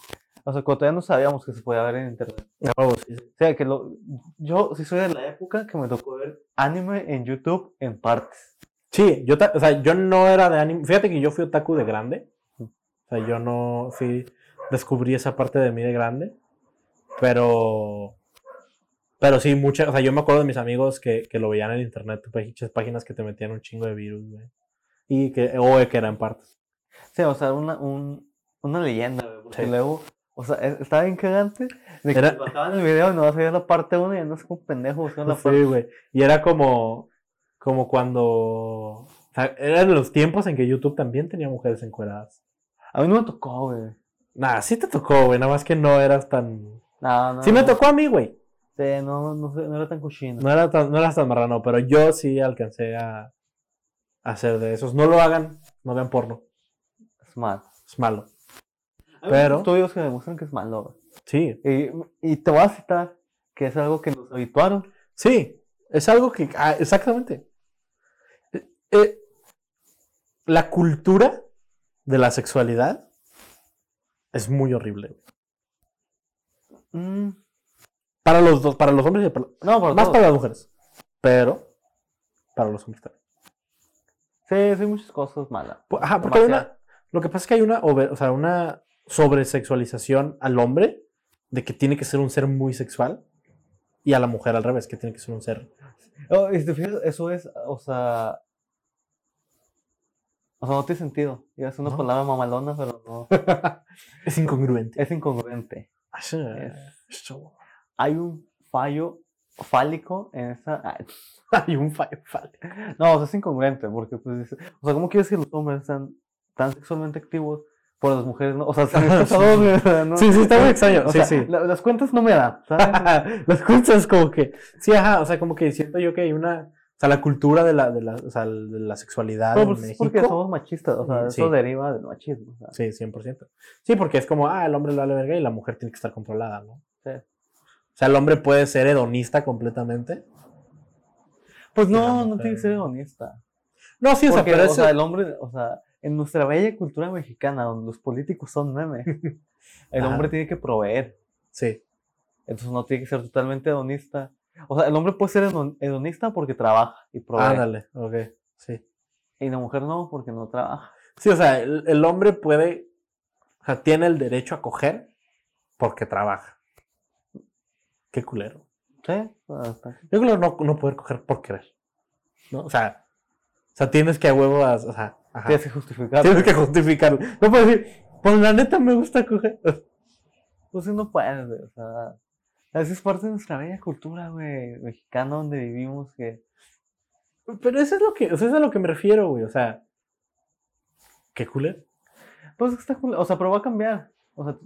Speaker 2: O sea, cuando todavía no sabíamos que se podía ver en internet.
Speaker 3: A huevo, sí, sí.
Speaker 2: O sea, que lo, yo sí soy de la época que me tocó ver anime en YouTube en partes.
Speaker 3: Sí, yo, ta- o sea, yo no era de anime. Fíjate que yo fui otaku de grande. O sea, yo no, sí, descubrí esa parte de mí de grande. Pero, pero sí, muchas, o sea, yo me acuerdo de mis amigos que, que lo veían en internet, pinches páginas que te metían un chingo de virus, güey. Y que, o que eran partes.
Speaker 2: Sí, o sea, una, un, una leyenda, güey, porque
Speaker 3: Sí.
Speaker 2: luego, o sea, e- estaba bien cagante de que
Speaker 3: Era-
Speaker 2: te bajaban el video y no vas a ver la parte 1 y andas como pendejo buscando la parte.
Speaker 3: Sí, güey. Y era como, como cuando, o sea, eran los tiempos en que YouTube también tenía mujeres encueradas.
Speaker 2: A mí no me tocó, güey.
Speaker 3: Nah, sí te tocó, güey, nada más que no eras tan...
Speaker 2: No, no.
Speaker 3: Sí me
Speaker 2: no.
Speaker 3: tocó a mí, güey.
Speaker 2: Sí, no, no, sé, no era tan cochino.
Speaker 3: No era tan, no eras tan marrano, pero yo sí alcancé a, a hacer de esos. No lo hagan, no vean porno.
Speaker 2: Es malo.
Speaker 3: Es malo.
Speaker 2: Hay
Speaker 3: Pero-
Speaker 2: muchos estudios que demuestran que es malo, güey.
Speaker 3: Sí,
Speaker 2: Y, Eh, y te voy a citar que es algo que nos habituaron.
Speaker 3: sí. Es algo que. ah, exactamente. Eh, eh, la cultura de la sexualidad es muy horrible. güey.
Speaker 2: Mm,
Speaker 3: Para los dos, para los hombres y para-
Speaker 2: no, por
Speaker 3: más
Speaker 2: todo.
Speaker 3: para las mujeres. Pero para los hombres también.
Speaker 2: Sí, sí, hay muchas cosas malas.
Speaker 3: Po- Ajá, porque hay
Speaker 2: Demasiado.
Speaker 3: una. Lo que pasa es que hay una, over- o sea, una sobresexualización al hombre de que tiene que ser un ser muy sexual y a la mujer al revés, que tiene que ser un ser.
Speaker 2: Oh,
Speaker 3: este,
Speaker 2: y si te fijas, eso es, o sea. O sea, no tiene sentido. Ya es una
Speaker 3: No.
Speaker 2: palabra mamalona, pero no.
Speaker 3: Es incongruente.
Speaker 2: Es incongruente. Eh.
Speaker 3: Así Ah, es.
Speaker 2: Hay un fallo fálico en esa. ah,
Speaker 3: <laughs> Hay un fallo, fallo.
Speaker 2: No, o sea, es incongruente, porque pues dices, o sea, ¿cómo quieres que los hombres sean tan sexualmente activos? Por las mujeres, ¿no?
Speaker 3: <laughs>
Speaker 2: O sea, <laughs> se me
Speaker 3: Ajá,
Speaker 2: está todo, o sea, ¿no?
Speaker 3: Sí, sí, está muy extraño.
Speaker 2: O
Speaker 3: Sí,
Speaker 2: sea,
Speaker 3: sí. <laughs>
Speaker 2: la- las cuentas no me dan, ¿sabes?
Speaker 3: Las cosas como que. Sí, ajá, o sea, como que siento yo que hay una. O sea, la cultura de la, de la, o sea, de la sexualidad en
Speaker 2: Pero pues es
Speaker 3: México.
Speaker 2: porque somos machistas, o sea,
Speaker 3: Sí.
Speaker 2: eso deriva del machismo. o sea.
Speaker 3: Sí, 100%. Sí, porque es como, ah, el hombre lo vale verga y la mujer tiene que estar controlada, ¿no?
Speaker 2: Sí.
Speaker 3: O sea, el hombre puede ser hedonista completamente.
Speaker 2: Pues
Speaker 3: Y la
Speaker 2: no, no tiene que ser
Speaker 3: mujer-
Speaker 2: honesta.
Speaker 3: No, sí, o sea,
Speaker 2: Porque,
Speaker 3: pero
Speaker 2: eh, o
Speaker 3: eso-
Speaker 2: sea, el hombre, o sea, en nuestra bella cultura mexicana, donde los políticos son memes, el
Speaker 3: Ajá.
Speaker 2: hombre tiene que proveer,
Speaker 3: Sí,
Speaker 2: entonces no tiene que ser totalmente hedonista. O sea, el hombre puede ser hedon- hedonista porque trabaja y provee,
Speaker 3: ándale, ok, sí.
Speaker 2: y la mujer no, porque no trabaja.
Speaker 3: Sí, o sea, el, el hombre puede, o sea, tiene el derecho a coger porque trabaja. Qué culero.
Speaker 2: ¿Sí? o sea, está-
Speaker 3: Yo creo no, no poder coger por querer, ¿no? O sea, o sea, tienes que a huevo, a- o sea, ajá.
Speaker 2: Tienes que justificar.
Speaker 3: tienes que justificarlo. No puedes decir, pues la neta me gusta coger.
Speaker 2: Pues sí, no puedes, güey, o sea, así es parte de nuestra bella cultura, güey, mexicana, donde vivimos, que...
Speaker 3: Pero eso es lo que, o sea, eso es a lo que me refiero, güey. O sea, qué culero.
Speaker 2: Pues está cool, o sea, pero va a cambiar. O sea,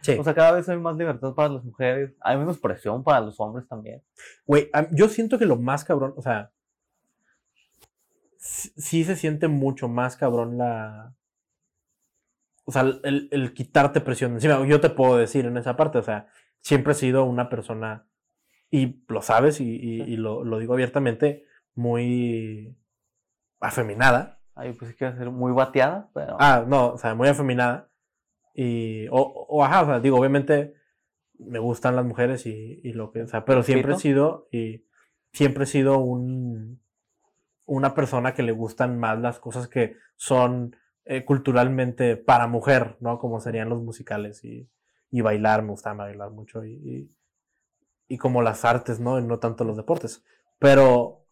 Speaker 3: Sí.
Speaker 2: o sea, cada vez hay más libertad para las mujeres, hay menos presión para los hombres también.
Speaker 3: Güey, a- yo siento que lo más cabrón, o sea, sí, sí se siente mucho más cabrón la. O sea, el, el- el quitarte presión encima. Yo te puedo decir en esa parte, o sea, siempre he sido una persona, y lo sabes, y, y- y lo, lo digo abiertamente, muy afeminada.
Speaker 2: Ay, pues sí que va a ser muy bateada, pero...
Speaker 3: Ah, no, o sea, muy afeminada. Y, o, o ajá, o sea, digo, obviamente me gustan las mujeres y, y lo que, o sea, pero siempre he
Speaker 2: Repito.
Speaker 3: sido, y siempre he sido un, una persona que le gustan más las cosas que son eh, culturalmente para mujer, ¿no? Como serían los musicales y, y bailar, me gusta bailar mucho y, y, y como las artes, ¿no? Y no tanto los deportes. Pero,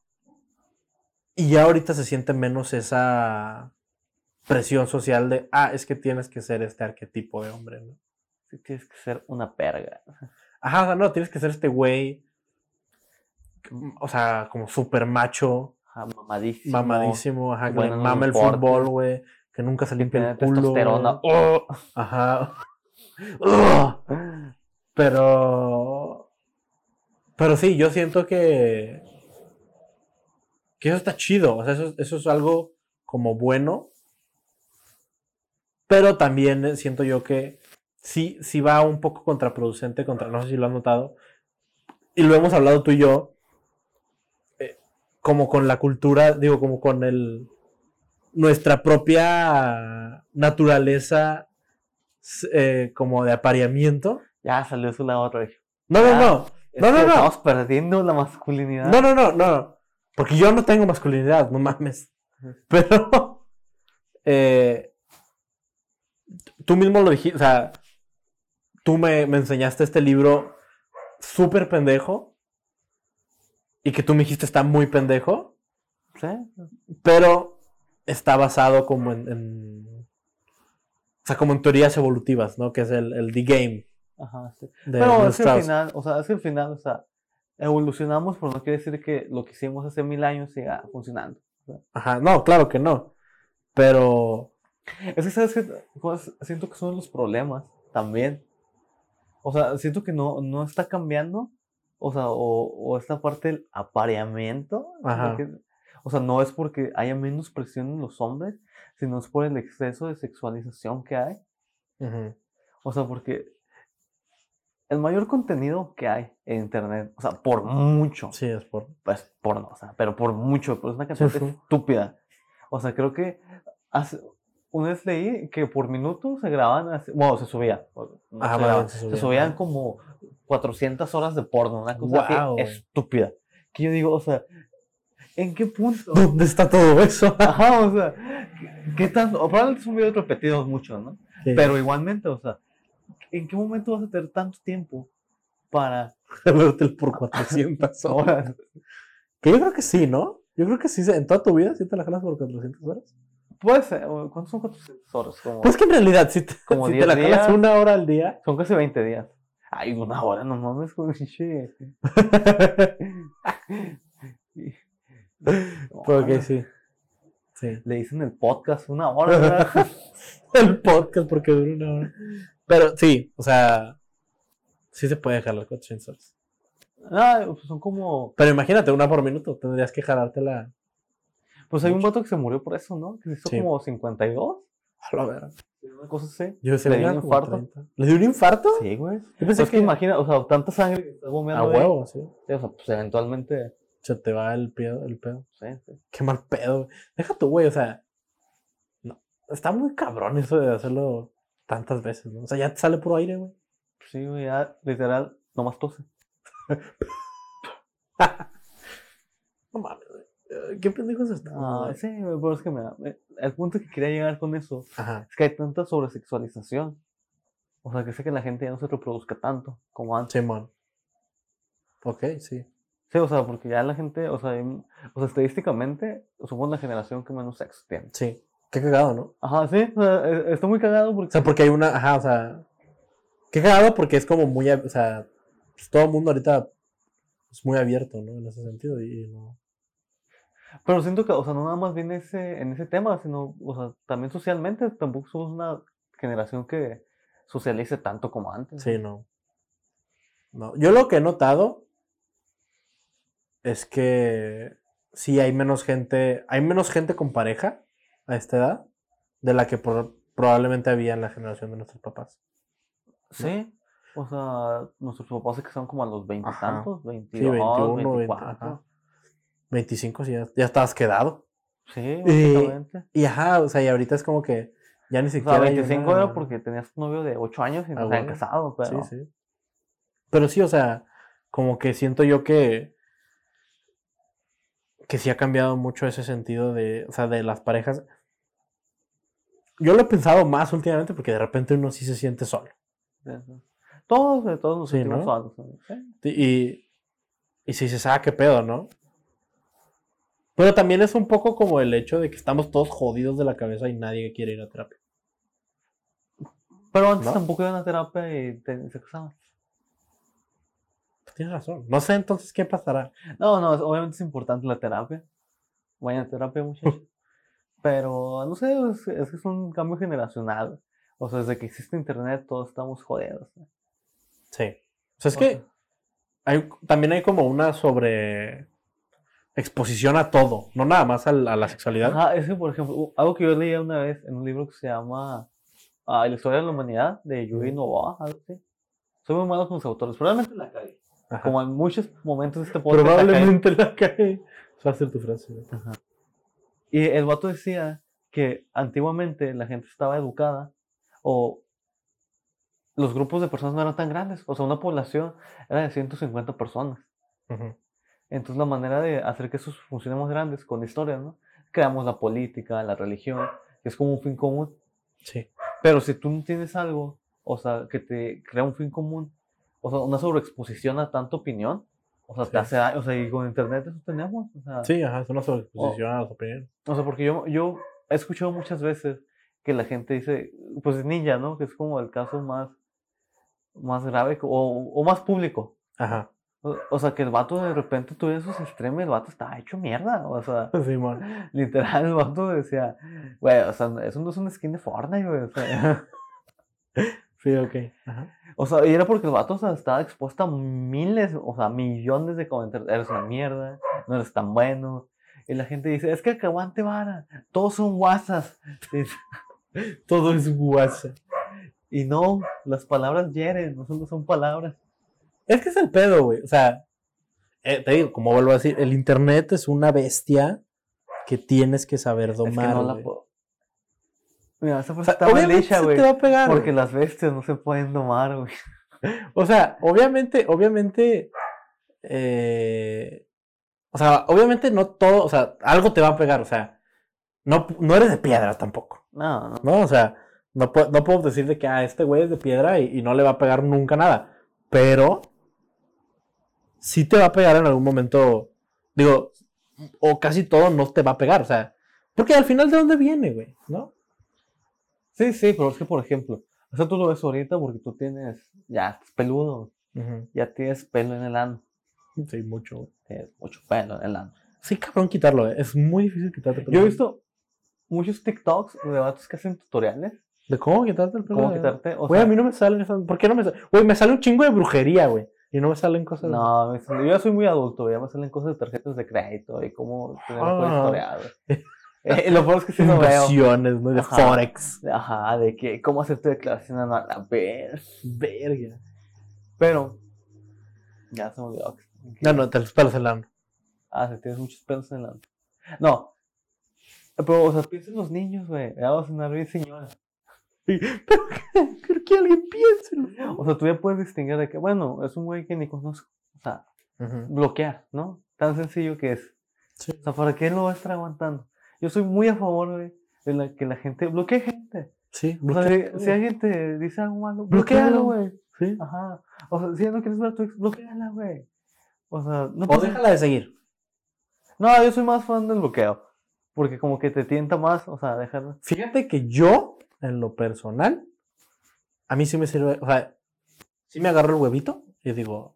Speaker 3: y ya ahorita se siente menos esa presión social de, ah, es que tienes que ser este arquetipo de hombre, ¿no?
Speaker 2: Sí, Tienes que ser una perga.
Speaker 3: Ajá, o sea, no, tienes que ser este güey, mm, o sea, como súper macho,
Speaker 2: Ajá, mamadísimo.
Speaker 3: mamadísimo, ajá, que le
Speaker 2: bueno, no
Speaker 3: mama el
Speaker 2: importa.
Speaker 3: fútbol, güey, que nunca se limpia el
Speaker 2: Tener
Speaker 3: culo.
Speaker 2: testosterona.
Speaker 3: güey.
Speaker 2: ¡Oh!
Speaker 3: Ajá. <laughs> Ugh. Pero. Pero sí, yo siento que. Que eso está chido. O sea, eso, eso es algo como bueno. Pero también eh, siento yo que sí, sí va un poco contraproducente contra. No sé si lo has notado. Y lo hemos hablado tú y yo. eh, Como con la cultura, digo, como con el. Nuestra propia naturaleza s- eh, como de apareamiento.
Speaker 2: <laughs> Ya salió su lado otro. Es
Speaker 3: No, no,
Speaker 2: Ah,
Speaker 3: no. No,
Speaker 2: que
Speaker 3: no, no.
Speaker 2: Estamos perdiendo la masculinidad.
Speaker 3: No, no, no, no. Porque yo no tengo masculinidad, no mames. Pero. <laughs> eh, tú mismo lo dijiste. O sea, tú me, me enseñaste este libro súper pendejo. Y que tú me dijiste está muy pendejo.
Speaker 2: ¿Sí?
Speaker 3: Pero está basado como en. en- o sea, como en teorías evolutivas, ¿no? Que es el, el The Game.
Speaker 2: Ajá, sí.
Speaker 3: De
Speaker 2: Pero
Speaker 3: Neil
Speaker 2: es que al
Speaker 3: Strauss.
Speaker 2: final, o sea, es que al final, o sea, evolucionamos, pero no quiere decir que lo que hicimos hace mil años siga funcionando.
Speaker 3: Ajá, no, claro que no. Pero.
Speaker 2: Es que, ¿sabes qué? Pues, Siento que son los problemas también. O sea, siento que no, no está cambiando. O sea, o, o esta parte del apareamiento. siento
Speaker 3: Ajá.
Speaker 2: que- o sea, no es porque haya menos presión en los hombres, sino es por el exceso de sexualización que hay.
Speaker 3: ujú.
Speaker 2: O sea, porque el mayor contenido que hay en internet, o sea, por mucho,
Speaker 3: Sí, es por.
Speaker 2: pues porno, o sea, pero por mucho, pero es una cantidad
Speaker 3: sí.
Speaker 2: estúpida. O sea, creo que hace- una vez leí que por minuto se grababan, así- bueno, se subía, o- no
Speaker 3: Ah,
Speaker 2: se,
Speaker 3: bueno,
Speaker 2: grababan,
Speaker 3: se
Speaker 2: se,
Speaker 3: subía,
Speaker 2: subían
Speaker 3: ajá.
Speaker 2: como 400 horas de porno, una cosa así
Speaker 3: Guau.
Speaker 2: estúpida. Que yo digo, o sea, ¿en qué
Speaker 3: <laughs>
Speaker 2: punto?
Speaker 3: ¿Dónde está todo eso?
Speaker 2: Ajá, o sea, ¿qué- ¿qué tanto? O probablemente es un video repetido mucho, ¿no?
Speaker 3: Pero <laughs>
Speaker 2: Pero igualmente, o sea, ¿en qué momento vas a tener tanto tiempo para
Speaker 3: verte por
Speaker 2: <laughs>
Speaker 3: 400 horas. Que yo creo que sí, ¿no? Yo creo que sí, se- en toda tu vida sí te la jalas por 400 horas.
Speaker 2: Puede ser, o- ¿cuántos son 400 horas? Como,
Speaker 3: Pues que en realidad, si te,
Speaker 2: Como
Speaker 3: si te
Speaker 2: 10
Speaker 3: la jalas
Speaker 2: días.
Speaker 3: una hora al día.
Speaker 2: son casi 20 días. Ay, una hora, no mames, con pinche.
Speaker 3: <laughs>
Speaker 2: No,
Speaker 3: Porque pues
Speaker 2: mames,
Speaker 3: sí. Sí.
Speaker 2: Le dicen el podcast una hora, ¿verdad?
Speaker 3: <laughs> El podcast, porque dura una hora. Pero sí, o sea, sí se puede jalar 400 horas.
Speaker 2: No, pues son como.
Speaker 3: Pero imagínate, una por minuto. Tendrías que jalártela.
Speaker 2: Pues hay un vato que se murió por eso, ¿no? Que se hizo
Speaker 3: Sí.
Speaker 2: como 52.
Speaker 3: A la verga.
Speaker 2: Una cosa así.
Speaker 3: Yo se
Speaker 2: ¿Le dio un infarto?
Speaker 3: ¿Le dio un infarto?
Speaker 2: Sí, güey. Yo
Speaker 3: Yo
Speaker 2: pensé
Speaker 3: pensé
Speaker 2: que, imagina, o sea, tanta sangre que estás
Speaker 3: Pues A
Speaker 2: bombeando. ahí.
Speaker 3: huevo, sí.
Speaker 2: Sí, O sea, pues eventualmente. pues, eh,
Speaker 3: Se te va el pedo, el pedo.
Speaker 2: Sí, sí.
Speaker 3: Qué mal pedo. güey. Deja tu güey, o sea. No. Está muy cabrón eso de hacerlo tantas veces, ¿no? O sea, ya te sale puro aire, güey.
Speaker 2: Sí, güey, ya, literal, nomás tose.
Speaker 3: No mames, güey. Eh, ¿Qué pendejos estamos?
Speaker 2: Ah,
Speaker 3: güey?
Speaker 2: sí, güey, pero es que me da- me- El punto que quería llegar con eso
Speaker 3: Ajá.
Speaker 2: es que hay tanta sobresexualización. O sea, que sé que la gente ya no se reproduzca tanto como antes.
Speaker 3: Simón. Ok, sí.
Speaker 2: Sí, o sea, porque ya la gente, o sea, hay m- o sea, estadísticamente somos la generación que menos sexo tiene.
Speaker 3: Sí. Qué cagado, ¿no?
Speaker 2: Ajá, sí, o sea, e- está muy cagado
Speaker 3: O
Speaker 2: porque...
Speaker 3: sea, porque hay una. Ajá, o sea. Qué cagado porque es como muy. ab- O sea, pues, todo el mundo ahorita es muy abierto, ¿no? En ese sentido. Y, y no.
Speaker 2: Pero siento que, o sea, no nada más viene ese, en ese tema, sino, o sea, también socialmente tampoco somos una generación que socialice tanto como antes.
Speaker 3: Sí, no. No. Yo lo que he notado es que sí hay menos gente, hay menos gente con pareja a esta edad de la que por- probablemente había en la generación de nuestros papás.
Speaker 2: Sí. O sea, nuestros papás se casaron como a los
Speaker 3: Ajá.
Speaker 2: veintitantos,
Speaker 3: Sí,
Speaker 2: veintidós,
Speaker 3: 21, 20,
Speaker 2: veinticuatro.
Speaker 3: ajá. 25, sí, ya, ya estabas quedado.
Speaker 2: Sí,
Speaker 3: Y-
Speaker 2: básicamente.
Speaker 3: Y ajá, o sea, y ahorita es como que ya ni
Speaker 2: O sea,
Speaker 3: siquiera. hay
Speaker 2: 25
Speaker 3: una-
Speaker 2: era porque tenías un novio de 8 años y
Speaker 3: Ah,
Speaker 2: no se habían
Speaker 3: bueno.
Speaker 2: casado, pero...
Speaker 3: Sí, sí. Pero sí, o sea, como que siento yo que. que sí ha cambiado mucho ese sentido de, o sea, de las parejas. Yo lo he pensado más últimamente porque de repente uno sí se siente solo.
Speaker 2: Todos, eh, todos nos
Speaker 3: Sí, ¿no?
Speaker 2: sentimos solos, ¿no? Sí.
Speaker 3: Y, y si se sabe qué pedo, ¿no? Pero también es un poco como el hecho de que estamos todos jodidos de la cabeza y nadie quiere ir a terapia.
Speaker 2: Pero antes
Speaker 3: ¿No?
Speaker 2: tampoco iban a terapia y te- se casaban.
Speaker 3: Pues tienes razón. No sé entonces qué pasará.
Speaker 2: No, no, es- obviamente es importante la terapia. Vayan a
Speaker 3: <laughs>
Speaker 2: terapia, muchachos. Pero, no sé, es, es que es un cambio generacional. O sea, desde que existe internet todos estamos jodidos. ¿no?
Speaker 3: Sí. O sea, es
Speaker 2: O
Speaker 3: que
Speaker 2: sea,
Speaker 3: hay- también hay como una sobre exposición a todo, no nada más al- a, la sexualidad.
Speaker 2: Ajá, es que, por ejemplo, u- algo que yo leía una vez en un libro que se llama ah, La historia de la humanidad de Yuri Novoa, algo así. Soy muy malo con los autores, probablemente la cagué.
Speaker 3: Ajá.
Speaker 2: Como en muchos momentos de este podcast. la cagué.
Speaker 3: Probablemente la
Speaker 2: <laughs>
Speaker 3: cae. Va a ser tu frase. güey.
Speaker 2: Ajá. Y el vato decía que antiguamente la gente estaba educada o los grupos de personas no eran tan grandes. O sea, una población era de 150 personas.
Speaker 3: Ujú.
Speaker 2: Entonces, la manera de hacer que eso funcione más grandes con historias, ¿no? Creamos la política, la religión, que es como un fin común.
Speaker 3: Sí.
Speaker 2: Pero si tú no tienes algo, o sea, que te crea un fin común, o sea, una sobreexposición a tanta opinión, o sea,
Speaker 3: Sí.
Speaker 2: te hace daño. O sea, y con internet eso tenemos. O sea,
Speaker 3: Sí, ajá, es una sobreexposición a las opiniones.
Speaker 2: o sea, porque yo, yo he escuchado muchas veces que la gente dice, pues ninja, ¿no? Que es como el caso más, más grave co- o, o más público.
Speaker 3: Ajá.
Speaker 2: O, o sea, que el vato de repente tuviera esos extremos, el vato estaba hecho mierda. O sea, <laughs>
Speaker 3: <laughs> Simón.
Speaker 2: literal, el vato decía, güey, o sea, eso no es una skin de Fortnite, güey. O sea,
Speaker 3: Sí, ok. Ajá.
Speaker 2: o sea, y era porque el vato o sea, estaba expuesto a miles, o sea, millones de comentarios. Eres una mierda, no eres tan bueno. Y la gente dice, es que el caguante vara, todos son guasas.
Speaker 3: Todo es guasa.
Speaker 2: Y no, las palabras hieren, no son, no son palabras.
Speaker 3: Es que es el pedo, güey. O sea, eh, te digo, como vuelvo a decir, el internet es una bestia que tienes que saber
Speaker 2: Es que
Speaker 3: domar.
Speaker 2: no la
Speaker 3: güey.
Speaker 2: puedo. Mira, esa
Speaker 3: O
Speaker 2: frase
Speaker 3: sea,
Speaker 2: está mal
Speaker 3: obviamente
Speaker 2: hecha,
Speaker 3: se
Speaker 2: güey.
Speaker 3: te va a pegar.
Speaker 2: Porque
Speaker 3: güey.
Speaker 2: las bestias no se pueden domar, güey.
Speaker 3: O sea, obviamente, obviamente. eh, o sea, obviamente no todo. O sea, algo te va a pegar. O sea, no, no eres de piedra tampoco.
Speaker 2: No, no.
Speaker 3: ¿no? O sea, no, puedo no podemos decir de que ah, este güey es de piedra y, y no le va a pegar nunca nada. Pero sí te va a pegar en algún momento. Digo, o casi todo no te va a pegar. O sea, porque al final de dónde viene, güey, ¿no?
Speaker 2: Sí, sí, pero es que, por ejemplo, o sea, tú lo ves ahorita porque tú tienes, ya, estás peludo, ya tienes pelo en el ano,
Speaker 3: Sí, mucho, güey.
Speaker 2: tienes mucho pelo en el ano.
Speaker 3: Sí, cabrón, quitarlo, eh. Es muy difícil quitarte el
Speaker 2: Yo he visto muchos TikToks de vatos que hacen tutoriales,
Speaker 3: ¿De cómo quitarte el pelo?
Speaker 2: cómo
Speaker 3: de-
Speaker 2: quitarte, o
Speaker 3: Güey,
Speaker 2: sea,
Speaker 3: a mí no me salen esas. ¿Por qué no me salen? Güey, me sale un chingo de brujería, güey. Y no me salen cosas.
Speaker 2: No, me- yo ya soy muy adulto, güey, ya me salen cosas de tarjetas de crédito y cómo tener todo
Speaker 3: Ah.
Speaker 2: historiado. <laughs> Eh, y lo peor es que sí no veo.
Speaker 3: Inversiones, ¿no? De
Speaker 2: Ajá.
Speaker 3: Forex.
Speaker 2: Ajá, de que cómo hacer tu declaración anual. A ver.
Speaker 3: Verga.
Speaker 2: Pero. Ya se me olvidó.
Speaker 3: No, no, te los pelos en la
Speaker 2: <laughs>
Speaker 3: mano.
Speaker 2: Ah, si tienes muchos pelos en la. No. Pero, o sea, piensa en los niños, güey. Ya vas a sonar bien, señora.
Speaker 3: Creo que alguien piénselo.
Speaker 2: O sea, tú ya puedes distinguir de que, bueno, es un güey que ni conozco. O sea, bloquear, ¿no? Tan sencillo que es.
Speaker 3: Sí.
Speaker 2: O sea, ¿para qué lo vas a estar aguantando? Yo soy muy a favor, güey, de la que la gente bloquee gente.
Speaker 3: Sí,
Speaker 2: O sea,
Speaker 3: bloquea-
Speaker 2: si, si alguien te dice algo malo,
Speaker 3: Bloquéalo.
Speaker 2: bloquealo, güey.
Speaker 3: Sí.
Speaker 2: Ajá. O sea, si ya no quieres ver a tu ex, bloqueala, güey. O sea, no
Speaker 3: O
Speaker 2: pasa-
Speaker 3: déjala de seguir.
Speaker 2: No, yo soy más fan del bloqueo. Porque como que te tienta más, o sea, dejar.
Speaker 3: Fíjate que yo, en lo personal, a mí sí me sirve, o sea, sí me agarro el huevito y digo,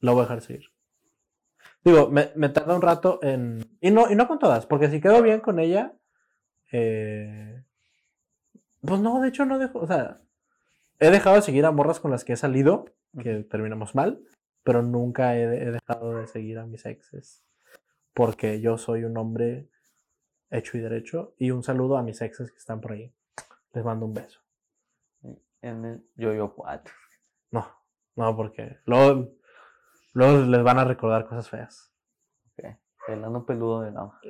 Speaker 3: lo voy a dejar seguir. Digo, me, me tarda un rato en... Y no, y no con todas, porque si quedo bien con ella, eh, pues no, de hecho no dejo, o sea, he dejado de seguir a morras con las que he salido, que terminamos mal, pero nunca he, he dejado de seguir a mis exes, porque yo soy un hombre hecho y derecho. Y un saludo a mis exes que están por ahí. Les mando un beso.
Speaker 2: En el yo-yo 4.
Speaker 3: No, no, porque luego, luego les van a recordar cosas feas. <laughs>
Speaker 2: El ano peludo de gama.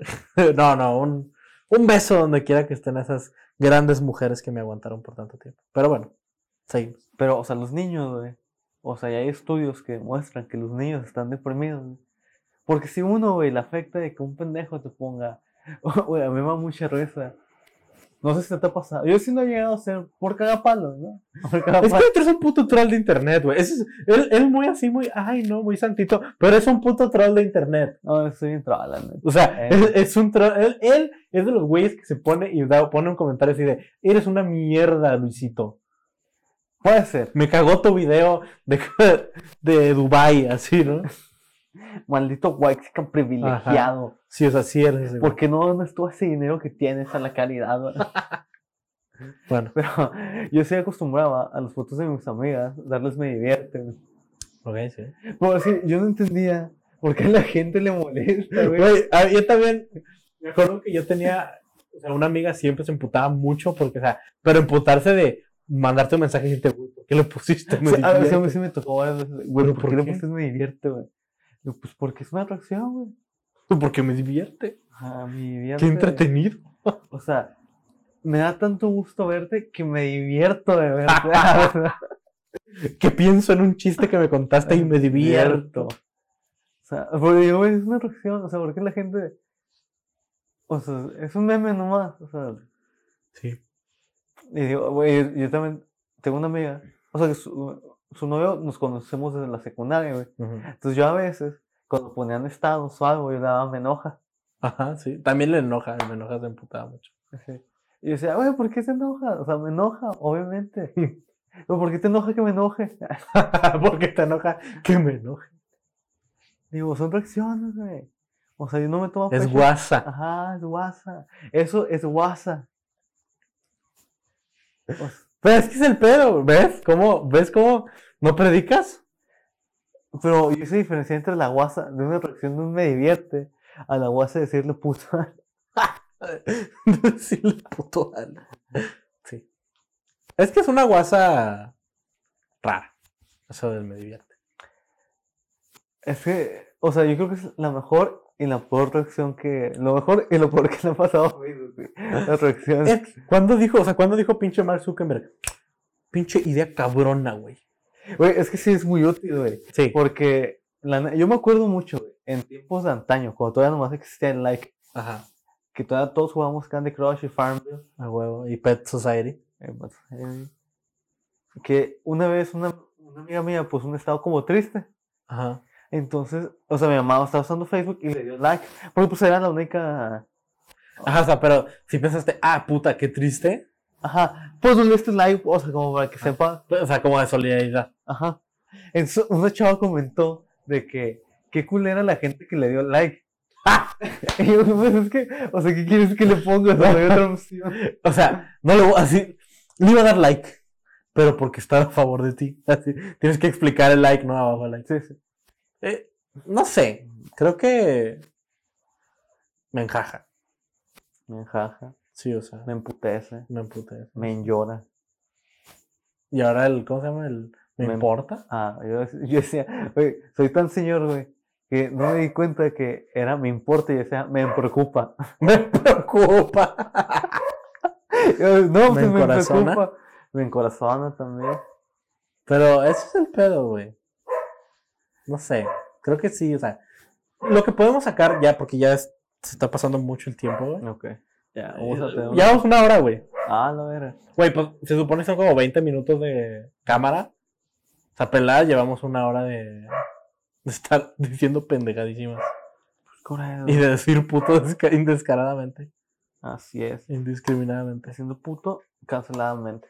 Speaker 3: no, no, un, un beso donde quiera que estén esas grandes mujeres que me aguantaron por tanto tiempo. Pero bueno, seguimos.
Speaker 2: Pero, o sea, los niños, güey. O sea, ya hay estudios que muestran que los niños están deprimidos. güey, Porque si uno, güey, le afecta de que un pendejo te ponga, <laughs> güey, a mí me da mucha risa. No sé si te ha pasado. Yo sí no he llegado a ser por cagapalo, ¿no? Por
Speaker 3: Es
Speaker 2: cagapalo.
Speaker 3: que tú eres un puto troll de internet, güey. Ese Es, él, él muy así, muy, ay, no, muy santito, pero es un puto troll de internet.
Speaker 2: <laughs> No, soy bien troll, la neta.
Speaker 3: O sea,
Speaker 2: Eh.
Speaker 3: es, es un troll. Él, él es de los güeyes que se pone y da, pone un comentario así de, eres una mierda, Luisito.
Speaker 2: Puede ser.
Speaker 3: Me cagó tu video de, <laughs> de Dubai, así, ¿no?
Speaker 2: Maldito whitexican privilegiado.
Speaker 3: Sí, o sea, sí eres ese güey.
Speaker 2: ¿Por qué no donas todo ese dinero que tienes a la caridad? güey? <laughs>
Speaker 3: Bueno,
Speaker 2: Pero yo sí acostumbraba a las fotos de mis amigas, darles me divierte. güey.
Speaker 3: ok, sí.
Speaker 2: Pero sí, yo no entendía por qué a la gente le molesta, güey.
Speaker 3: Güey, a- yo también, me acuerdo que yo tenía, o sea, una amiga siempre se emputaba mucho porque, o sea, pero emputarse de mandarte un mensaje y decirte, güey, ¿por qué lo pusiste? Me
Speaker 2: O sea, a veces a mí
Speaker 3: divierte".
Speaker 2: sí me tocó, varias veces, güey,
Speaker 3: ¿Pero
Speaker 2: ¿por,
Speaker 3: por
Speaker 2: qué le
Speaker 3: qué?
Speaker 2: pusiste me divierte, güey? Yo, Pues porque es una atracción, güey.
Speaker 3: porque me divierte.
Speaker 2: A mí divierte.
Speaker 3: Qué entretenido.
Speaker 2: O sea, me da tanto gusto verte que me divierto de <laughs> verte. O sea,
Speaker 3: Que pienso en un chiste que me contaste y me <laughs> divierto.
Speaker 2: O sea, porque yo, güey, es una reacción, o sea, porque la gente. O sea, es un meme nomás, o sea.
Speaker 3: Sí.
Speaker 2: Y digo, güey, yo, yo también tengo una amiga, o sea, que su, su novio nos conocemos desde la secundaria, güey. Entonces yo a veces, cuando ponían estados o algo, yo le daba me enoja.
Speaker 3: Ajá, sí. También le enoja, me enoja, se emputaba mucho. <laughs>
Speaker 2: así. Y yo decía, güey, ¿por qué se enoja? O sea, me enoja, obviamente. <laughs> Pero ¿por qué te enoja que me enoje? <laughs>
Speaker 3: porque te enoja, que me enoja.
Speaker 2: Digo, son reacciones, güey. O sea, yo no pues, me tomo a
Speaker 3: Es
Speaker 2: pecho.
Speaker 3: guasa.
Speaker 2: Ajá, es guasa. Eso es guasa. O s-
Speaker 3: Pero es que es el pedo, ¿ves? ¿Cómo? ¿Ves cómo no predicas? <laughs>
Speaker 2: Pero yo se diferencia entre la guasa de una atracción de un me divierte a la guasa de decirle puta.
Speaker 3: decirle puto algo. Sí. Es que es una guasa rara. Eso del me divierte.
Speaker 2: Es que, o sea, yo creo que es la mejor y la peor atracción que. Lo mejor y lo peor que le ha pasado a mí, güey. La atracción.
Speaker 3: Es que, ¿Cuándo dijo, o sea, cuándo dijo pinche Mark Zuckerberg? Pinche idea cabrona, güey.
Speaker 2: Güey, es que sí es muy útil, güey.
Speaker 3: Sí.
Speaker 2: Porque la ne- yo me acuerdo mucho, güey, en tiempos de antaño, cuando todavía nomás existía el like,
Speaker 3: Ajá.
Speaker 2: que todavía todos jugábamos Candy Crush y Farmville.
Speaker 3: A huevo. Y Pet Society.
Speaker 2: Eh, pues, eh, que una vez una, una amiga mía puso un estado como triste.
Speaker 3: Ajá.
Speaker 2: Entonces, o sea, mi mamá estaba usando Facebook y le dio like. Porque pues era la única...
Speaker 3: Ajá, o sea, pero si pensaste, ah, puta, qué triste.
Speaker 2: Ajá, pues le diste like, o sea, como para que
Speaker 3: Ajá.
Speaker 2: sepa.
Speaker 3: O sea, como de solidaridad.
Speaker 2: Ajá. Entonces, una chava comentó de que qué culera la gente que le dio like. ¡Ah! <laughs> y yo, pues es que, o sea, ¿qué quieres que le ponga? O sea, no hay otra opción.
Speaker 3: O sea, no le voy- así. Le iba a dar like. Pero porque está a favor de ti. Así. Tienes que explicar el like, no abajo el like.
Speaker 2: <laughs> Sí, sí.
Speaker 3: Eh, no sé, creo que me encaja.
Speaker 2: Me enjaja,
Speaker 3: Sí, o sea,
Speaker 2: me emputece,
Speaker 3: me emputé.
Speaker 2: me enllora.
Speaker 3: Y ahora el, ¿cómo se llama? El, ¿Me,
Speaker 2: Me-
Speaker 3: importa? <laughs>
Speaker 2: Ah, yo, dec- yo decía, "Oye, soy tan señor, güey, que no me di cuenta de que era me importa y decía, me preocupa.
Speaker 3: Me preocupa.
Speaker 2: <laughs> Yo, no,
Speaker 3: ¿Me
Speaker 2: pues, me
Speaker 3: encorazona?
Speaker 2: preocupa. Me encorazona también.
Speaker 3: Pero ese es el pedo, güey. No sé, creo que sí, o sea, lo que podemos sacar ya, porque ya es- se está pasando mucho el tiempo, güey.
Speaker 2: Ok. Ya, vamos a tener
Speaker 3: Eh, Ya vamos una hora, güey.
Speaker 2: una- Ah, la vera.
Speaker 3: Güey, pues se supone que son como 20 minutos de cámara. O sea, pelada, llevamos una hora de, de estar <laughs> diciendo pendejadísimas.
Speaker 2: Correcto.
Speaker 3: Y de decir puto desca- indescaradamente,
Speaker 2: Así es.
Speaker 3: indiscriminadamente.
Speaker 2: Haciendo puto canceladamente.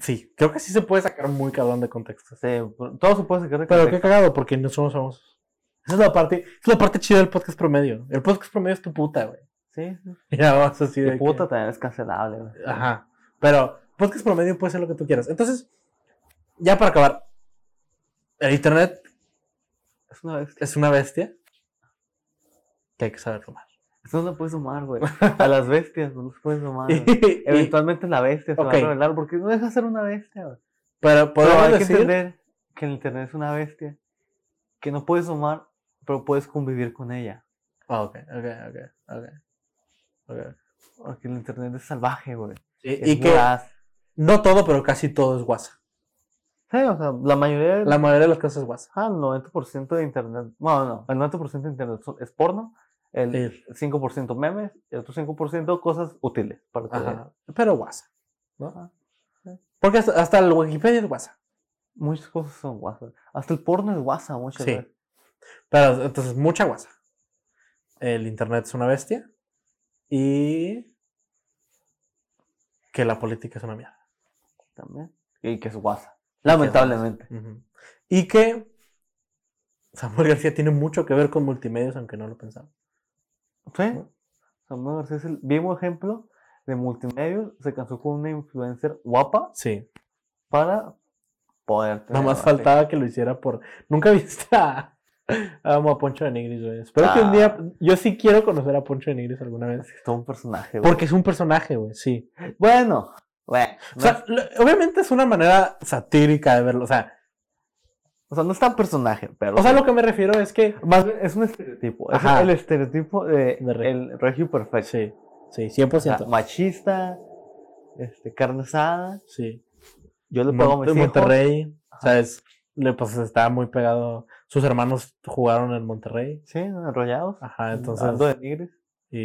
Speaker 3: Sí, creo que sí se puede sacar muy cabrón de contexto.
Speaker 2: Sí, por- todo se puede sacar de
Speaker 3: Pero qué
Speaker 2: contexto.
Speaker 3: cagado, porque no somos famosos. Esa es la parte, es la parte chida del podcast promedio. El podcast promedio es tu puta, güey. <laughs>
Speaker 2: Sí, sí.
Speaker 3: Ya vas así de.
Speaker 2: Y
Speaker 3: que-
Speaker 2: puta también es cancelable, güey.
Speaker 3: Ajá. Pero podcast promedio puede ser lo que tú quieras. Entonces, ya para acabar. El internet
Speaker 2: Es una bestia.
Speaker 3: es una bestia que hay que saber tomar.
Speaker 2: Eso no la puedes domar,
Speaker 3: <laughs>
Speaker 2: güey. A las bestias no las puedes domar. güey.
Speaker 3: Y-
Speaker 2: Eventualmente la bestia se
Speaker 3: Ok.
Speaker 2: va a revelar porque no deja de ser una bestia, güey.
Speaker 3: pero
Speaker 2: Pero
Speaker 3: podemos
Speaker 2: hay que
Speaker 3: decir.
Speaker 2: entender que el internet es una bestia que no puedes domar, pero puedes convivir con ella.
Speaker 3: Ah, ok, ok, ok, ok. Ok.
Speaker 2: Porque el internet es salvaje, güey.
Speaker 3: Y,
Speaker 2: Es
Speaker 3: y que
Speaker 2: voraz.
Speaker 3: no todo, pero casi todo es WhatsApp.
Speaker 2: Sí, o sea, la mayoría de
Speaker 3: La mayoría de las cosas es WhatsApp.
Speaker 2: Ah, el 90% de internet. No, no, el 90% de internet son- es porno, el
Speaker 3: Eh,
Speaker 2: 5% memes, el otro 5% cosas útiles para tu vida.
Speaker 3: Ajá. Pero WhatsApp. ¿no? Porque hasta, hasta el Wikipedia es WhatsApp.
Speaker 2: Muchas cosas son WhatsApp. Hasta el porno es WhatsApp muchas
Speaker 3: Sí.
Speaker 2: veces.
Speaker 3: Pero entonces, mucha WhatsApp. El internet es una bestia. Y. Que la política es una mierda.
Speaker 2: También. Y que es WhatsApp. Lamentablemente.
Speaker 3: Ujú. Y que Samuel García tiene mucho que ver con multimedios, aunque no lo pensamos.
Speaker 2: Sí. Samuel García es el vivo ejemplo de multimedia. Se casó con una influencer guapa
Speaker 3: Sí.
Speaker 2: para poder tener
Speaker 3: Nada más
Speaker 2: así.
Speaker 3: faltaba que lo hiciera por. Nunca <laughs> viste a. Amo a Poncho de Nigris, güey. Espero que un día. Yo sí quiero conocer a Poncho de Nigris alguna vez.
Speaker 2: Es todo un personaje. güey.
Speaker 3: Porque es un personaje, güey, sí.
Speaker 2: Bueno, bueno.
Speaker 3: O sea, lo- obviamente es una manera satírica de verlo. O sea,
Speaker 2: o sea, no es tan personaje, pero.
Speaker 3: o sea,
Speaker 2: sí.
Speaker 3: lo que me refiero es que.
Speaker 2: Más bien, es un estereotipo. Es
Speaker 3: Ajá.
Speaker 2: el estereotipo de,
Speaker 3: De regio.
Speaker 2: el regio perfecto.
Speaker 3: Sí, sí,
Speaker 2: O sea,
Speaker 3: 100%.
Speaker 2: machista, este, carne asada.
Speaker 3: Sí.
Speaker 2: Yo le pago a
Speaker 3: Mon-
Speaker 2: mis
Speaker 3: de
Speaker 2: hijos.
Speaker 3: Monterrey, ¿sabes? Le, pues estaba muy pegado. Sus hermanos jugaron en Monterrey.
Speaker 2: Sí, enrollados.
Speaker 3: Ajá, entonces.
Speaker 2: Hablando Mm, de nigres.
Speaker 3: Y,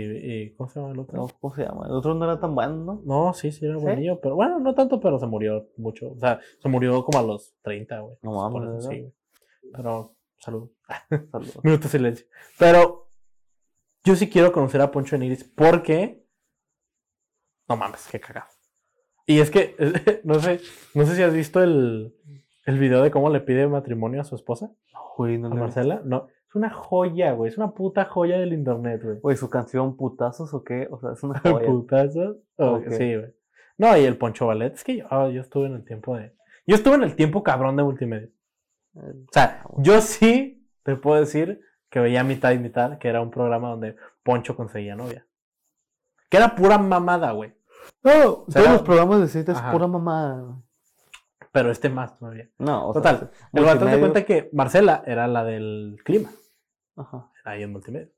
Speaker 3: y- ¿Cómo se llama el otro?
Speaker 2: No, ¿Cómo se llama? El otro no era tan bueno, ¿no?
Speaker 3: No, sí, sí, era
Speaker 2: ¿Sí?
Speaker 3: buen niño, pero bueno, no tanto, pero se murió mucho. O sea, se murió como a los 30, güey.
Speaker 2: Ah, No
Speaker 3: Entonces,
Speaker 2: mames,
Speaker 3: Pues, por eso
Speaker 2: ¿verdad?
Speaker 3: sí, güey. Pero, salud.
Speaker 2: Saludos.
Speaker 3: Minuto de silencio. Pero, yo sí quiero conocer a Poncho Eniris porque. No mames, qué cagado. Y es que, <laughs> no sé, no sé si has visto el, el video de cómo le pide matrimonio a su esposa,
Speaker 2: Uy, no
Speaker 3: a
Speaker 2: le-
Speaker 3: Marcela. No, es una joya, güey. Es una puta joya del internet, güey.
Speaker 2: Uy, su canción Putazos o qué? O sea,
Speaker 3: <laughs>
Speaker 2: es una joya.
Speaker 3: putazos.
Speaker 2: Ok.
Speaker 3: Ok, Sí, güey. No, y el Poncho Ballet, es que yo, ah, yo estuve en el tiempo de. Yo estuve en el tiempo cabrón de multimedia. O sea,
Speaker 2: Ah,
Speaker 3: yo sí te puedo decir que veía mitad y mitad, que era un programa donde Poncho conseguía novia. Que era pura mamada, güey.
Speaker 2: No, todos
Speaker 3: Será-
Speaker 2: los programas de cita es
Speaker 3: Ajá.
Speaker 2: pura mamada.
Speaker 3: Pero este más todavía.
Speaker 2: No, o sea,
Speaker 3: Total. El vato te
Speaker 2: multimedia-
Speaker 3: cuenta que Marcela era la del clima.
Speaker 2: Ajá.
Speaker 3: ahí en multimedia.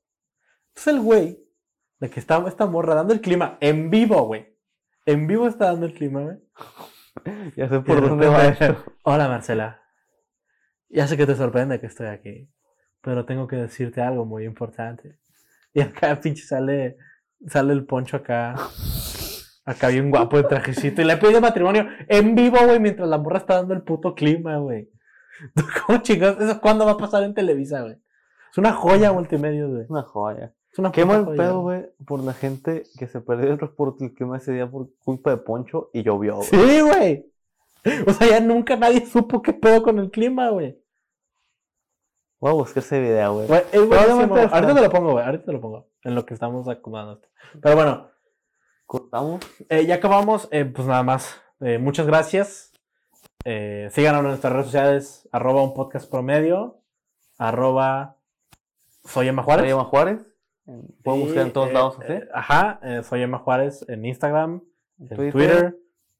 Speaker 3: Entonces el güey, de que está esta morra dando el clima en vivo, güey. En vivo está dando el clima, güey.
Speaker 2: Ya sé
Speaker 3: Y de
Speaker 2: por dónde va
Speaker 3: repente,
Speaker 2: esto.
Speaker 3: Hola Marcela. Ya sé que te sorprende que estoy aquí, pero tengo que decirte algo muy importante. Y acá <laughs> pinche sale, sale el poncho acá. Acá bien guapo de trajecito y le pide matrimonio en vivo, güey, mientras la morra está dando el puto clima, güey. <laughs> ¿Tú ¿Cómo chingados? ¿Eso cuándo va a pasar en Televisa, güey? Es una joya multimedia, güey.
Speaker 2: Es <laughs> una joya.
Speaker 3: Es una
Speaker 2: Qué
Speaker 3: puta
Speaker 2: mal
Speaker 3: joya,
Speaker 2: pedo,
Speaker 3: güey.
Speaker 2: güey, por la gente que se perdió el transporte del clima ese día por culpa de Poncho y llovió, güey.
Speaker 3: Sí, güey. O sea, ya nunca nadie supo qué pedo con el clima, güey.
Speaker 2: Voy a buscar ese video, güey.
Speaker 3: Güey, es buenísimo.
Speaker 2: Probablemente
Speaker 3: Ahorita
Speaker 2: está.
Speaker 3: te lo pongo, güey. Ahorita te lo pongo. En lo que estamos acomodando. esto. Pero bueno,
Speaker 2: Cortamos.
Speaker 3: eh, ya acabamos. Eh, pues nada más. Eh, muchas gracias. Eh, síganos en nuestras redes sociales. Arroba un podcast promedio. Arroba soy Emma Juárez.
Speaker 2: Soy Emma Juárez. En- Pueden
Speaker 3: Y,
Speaker 2: buscar en todos
Speaker 3: eh,
Speaker 2: lados así.
Speaker 3: eh, ajá. eh, soy Emma Juárez en Instagram. En Twitter.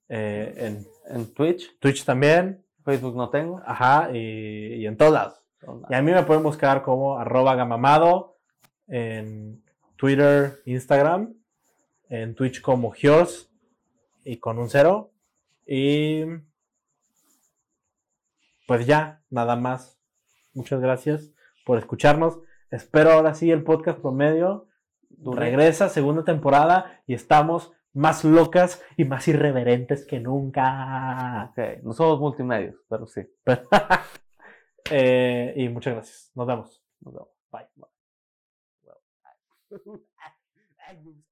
Speaker 3: eh, en
Speaker 2: En Twitch.
Speaker 3: Twitch también.
Speaker 2: Facebook no tengo.
Speaker 3: Ajá. Y, y en todos lados.
Speaker 2: No,
Speaker 3: Y a mí me pueden buscar como arroba gamamado en Twitter, Instagram, en Twitch como Giors y con un cero. Y pues ya, nada más. Muchas gracias por escucharnos. Espero ahora sí el podcast promedio
Speaker 2: dure.
Speaker 3: regresa segunda temporada y estamos más locas y más irreverentes que nunca.
Speaker 2: Ok, no somos multimedios, pero sí.
Speaker 3: Eh, y muchas gracias. Nos vemos.
Speaker 2: Nos vemos.
Speaker 3: Bye.
Speaker 2: Bye. Wow. Ay, me gusta.